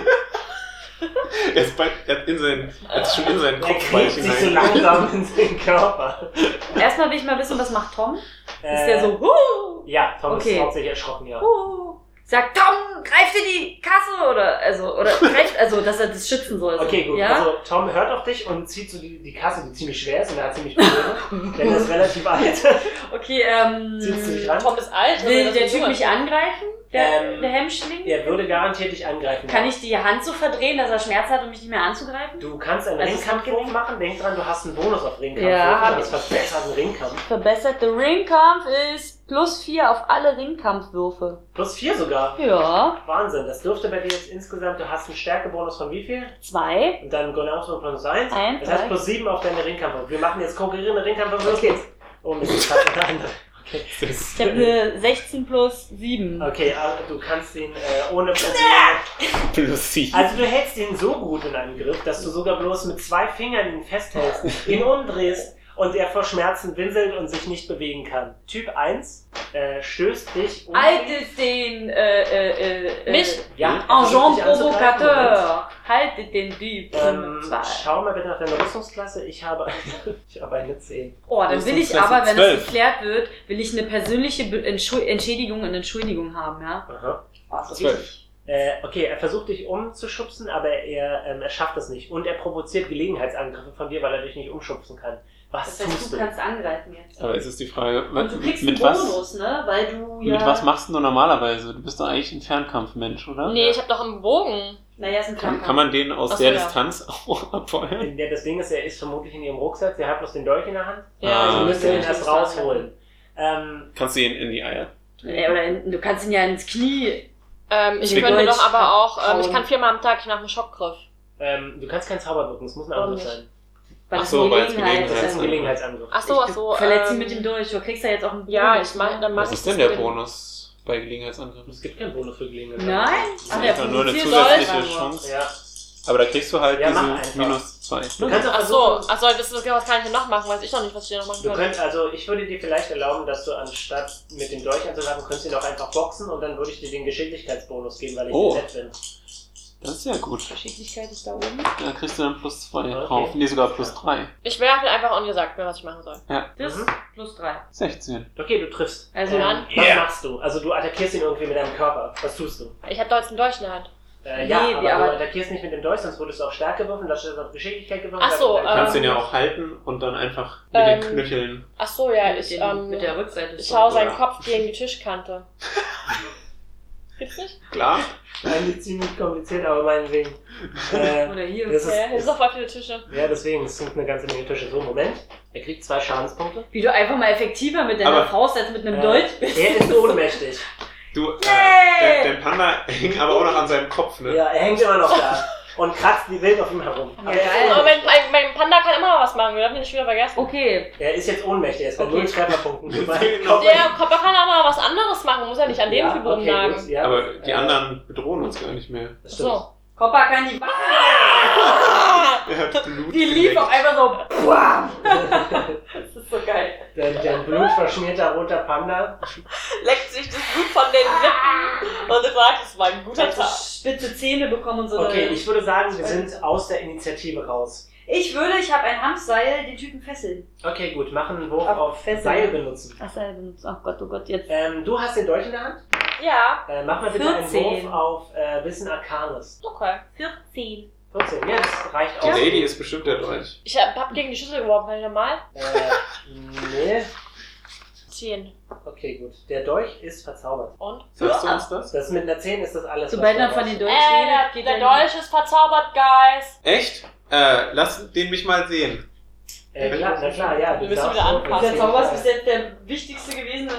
Speaker 5: Er ist, bei, er hat in seinen, er hat schon in seinen
Speaker 2: Er
Speaker 5: Kopf
Speaker 2: kriegt sich so langsam in den Körper.
Speaker 7: Erstmal will ich mal wissen, was macht Tom?
Speaker 2: Äh,
Speaker 4: Ist der so, huh,
Speaker 2: Ja, Tom ist
Speaker 4: Okay.
Speaker 2: hauptsächlich erschrocken, ja.
Speaker 4: huh. Sagt Tom, greift in die Kasse oder, also, oder greift, also, dass er das schützen soll. so.
Speaker 2: Okay, gut.
Speaker 4: Ja?
Speaker 2: Also Tom hört auf dich und zieht so die, die Kasse, die ziemlich schwer ist und er hat ziemlich Probleme. denn er ist relativ alt.
Speaker 4: okay, ähm.
Speaker 2: Ziehst du dich
Speaker 4: Will
Speaker 2: ran?
Speaker 3: Tom ist alt. oder Also, das
Speaker 4: der
Speaker 3: ist
Speaker 4: Typ
Speaker 3: jung.
Speaker 4: mich angreifen? Der,
Speaker 2: Ähm,
Speaker 4: der Hemmschling?
Speaker 2: Er würde garantiert dich angreifen.
Speaker 4: Kann ich die Hand so verdrehen, dass er Schmerz hat, um mich nicht mehr anzugreifen?
Speaker 2: Du kannst einen
Speaker 4: Also,
Speaker 2: Ringkampfwurf
Speaker 4: Handgelenk?
Speaker 2: machen. Denk dran, du hast einen Bonus auf Ringkampf.
Speaker 4: Ja, hab
Speaker 2: Das
Speaker 4: ich.
Speaker 2: verbessert einen Ringkampf.
Speaker 4: Verbesserte Ringkampf ist plus 4 auf alle Ringkampfwürfe.
Speaker 2: Plus vier sogar.
Speaker 4: Ja.
Speaker 2: Wahnsinn. Das dürfte bei dir jetzt insgesamt, du hast einen Stärkebonus von wie viel?
Speaker 4: 2.
Speaker 2: Und dann Grundausdruck plus eins.
Speaker 4: Eins,
Speaker 2: Das heißt
Speaker 4: drei.
Speaker 2: plus sieben auf deine Ringkampfwurf. Wir machen jetzt konkurrierende Ringkampfwürfe. Los geht's. Oh, Mist, ich hab eine andere. Okay.
Speaker 4: Ich habe eine 16 plus 7.
Speaker 2: Okay, also du kannst ihn äh, ohne Probleme
Speaker 5: Plus sie.
Speaker 2: Also du hältst ihn so gut in einem Griff, dass du sogar bloß mit zwei Fingern ihn festhältst, ihn umdrehst und er vor Schmerzen winselt und sich nicht bewegen kann. Typ 1 äh, stößt dich um.
Speaker 5: Mhm.
Speaker 4: Haltet den, äh, äh, äh,
Speaker 3: Mich?
Speaker 4: äh,
Speaker 2: Ja, er versucht
Speaker 4: Agent
Speaker 2: dich anzugreifen.
Speaker 4: Provocateur. Haltet den Typ.
Speaker 2: Ähm,
Speaker 4: Zwei.
Speaker 2: schau mal bitte nach deiner Rüstungsklasse. Ich habe, ich habe eine 10.
Speaker 4: Oh, dann
Speaker 5: Das
Speaker 4: will
Speaker 5: sind
Speaker 4: ich
Speaker 5: Klasse
Speaker 4: aber, wenn
Speaker 5: 12.
Speaker 4: es geklärt wird, will ich eine persönliche Be Entschu Entschädigung und Entschuldigung haben, ja?
Speaker 2: Aha.
Speaker 7: Ach, so
Speaker 5: Zwölf.
Speaker 7: richtig.
Speaker 2: Äh, okay, er versucht dich umzuschubsen, aber er, ähm, er schafft es nicht. Und er provoziert Gelegenheitsangriffe von dir, weil er dich nicht umschubsen kann. Was
Speaker 7: Das heißt,
Speaker 2: tust
Speaker 7: du
Speaker 2: du?
Speaker 7: kannst angreifen jetzt.
Speaker 5: Aber es ist die Frage,
Speaker 7: Und du kriegst
Speaker 5: Äh, mit
Speaker 7: einen
Speaker 5: was?
Speaker 7: Bonus, ne? Weil du ja.
Speaker 5: Mit was machst du normalerweise? Du bist doch eigentlich ein Fernkampfmensch, oder?
Speaker 3: Nee, ich hab doch einen Bogen.
Speaker 7: Naja, ist ein
Speaker 5: Kann,
Speaker 7: Kranker.
Speaker 5: kann man den aus
Speaker 3: Ach so,
Speaker 5: der
Speaker 3: ja.
Speaker 5: Distanz auch abfeuern?
Speaker 2: Der, das Ding ist, er ist vermutlich in ihrem Rucksack, sie hat bloß den Dolch in der Hand.
Speaker 5: Ah,
Speaker 2: Also
Speaker 5: okay.
Speaker 2: müsst ihr ihn
Speaker 7: okay.
Speaker 2: erst rausholen. Ähm,
Speaker 5: Kannst du ihn in die Eier?
Speaker 4: Äh, Oder in, du kannst ihn ja ins Knie.
Speaker 3: Ähm, ich
Speaker 5: Zwick-
Speaker 3: könnte
Speaker 4: Deutsch.
Speaker 3: doch aber auch, ähm, ich
Speaker 4: Frauen.
Speaker 3: kann viermal am Tag nach dem Schockgriff.
Speaker 2: Ähm, du kannst keinen Zauber wirken, es muss ein
Speaker 3: Warum
Speaker 2: Angriff
Speaker 3: Oh, nicht?
Speaker 2: sein.
Speaker 6: Weil
Speaker 5: Ach
Speaker 6: das
Speaker 5: so,
Speaker 6: eine
Speaker 5: weil es
Speaker 6: Gelegenheit
Speaker 2: Das ist ein
Speaker 5: Gelegenheitsangriff.
Speaker 6: ist.
Speaker 2: Gelegenheitsangriff.
Speaker 3: Ach so, ach so.
Speaker 6: Verletzt ihn
Speaker 3: ähm,
Speaker 6: mit dem durch. Du kriegst ja jetzt auch einen
Speaker 3: Ja,
Speaker 6: Bonus,
Speaker 3: ich meine,
Speaker 6: ne?
Speaker 3: dann mach
Speaker 5: Was
Speaker 3: ich
Speaker 5: ist denn
Speaker 3: das
Speaker 5: der
Speaker 3: mit-
Speaker 5: Bonus bei Gelegenheitsangriffen?
Speaker 2: Es gibt keinen Bonus für Gelegenheit.
Speaker 6: Nein?
Speaker 5: Das
Speaker 6: Ach,
Speaker 5: ist
Speaker 6: der
Speaker 5: doch nur eine
Speaker 6: viel
Speaker 5: zusätzliche
Speaker 6: soll.
Speaker 5: Chance.
Speaker 2: Ja.
Speaker 5: Aber da kriegst du halt
Speaker 2: Ja, mach einfach.
Speaker 5: diese minus zwei.
Speaker 2: Du kannst auch
Speaker 3: Ach so,
Speaker 2: versuchen,
Speaker 3: ach so, das, das, was kann ich denn noch machen? Weiß ich noch nicht, was ich denn noch machen
Speaker 2: Also Du
Speaker 3: kann.
Speaker 2: könnt, also ich würde dir vielleicht erlauben, dass du anstatt mit dem Dolch anzugreifen, könntest du ihn auch einfach boxen und dann würde ich dir den Geschicklichkeitsbonus geben, weil ich
Speaker 5: Oh.
Speaker 2: nett bin.
Speaker 5: Das ist ja gut.
Speaker 3: Geschicklichkeit ist da oben.
Speaker 5: Da kriegst du dann plus zwei
Speaker 2: Okay.
Speaker 5: drauf. Nee, sogar plus drei.
Speaker 3: Ich werfe einfach ungesagt, mir, was ich machen soll.
Speaker 6: Das
Speaker 2: Mhm.
Speaker 6: plus drei.
Speaker 5: 16.
Speaker 2: Okay, du triffst.
Speaker 6: Also
Speaker 2: ähm,
Speaker 3: dann-
Speaker 2: was
Speaker 5: Yeah.
Speaker 2: machst du? Also du attackierst ihn irgendwie mit deinem Körper. Was tust du?
Speaker 3: Ich habe da jetzt einen Dolch in der Hand.
Speaker 2: Äh,
Speaker 6: Nee,
Speaker 2: ja,
Speaker 6: die
Speaker 2: aber du
Speaker 6: Arbeit-
Speaker 2: attackierst nicht mit dem Dolch, sonst würdest du auf Stärke würfeln, dann statt auf Geschicklichkeit Also, gewürfelt.
Speaker 3: Ach so,
Speaker 2: dann-
Speaker 5: Du kannst
Speaker 3: Ähm,
Speaker 5: den ja auch halten und dann einfach mit
Speaker 3: ähm,
Speaker 5: den Knöcheln.
Speaker 3: Ach so, ja,
Speaker 6: mit,
Speaker 3: ich,
Speaker 6: den,
Speaker 3: ähm,
Speaker 6: mit der Rückseite.
Speaker 3: ich hau seinen
Speaker 5: Ja.
Speaker 3: Kopf gegen die Tischkante. Gibt's nicht?
Speaker 5: Klar.
Speaker 2: äh, Eigentlich ziemlich kompliziert, aber meinetwegen. Äh,
Speaker 6: Oder hier.
Speaker 2: das
Speaker 3: Ja, das ist
Speaker 2: ist,
Speaker 3: doch voll viele Tische.
Speaker 2: ja, deswegen, es sind eine ganze Menge Tische. So, Moment. Er kriegt zwei Schadenspunkte.
Speaker 6: Wie du einfach mal effektiver mit deiner
Speaker 5: Aber-
Speaker 6: Faust als mit einem Dolch bist.
Speaker 2: Er ist ohnmächtig.
Speaker 5: Du, äh, der,
Speaker 6: Yay!
Speaker 5: der Panda hing aber auch noch an seinem Kopf, ne?
Speaker 2: Ja, er hängt immer noch da und kratzt wie wild auf ihm herum. Aber er ist
Speaker 3: Aber
Speaker 2: ohnmächtig.
Speaker 3: mein, mein, mein Panda kann immer noch was machen, wir dürfen ihn nicht wieder vergessen.
Speaker 4: Oh,
Speaker 6: Okay.
Speaker 2: Er ist jetzt ohnmächtig, er ist bei
Speaker 6: Okay.
Speaker 2: null Trefferpunkten.
Speaker 5: Genau.
Speaker 3: Der Kopf kann auch mal was anderes machen, muss ja nicht an dem
Speaker 2: Ja,
Speaker 3: Figuren
Speaker 2: okay,
Speaker 3: nagen.
Speaker 2: gut, ja.
Speaker 5: Aber die
Speaker 2: Äh,
Speaker 5: anderen bedrohen uns gar nicht mehr.
Speaker 2: das stimmt.
Speaker 3: So.
Speaker 6: Koppa kann die Ah!
Speaker 5: Er hat Blut
Speaker 6: Die lief
Speaker 5: geleckt.
Speaker 6: auf einmal so. Buam. Das ist so geil.
Speaker 2: Der, der blutverschmierter roter Panda.
Speaker 3: Leckt sich das Blut von den Lippen und sagt, es war ein guter
Speaker 6: Hat so
Speaker 3: Tag.
Speaker 6: spitze Zähne bekommen und so. eine-
Speaker 2: Okay, ich würde sagen, wir sind aus der Initiative raus.
Speaker 4: Ich würde, ich habe ein Hanfseil, den Typen fesseln.
Speaker 2: Okay, gut, machen einen Wurf
Speaker 4: Auf
Speaker 2: auf
Speaker 4: Fesseln.
Speaker 2: Seil benutzen.
Speaker 6: Ach, Seil benutzt. Ach Gott, oh Gott, jetzt.
Speaker 2: Ähm, du hast den Dolch in der Hand.
Speaker 3: Ja,
Speaker 2: Äh, mach mal bitte
Speaker 6: 14.
Speaker 2: einen Wurf auf äh, Wissen Arcanis.
Speaker 3: okay.
Speaker 6: 14.
Speaker 2: 14, ja, das reicht
Speaker 5: Die
Speaker 2: aus.
Speaker 5: Lady ist bestimmt der Dolch.
Speaker 3: Ich hab, hab gegen die Schüssel geworfen, kann ich nochmal?
Speaker 2: Äh, nee.
Speaker 3: Zehn.
Speaker 2: Okay, gut. Der Dolch ist verzaubert.
Speaker 3: Und?
Speaker 5: Sagst du uns das?
Speaker 2: Das ist mit einer 10 ist das alles. was
Speaker 6: Sobald
Speaker 2: du
Speaker 6: man von
Speaker 2: brauchst.
Speaker 6: den
Speaker 3: Äh,
Speaker 6: Dolch
Speaker 3: der,
Speaker 6: redet, geht
Speaker 3: der
Speaker 6: dann-
Speaker 3: Dolch ist verzaubert, Guys.
Speaker 5: Echt? Äh, lass den mich mal sehen.
Speaker 2: Äh, klar, na klar, ja.
Speaker 3: Wir müssen
Speaker 2: darfst
Speaker 3: wieder
Speaker 2: schon-
Speaker 3: anpassen.
Speaker 6: Der Zauber ist bis jetzt der wichtigste gewesen.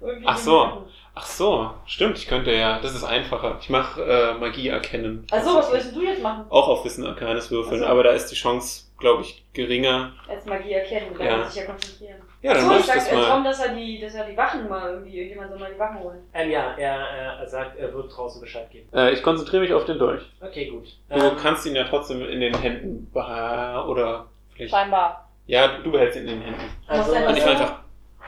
Speaker 6: Irgendwie
Speaker 5: Ach so. Ach so, stimmt, ich könnte ja. Das ist einfacher. Ich mache äh, Magie erkennen.
Speaker 6: Achso, Also, was wolltest du jetzt machen?
Speaker 5: Auch auf Wissen Arcanis würfeln,
Speaker 6: Ach so.
Speaker 5: aber da ist die Chance, glaube ich, geringer.
Speaker 4: Als Magie erkennen, da
Speaker 5: Ja.
Speaker 4: kann man sich ja konzentrieren.
Speaker 5: Ja, dann
Speaker 4: so,
Speaker 5: mach
Speaker 4: ich
Speaker 5: ich das
Speaker 4: sag äh, Tom,
Speaker 5: mal.
Speaker 4: dass er die, dass er die Wachen mal irgendwie, irgendjemand soll mal die Wachen holen.
Speaker 2: Ähm, ja, er äh, sagt, er wird draußen Bescheid geben.
Speaker 5: Äh, ich konzentriere mich auf den Dolch.
Speaker 2: Okay, gut. Ähm,
Speaker 5: Du kannst ihn ja trotzdem in den Händen beha- oder vielleicht.
Speaker 3: Scheinbar.
Speaker 5: Ja, du behältst ihn in den Händen.
Speaker 2: also,
Speaker 4: Muss er
Speaker 5: Und ich
Speaker 4: so-
Speaker 5: einfach.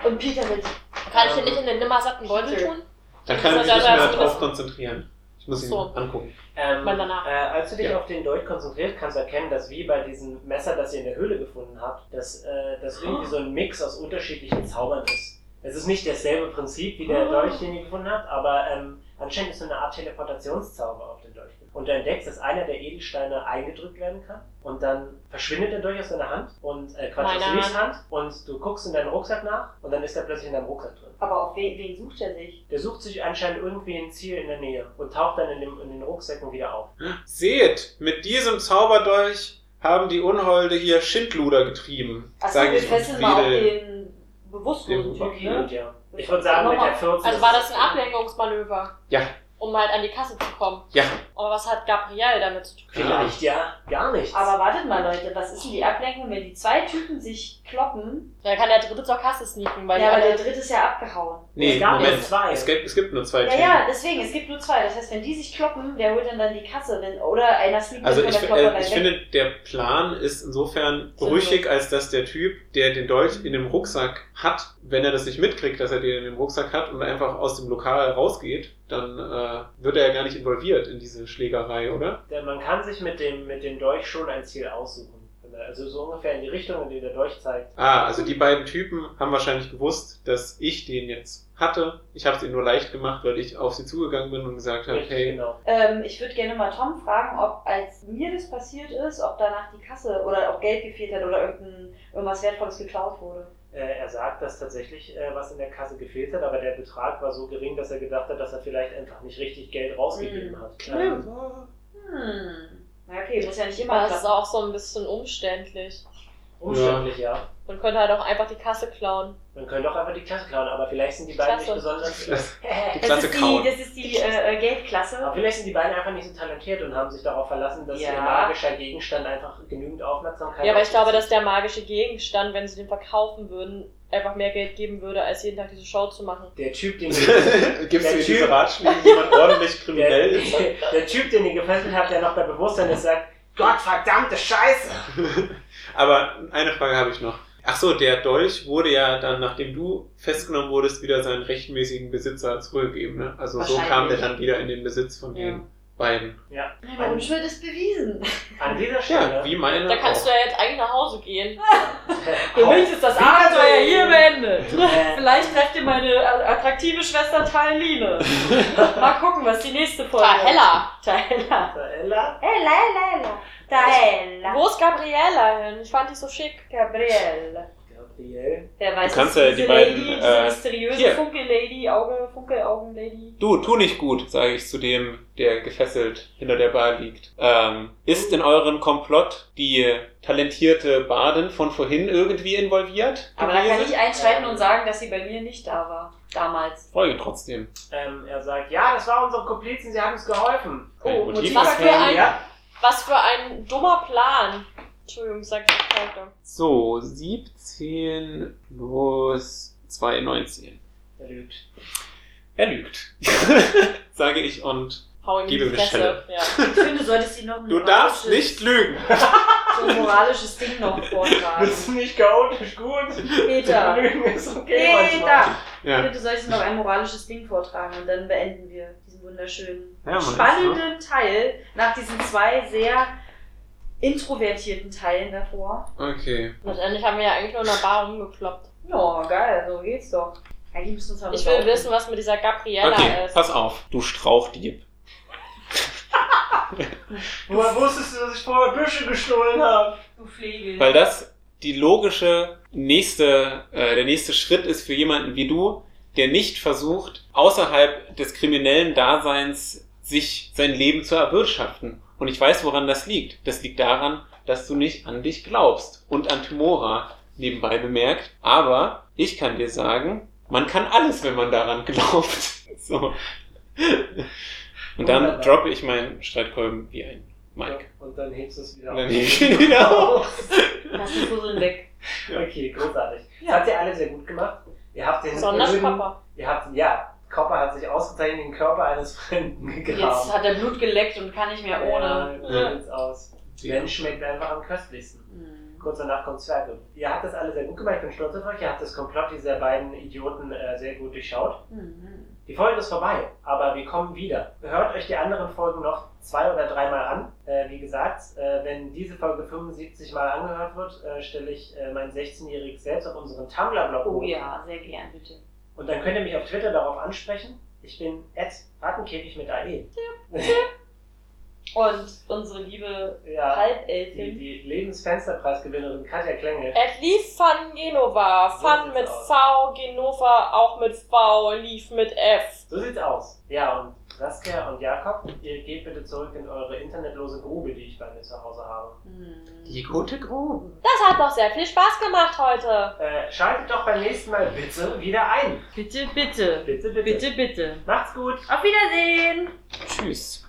Speaker 4: Und Peter mit.
Speaker 3: Kann ich den
Speaker 5: Ähm,
Speaker 3: nicht in den nimmersatten Beutel
Speaker 4: Schüssel.
Speaker 3: tun?
Speaker 5: Dann kann ich mich
Speaker 3: Ja,
Speaker 5: nicht
Speaker 3: ja,
Speaker 5: mehr
Speaker 3: ja,
Speaker 5: drauf
Speaker 3: ja.
Speaker 5: konzentrieren. Ich muss ihn
Speaker 3: So.
Speaker 5: angucken.
Speaker 2: ähm,
Speaker 3: Mal danach.
Speaker 2: Äh, als du dich
Speaker 5: Ja.
Speaker 2: auf den Dolch konzentriert, kannst du erkennen, dass wie bei diesem Messer, das ihr in der Höhle gefunden habt, dass äh, das irgendwie so ein Mix aus unterschiedlichen Zaubern ist. Es ist nicht dasselbe Prinzip wie
Speaker 3: Ah.
Speaker 2: der Dolch, den ihr gefunden habt, aber ähm, anscheinend ist so eine Art Teleportationszauber auf den Dolch. Und du entdeckst, dass einer der Edelsteine eingedrückt werden kann und dann verschwindet der Dolch aus deiner Hand und äh, Quatsch, aus
Speaker 3: Meiner
Speaker 2: Ries Hand und du guckst in deinen Rucksack nach und dann ist er plötzlich in deinem Rucksack drin.
Speaker 4: Aber auf wen, wen sucht er sich?
Speaker 2: Der sucht sich anscheinend irgendwie ein Ziel in der Nähe und taucht dann in, dem, in den Rucksäcken wieder auf.
Speaker 5: Seht, mit diesem Zauberdolch haben die Unholde hier Schindluder getrieben.
Speaker 4: Achso,
Speaker 5: sag
Speaker 4: wir
Speaker 5: ich und
Speaker 4: fesseln mal auf
Speaker 5: wedel.
Speaker 4: den bewusstlosen
Speaker 5: Den-
Speaker 4: Typ, ne?
Speaker 2: Gut, ja. Ich würde sagen, mit der 14.
Speaker 3: Also war das ein Ablenkungsmanöver?
Speaker 5: Ja.
Speaker 3: Um halt an die Kasse zu kommen.
Speaker 5: Ja.
Speaker 3: Aber was hat Gabrielle damit zu tun?
Speaker 5: Ah.
Speaker 2: Vielleicht ja, gar nichts.
Speaker 4: Aber wartet mal, Leute, was ist denn die Ablenkung, wenn die zwei Typen sich kloppen?
Speaker 3: Da kann der dritte zur Kasse sneaken, weil
Speaker 4: ja, aber
Speaker 3: die
Speaker 4: der
Speaker 3: alle...
Speaker 4: dritte ist ja abgehauen.
Speaker 5: Nee,
Speaker 2: es gab
Speaker 5: Moment.
Speaker 2: jetzt zwei.
Speaker 5: Es gibt, es gibt nur zwei
Speaker 4: Ja,
Speaker 5: Typen.
Speaker 4: ja, deswegen, es gibt nur zwei. Das heißt, wenn die sich kloppen, wer holt denn dann die Kasse? Wenn, oder einer sneakt
Speaker 5: Also
Speaker 4: mit
Speaker 5: ich,
Speaker 4: der Klopperei
Speaker 5: äh, ich
Speaker 4: weg.
Speaker 5: finde, der Plan ist insofern brüchig, als dass der Typ, der den Dolch in dem Rucksack hat, wenn er das nicht mitkriegt, dass er den in dem Rucksack hat und einfach aus dem Lokal rausgeht, dann äh, wird er ja gar nicht involviert in diese Schlägerei, oder?
Speaker 2: Denn Man kann sich mit dem, mit dem Dolch schon ein Ziel aussuchen. Also so ungefähr in die Richtung, in die der Dolch zeigt.
Speaker 5: Ah, also die beiden Typen haben wahrscheinlich gewusst, dass ich den jetzt hatte. Ich habe es ihnen nur leicht gemacht, weil ich auf sie zugegangen bin und gesagt habe,
Speaker 2: Richtig,
Speaker 5: hey,
Speaker 2: genau.
Speaker 4: Ähm, ich würde gerne mal Tom fragen, ob als mir das passiert ist, ob danach die Kasse oder ob Geld gefehlt hat oder irgendein, irgendwas Wertvolles geklaut wurde.
Speaker 2: Äh, er sagt, dass tatsächlich äh, was in der Kasse gefehlt hat, aber der Betrag war so gering, dass er gedacht hat, dass er vielleicht einfach nicht richtig Geld rausgegeben
Speaker 4: Mhm.
Speaker 2: hat. Ähm,
Speaker 5: clever.
Speaker 4: Hm. Na okay, muss ja nicht immer
Speaker 3: Das ist
Speaker 4: klappen.
Speaker 3: auch so ein bisschen umständlich.
Speaker 2: umständlich, ja.
Speaker 3: Man könnte halt auch einfach die Kasse klauen.
Speaker 2: Man könnte auch einfach die Klasse klauen, aber vielleicht sind die beiden nicht
Speaker 3: Klasse.
Speaker 2: besonders.
Speaker 5: Die
Speaker 4: Das
Speaker 5: Klasse
Speaker 4: ist die,
Speaker 5: kauen.
Speaker 4: das ist die äh, äh, Geldklasse.
Speaker 2: Aber vielleicht sind die beiden einfach nicht so talentiert und haben sich darauf verlassen, dass
Speaker 4: Ja.
Speaker 2: ihr magischer Gegenstand einfach genügend Aufmerksamkeit
Speaker 3: ja, aber ich
Speaker 2: auf-
Speaker 3: glaube, dass der magische Gegenstand, wenn sie den verkaufen würden, einfach mehr Geld geben würde, als jeden Tag diese Show zu machen.
Speaker 2: der Typ, den
Speaker 5: Gibst
Speaker 2: Der
Speaker 5: du mir
Speaker 2: Typ-
Speaker 5: diese Ratschläge, wie man ordentlich
Speaker 2: der,
Speaker 5: kriminell ist?
Speaker 2: der Typ, den ihr gefesselt habt, der noch bei Bewusstsein ist, sagt, Gott verdammte Scheiße!
Speaker 5: Aber eine Frage habe ich noch. Ach so, der Dolch wurde ja dann, nachdem du festgenommen wurdest, wieder seinen rechtmäßigen Besitzer zurückgegeben. Ne? Also so
Speaker 4: Wahrscheinlich.
Speaker 5: kam der dann wieder in den Besitz von
Speaker 3: Ja.
Speaker 5: den beiden.
Speaker 2: Ja.
Speaker 4: Meine
Speaker 2: An,
Speaker 4: Unschuld ist bewiesen.
Speaker 2: an dieser Stelle.
Speaker 5: Ja, wie meine
Speaker 3: Da kannst
Speaker 5: auch.
Speaker 3: du ja jetzt eigentlich nach Hause gehen.
Speaker 6: Für mich ist das Abenteuer hier beendet.
Speaker 2: Äh,
Speaker 6: Vielleicht trefft ihr meine attraktive Schwester Thaline. Mal gucken, was die nächste Folge
Speaker 3: Hella.
Speaker 6: Tahella.
Speaker 2: Ella?
Speaker 4: Ella, Ella, Ella. Da Ella.
Speaker 3: Wo ist Gabriella hin? Ich fand die so schick.
Speaker 4: Gabrielle.
Speaker 2: Gabriel?
Speaker 4: Wer
Speaker 5: Du
Speaker 4: weiß, es
Speaker 5: kannst ja
Speaker 4: ist
Speaker 5: die
Speaker 4: diese
Speaker 5: beiden.
Speaker 4: Lady,
Speaker 5: äh,
Speaker 6: Mysteriöse
Speaker 5: hier.
Speaker 6: Funkel-Lady, Auge, Funkelaugen-Lady.
Speaker 5: Du, tu nicht gut, sage ich zu dem, der gefesselt hinter der Bar liegt. Ähm, ist in euren Komplott die talentierte Badin von vorhin irgendwie involviert?
Speaker 4: Aber da kann
Speaker 5: gewesen?
Speaker 4: ich einschreiten und sagen, dass sie bei mir nicht da war. Damals.
Speaker 5: Folge trotzdem.
Speaker 2: Ähm, er sagt, ja, das war unsere Komplizen, sie haben uns geholfen.
Speaker 5: Kein
Speaker 4: Oh,
Speaker 5: Motiv
Speaker 3: Was für
Speaker 5: erkennen.
Speaker 3: ein,
Speaker 2: Ja.
Speaker 3: was für ein dummer Plan. Entschuldigung, sagt die Folge.
Speaker 5: So, 17 plus 2, 19.
Speaker 2: Er lügt.
Speaker 5: Er lügt. Sage ich und
Speaker 3: Hau ihm in
Speaker 5: Gebe
Speaker 3: die
Speaker 5: mir
Speaker 3: Fresse.
Speaker 5: Stelle.
Speaker 3: Ja.
Speaker 6: Ich finde, du solltest sie noch ein
Speaker 5: du darfst
Speaker 6: moralisches-
Speaker 5: nicht lügen.
Speaker 6: so ein moralisches Ding noch vortragen.
Speaker 2: Das ist nicht chaotisch gut.
Speaker 6: Peter.
Speaker 2: Lügen ist okay manchmal.
Speaker 6: Peter.
Speaker 5: Ja.
Speaker 6: Bitte solltest du noch ein moralisches Ding vortragen und dann beenden wir diesen wunderschönen,
Speaker 5: Ja, ne? meinst du?
Speaker 6: spannenden Teil nach diesen zwei sehr introvertierten Teilen davor.
Speaker 5: Okay.
Speaker 3: Letztendlich haben wir ja eigentlich nur in der Bar rumgekloppt.
Speaker 6: Ja, geil, so geht's doch. Eigentlich müssen wir uns mal
Speaker 3: Ich will
Speaker 6: besorgen.
Speaker 3: wissen, was mit dieser Gabriella
Speaker 5: Okay,
Speaker 3: ist.
Speaker 5: pass auf, du Strauchdieb.
Speaker 2: Woher wusstest du, dass ich vorher Büsche gestohlen habe?
Speaker 6: Du Pflege.
Speaker 5: Weil das die logische nächste, äh, der nächste Schritt ist für jemanden wie du, der nicht versucht, außerhalb des kriminellen Daseins sich sein Leben zu erwirtschaften. Und ich weiß, woran das liegt. Das liegt daran, dass du nicht an dich glaubst und an Timora nebenbei bemerkt. Aber ich kann dir sagen, man kann alles, wenn man daran glaubt. So. Und dann
Speaker 2: Wunderbar.
Speaker 5: droppe ich meinen Streitkolben wie ein Mike.
Speaker 2: Und dann hebst du es wieder
Speaker 5: Und
Speaker 2: auf.
Speaker 5: dann nehme ich ihn wieder auf.
Speaker 6: Lass die Fusseln weg.
Speaker 2: Okay, großartig. Das habt ihr alle sehr gut gemacht. Ihr habt den
Speaker 3: Besonders
Speaker 2: Bösen-
Speaker 3: Papa.
Speaker 2: Ihr habt, ja, Copper hat sich ausgezeichnet den Körper eines Fremden gegraben.
Speaker 5: Genau.
Speaker 4: Jetzt hat er Blut geleckt und kann nicht mehr ohne.
Speaker 2: Äh, so sieht's aus. Mensch schmeckt einfach am köstlichsten.
Speaker 4: Mhm.
Speaker 2: Kurz danach kommt Zwerge. Ihr habt das alle sehr gut gemacht, ich bin stolz auf euch. Ihr habt das Komplott dieser beiden Idioten äh, sehr gut durchschaut.
Speaker 4: Mhm.
Speaker 2: Die Folge ist vorbei, aber wir kommen wieder. Hört euch die anderen Folgen noch zwei oder dreimal an. Äh, wie gesagt, äh, wenn diese Folge 75 Mal angehört wird, äh, stelle ich äh, mein 16-jähriges Selbst auf unseren Tumblr-Blog
Speaker 4: Oh
Speaker 2: hoch.
Speaker 4: ja, sehr gern, bitte.
Speaker 2: Und dann könnt ihr mich auf Twitter darauf ansprechen. Ich bin Rattenkäfig mit E. AE.
Speaker 4: Und unsere liebe
Speaker 2: Ja, die,
Speaker 4: Halbelfin.
Speaker 2: die Lebensfensterpreisgewinnerin Katja Klengel.
Speaker 4: Äh.
Speaker 3: At least Fun Genova.
Speaker 2: So
Speaker 3: Fun
Speaker 2: sieht's
Speaker 3: mit
Speaker 2: aus.
Speaker 3: V, Genova auch mit V, Leaf mit F.
Speaker 2: So sieht's aus. Ja, und Saskia und Jakob, ihr geht bitte zurück in eure internetlose Grube, die ich bei mir zu Hause habe.
Speaker 4: Mhm.
Speaker 5: Die gute Grube.
Speaker 3: Das hat doch sehr viel Spaß gemacht heute.
Speaker 2: Äh, schaltet doch beim nächsten Mal bitte wieder ein.
Speaker 6: Bitte, bitte.
Speaker 2: Bitte, bitte.
Speaker 6: Bitte, bitte.
Speaker 2: Macht's gut.
Speaker 6: Auf Wiedersehen.
Speaker 5: Tschüss.